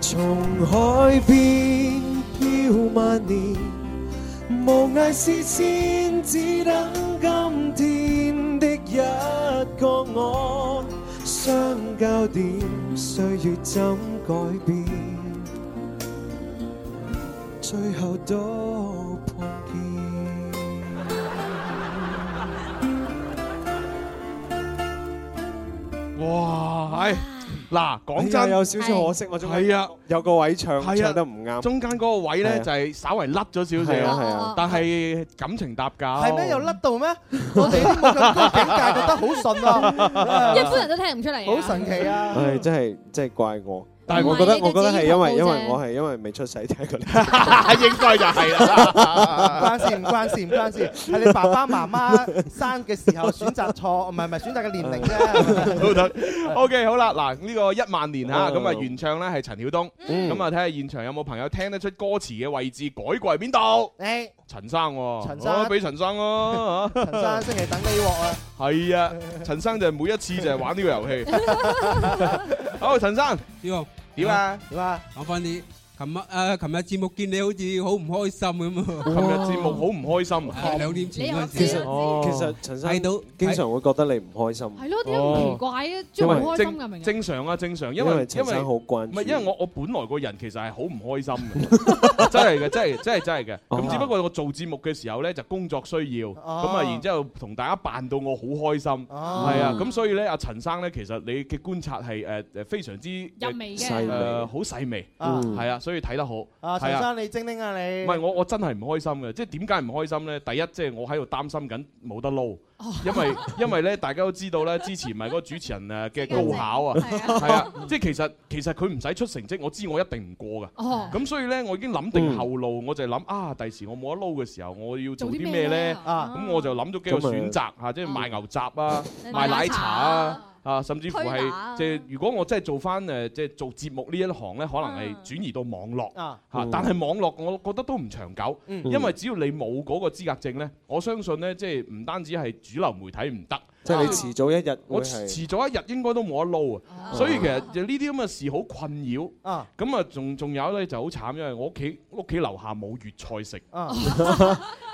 S20: 從海邊飄萬年。無涯視線，只等今天的一個我。相交點，歲月怎改變？最後都碰
S9: 哇，係嗱，講
S20: 哎
S9: 真
S20: 呀有少少可惜喎中間
S9: 係啊，
S20: 有個位唱
S9: 係啊
S20: 唱得唔啱
S9: 中間嗰個位
S20: 係
S9: 呢，
S20: 啊
S9: 就係稍為甩咗少
S20: 係
S9: 少
S20: 啊係啊，
S9: 但係感情搭架。
S11: 係咩？又甩到咩？我哋啲冇咁高境界，覺得好順啊！
S10: *laughs* 一般人都聽唔出嚟。
S11: 好神奇啊！
S20: 唉，真係真係怪我。
S9: 但係
S20: 我
S9: 唔係
S20: 覺得
S9: 你嘅
S20: 我覺得
S9: 知
S20: 係因為
S9: 覺
S20: 因
S9: 啫
S20: 為我係因為未出世聽過呢。
S9: *laughs* 應該就係啦。
S11: 關事唔關事唔關事，係你爸爸媽媽生嘅時候選擇錯，唔係唔係選擇嘅年齡
S9: *laughs*
S11: 啫。
S9: 都得。OK，好啦，嗱呢個一萬年嚇，
S20: 哦
S9: 咁啊原唱呢係陳曉東，
S20: 嗯
S9: 咁啊睇下現場有冇朋友聽得出歌詞嘅位置改過係邊度？
S11: 誒，
S9: 陳生喎，
S11: 陳生
S9: 好俾陳生
S20: *laughs*
S9: 咯。
S11: 陳生星期等呢鑊啊！
S9: 係啊，陳生就係每一次就係玩呢個遊戲。好，陳生，
S18: 點啊？
S9: 點啊？
S11: 點啊？
S18: 講翻啲琴日誒，琴日節目見你好似好唔開心咁啊！
S9: 琴日節目好唔開心啊
S18: *laughs* 係兩點前嗰陣時，
S25: 其實
S9: 哦
S25: 其實陳生
S18: 睇到
S25: 經常會覺得你唔開心。
S10: 係咯，點解咁奇怪嘅？最唔開心㗎，明唔明？
S9: 哦正常啊，正常，因
S25: 因
S9: 為
S25: 為陳生好關
S9: 唔
S25: 注
S9: 係因為我我本來個人其實係好唔開心嘅， *laughs* 真係嘅，真係真係真係嘅。咁只不過我做節目嘅時候咧就工作需要，咁啊
S5: 哦
S9: 然之後同大家扮到我好開心，係
S5: 哦
S9: 啊，咁所以咧阿陳生咧其實你嘅觀察係誒誒非常之
S10: 入微嘅
S11: 細微
S9: 誒好細微，
S11: 啊
S9: 係啊，所以睇得好。
S11: 啊，
S9: 係
S11: 陳生你精靈啊你。
S9: 唔係我我真係唔開心嘅，即係點解唔開心呢？第一即係我喺度擔心緊冇得撈。
S10: 哦
S9: 因為 *laughs* 因為咧，大家都知道咧，之前咪嗰個主持人誒嘅高考啊，係啊，即係其實其實佢唔使出成績，我知我一定唔過
S10: 哦
S9: 㗎。咁所以咧，我已經諗定後路，我就係諗啊，第時我冇得撈嘅時候，我要
S10: 做
S9: 做
S10: 啲
S9: 啲
S10: 咩哦咧
S9: 咩咧？啊咁我就諗咗幾個選擇嚇，即係賣牛雜啊，賣奶茶啊。啊，甚至乎
S10: 推拿
S9: 係
S10: 啊
S9: 即係，如果我真係做翻誒，即係做節目呢一行咧，可能係轉移到網絡
S11: 啊
S9: 嚇，但係網絡我覺得都唔長久，
S11: 嗯
S9: 因為只要你冇嗰個資格證呢，我相信呢，即係唔單止係主流媒體唔得，啊
S25: 即係你遲早一日
S9: 我
S25: 會係
S9: 遲早一日應該都冇得撈啊！所以其實就呢啲咁嘅事好困擾。
S11: 哦啊
S9: 咁啊，仲仲有呢就好慘，因為我屋企屋企樓下冇粵菜食。
S11: 啊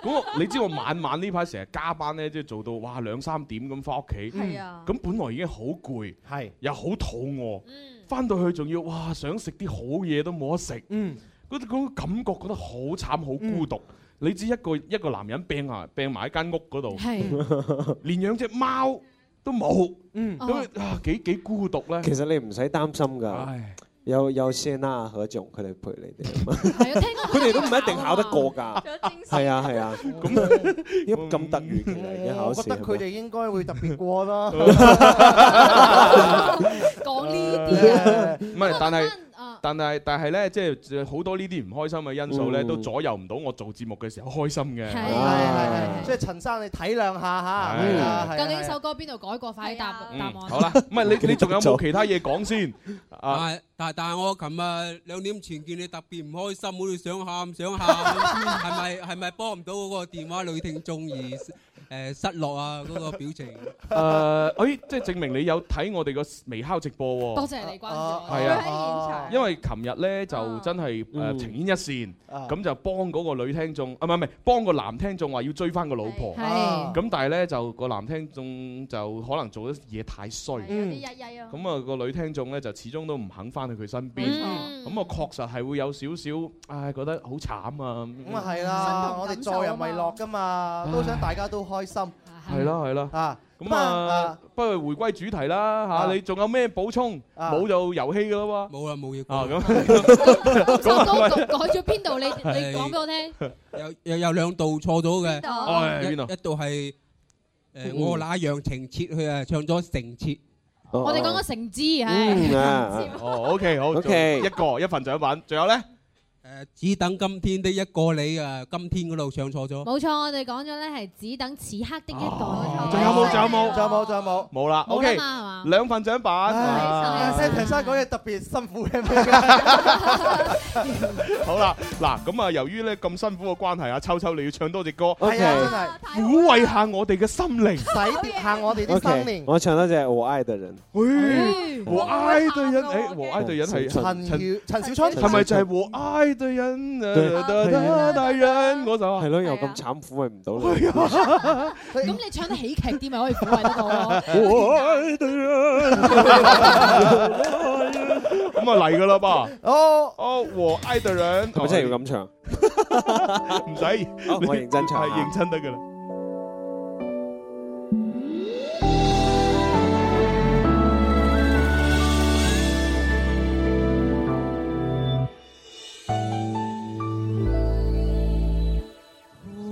S9: 咁我你知我晚晚呢排成日加班呢，即係做到哇兩三點咁翻屋企。
S11: 係啊
S9: 咁本來已經好攰，
S11: 係
S9: 又好肚餓，翻到去仲要哇想食啲好嘢都冇得食。
S11: 嗯，
S9: 嗰嗰種感覺覺得好慘，好孤獨。你知一個一個男人病啊，病埋喺間屋嗰度
S11: 係，
S9: *laughs* 連養只貓都冇，
S11: 嗯
S9: 咁啊幾幾孤獨咧。
S25: 其實你唔使擔心㗎，有有謝娜何炅佢哋陪你哋啊
S9: *laughs*
S25: 嘛，佢哋都唔一定考得過㗎，係啊係啊，咁咁咁突如其來嘅考
S11: 我
S25: 試
S11: 覺得
S25: 係
S11: 佢
S25: 嘛，
S11: 哋應該會特別過啦。 *laughs*
S10: 講呢
S11: 啊
S9: 唔係，但係。但係但係咧，即係好多呢啲唔開心嘅因素咧，都左右唔到我做節目嘅時候開心嘅。
S11: 係係係，所以陳生你體諒下嚇。
S9: 係
S11: 係啊係啊
S10: 究竟首歌邊度改過？快啲答答案。
S9: 好啦，唔係
S25: *laughs*
S9: 你你仲有冇其他嘢講先？
S18: 但
S9: 啊，
S18: 係但係但係我琴日兩點前見你特別唔開心，好似想喊
S9: *laughs*
S18: 想喊，係咪係咪幫唔到嗰個電話女聽眾而誒失落啊嗰個
S25: *laughs*
S18: 表情？
S9: 誒，誒，即係證明你有睇我哋個微敲直播喎。
S10: 多謝你關照。
S9: 係啊，
S10: 場
S9: 因為琴日咧就真係誒
S5: 嗯
S9: 情牽一線，咁就幫嗰個女聽眾，啊唔係唔係，幫個男聽眾話要追翻個老婆，
S5: 係係
S9: 咁但係咧就個男聽眾就可能做咗嘢太衰，
S5: 有啲曳
S9: 曳啊，咁啊個女聽眾咧就始終都唔肯翻去佢身邊，
S11: 嗯
S9: 咁啊確實係會有少少，唉覺得好慘啊，
S11: 咁啊係啦，我哋助人為樂噶嘛，都想大家都開心。
S9: 係啦係啦，
S11: 啊
S9: 咁啊，不如回歸主題啦嚇，你仲有咩補充？冇就遊戲噶啦喎，
S18: 冇啦冇嘢
S9: 啊咁，
S10: 首
S9: 咁
S10: 歌
S9: 啊
S10: 改
S9: 咪
S10: 改咗邊度？你你講俾我
S18: *laughs*
S10: 聽。
S18: 有有有兩度錯咗
S10: 邊
S18: 嘅，
S10: 度哦
S18: 一
S9: 邊度
S18: 一度係誒
S9: 嗯
S18: 我那樣情切，佢啊唱咗成切。
S10: 我
S9: Ờ.
S10: 哋講個成支
S18: 嗯
S10: 係
S18: 啊。
S9: 哦，OK，好 Ờ,
S18: OK Ờ,
S9: 一個一份獎品，仲有咧，
S18: 誒，只等今天的一個你啊，今天嗰度唱錯咗。
S10: 冇錯，我哋講咗咧係只等此刻的一個。
S9: 仲有冇？仲有冇？
S11: 仲有冇？仲有冇？
S9: 冇啦
S10: 冇啦
S9: ，OK，
S10: 嘛
S9: 兩份獎品。
S11: 啊
S9: 哇
S11: ，Sam 陳生講嘢特別辛苦嘅。
S9: 好啦，嗱，咁啊，由於咧咁辛苦嘅關係啊，秋秋你要唱多隻歌，
S11: 係啊
S9: 真係撫慰下我哋嘅心靈。
S11: 洗滌下我哋啲
S25: OK，
S11: 心靈。
S25: 我唱多隻《我愛的人》。
S9: 喂和蔼對人，誒，和蔼對人係
S11: 陳陳陳小春
S9: 係咪就係和蔼對人？
S25: 對
S9: 呃得得大人嗰首啊？
S25: 係咯，又咁慘，撫慰唔到你。
S10: 咁你唱得喜劇啲咪可以撫慰得到咯。
S9: 咁啊嚟噶啦吧？
S11: 哦
S9: 哦，和蔼對人，
S25: 係咪真係要咁唱？
S9: 唔使，
S25: 好我認真唱
S9: 係認真得噶啦。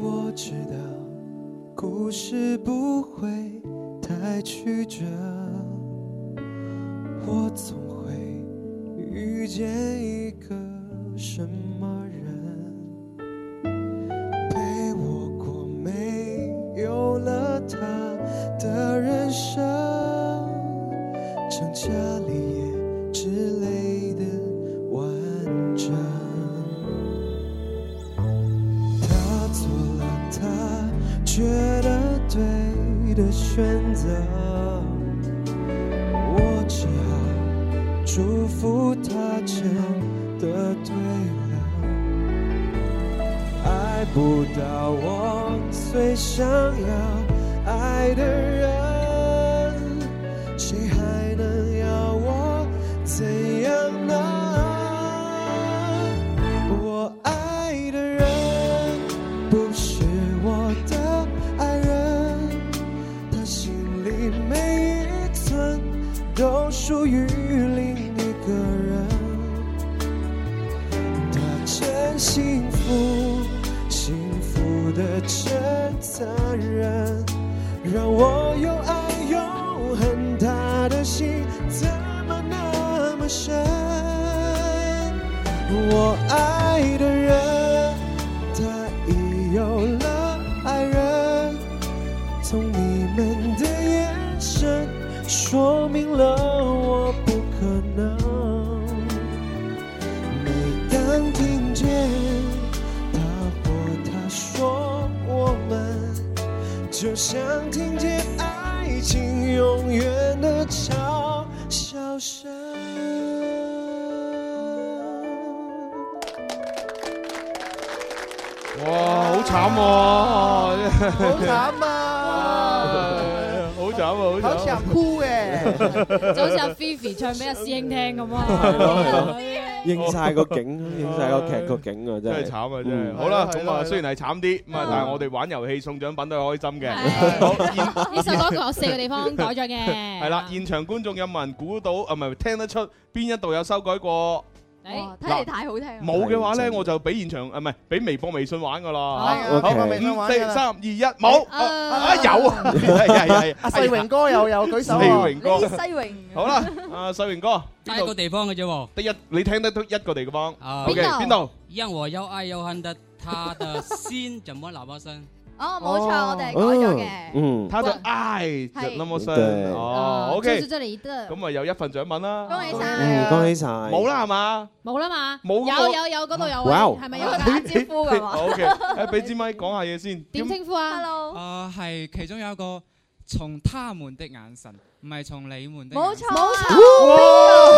S20: 我知道故事不会太曲折，我总会遇见一个什么人，陪我过没有了他的人生，成家立业之类的完整。他做了他觉得对的选择，我只好祝福他真的对不到我最想要爱的人，谁还能要我怎样呢？我爱的人不是我的爱人，他心里每一寸都属于另一个人。他真幸福，幸福的真残忍，让我又爱又恨，他的心怎么那么深？我爱的人，他已有了爱人，从你们的眼神，说明了我不可能。每当听见他或她说我们，就像听见爱情永远的嘲笑声。
S9: 哇，好慘喎！
S11: 好慘啊！
S9: 好慘啊！好
S11: *laughs*
S9: 慘
S11: 好想哭嘅，
S10: *laughs* 就好似阿 Fifi 唱俾阿師兄聽
S9: *laughs*
S10: 咁
S14: *laughs*
S9: 係咯係
S10: 啊
S9: 咯！
S14: 應晒個景，應晒個劇個景啊！真
S9: 真
S14: 係
S9: 係慘啊！真係
S14: 嗯
S9: 好
S14: 係
S9: 啦，
S14: 啦
S9: 咁
S14: 係
S9: 啊，
S14: 啦
S9: 雖然係慘啲，咁啊，但係我哋玩遊戲送獎品都係開心嘅。
S10: 呢首歌佢有四個地方改咗嘅，
S9: 係啦，現場觀眾有冇人估到啊？唔係聽得出邊一度有修改過？
S13: 哇睇嚟太好聽啦。
S9: 冇嘅話咧，我就俾現場啊，唔係俾微博、微信玩噶啦。
S11: 係啊
S9: 好
S11: 微博微信玩
S9: 五四
S11: 㗎啦
S9: 三二一，冇
S11: 啊
S9: 啊有
S11: *laughs*
S9: 啊，係係 *laughs* 係。
S11: 阿世榮哥又有舉手
S9: 世
S11: 喎，
S9: 榮哥，好啦，阿世 *laughs* 榮哥，得一個地方嘅啫喎，得一你聽得都一個地方。
S18: 啊
S9: OK，邊度？
S18: 因我又愛又恨的他的心，怎么那么深？
S3: 哦，冇錯，我哋係改咗嘅。
S9: 嗯，他就唉，就
S3: 係
S9: 那麼深
S14: 對
S9: 哦
S10: 就
S9: ，OK，
S10: 是這裡的
S9: 咁啊有一份獎品啦，
S10: 恭喜晒
S14: 嗯，恭喜晒！
S9: 冇啦係嘛？
S10: 冇啦嘛，
S9: 冇嗰個
S10: 有有有嗰度有
S9: 哇
S10: 啊，係咪有打招呼㗎嘛？
S9: *laughs*
S10: *laughs*
S9: ？OK，誒俾支咪講下嘢先。
S10: 點稱呼啊？Hello，
S4: 啊，係其中有一個從他們的眼神，唔係從你們的。
S3: 冇錯，啊
S10: 冇
S9: 啊哇！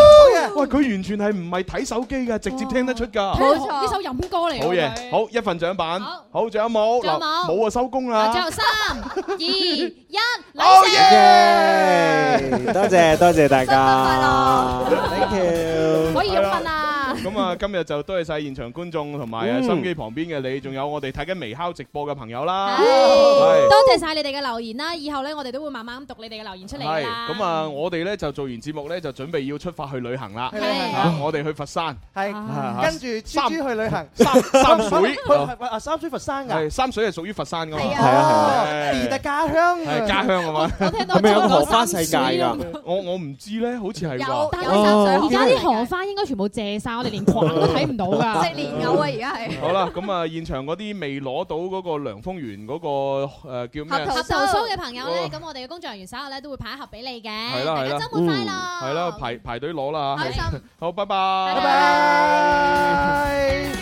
S9: 喂，佢完全係唔係睇手機㗎，直接聽得出㗎。
S10: 冇錯，呢首飲歌嚟㗎。
S9: 好嘢，好一份獎品，好仲有冇？
S10: 仲有
S9: 嗱
S10: 冇
S9: 冇啊，收工啦。
S10: 嗱，最後三二一，
S9: à. Oh
S10: 禮
S14: 耶！多謝多謝大家，thank you。
S10: 成，可以喐瞓啦。
S9: 咁啊，今日就多謝晒現場觀眾同埋啊，
S14: 嗯
S9: 心機旁邊嘅你，仲有我哋睇緊微烤直播嘅朋友啦。係
S10: 多謝晒你哋嘅留言啦，以後咧我哋都會慢慢咁讀你哋嘅留言出嚟㗎
S9: 係
S10: 啦。
S9: 咁啊，我哋咧就做完節目咧，就準備要出發去旅行啦。
S11: 係
S9: 啊我哋去佛山，啊
S11: 係跟住豬豬去旅行，
S9: 嗯三三水
S11: 佢係咪啊三水佛山㗎
S9: 係，三水係屬於佛山噶嘛？
S11: 係啊
S9: 係啊
S11: 哦
S9: 係
S11: 地特家鄉啊
S9: 係家鄉啊嘛。
S10: 係咪有個荷花世界
S14: 㗎？
S9: 我我唔知咧，好似係
S10: 有
S9: 話，哦
S10: 但係哦而家啲荷花應該全部謝晒，我哋連框都睇唔到
S9: *laughs* 哦
S10: *laughs* 㗎。
S3: 食蓮藕啊，而家係。
S9: 好啦，咁啊，現場嗰啲未攞到嗰個涼風園嗰個誒叫咩啊？
S10: 合投訴嘅朋友咧，
S9: 哦
S10: 咁我哋嘅工作人員稍後咧都會派一盒俾你嘅。
S9: 係啦
S10: 大
S9: 係
S10: 家
S9: 啦，
S10: 週末快樂。
S9: 係啦，排排隊攞啦，
S10: 開心
S9: 好，拜拜，
S11: 拜拜。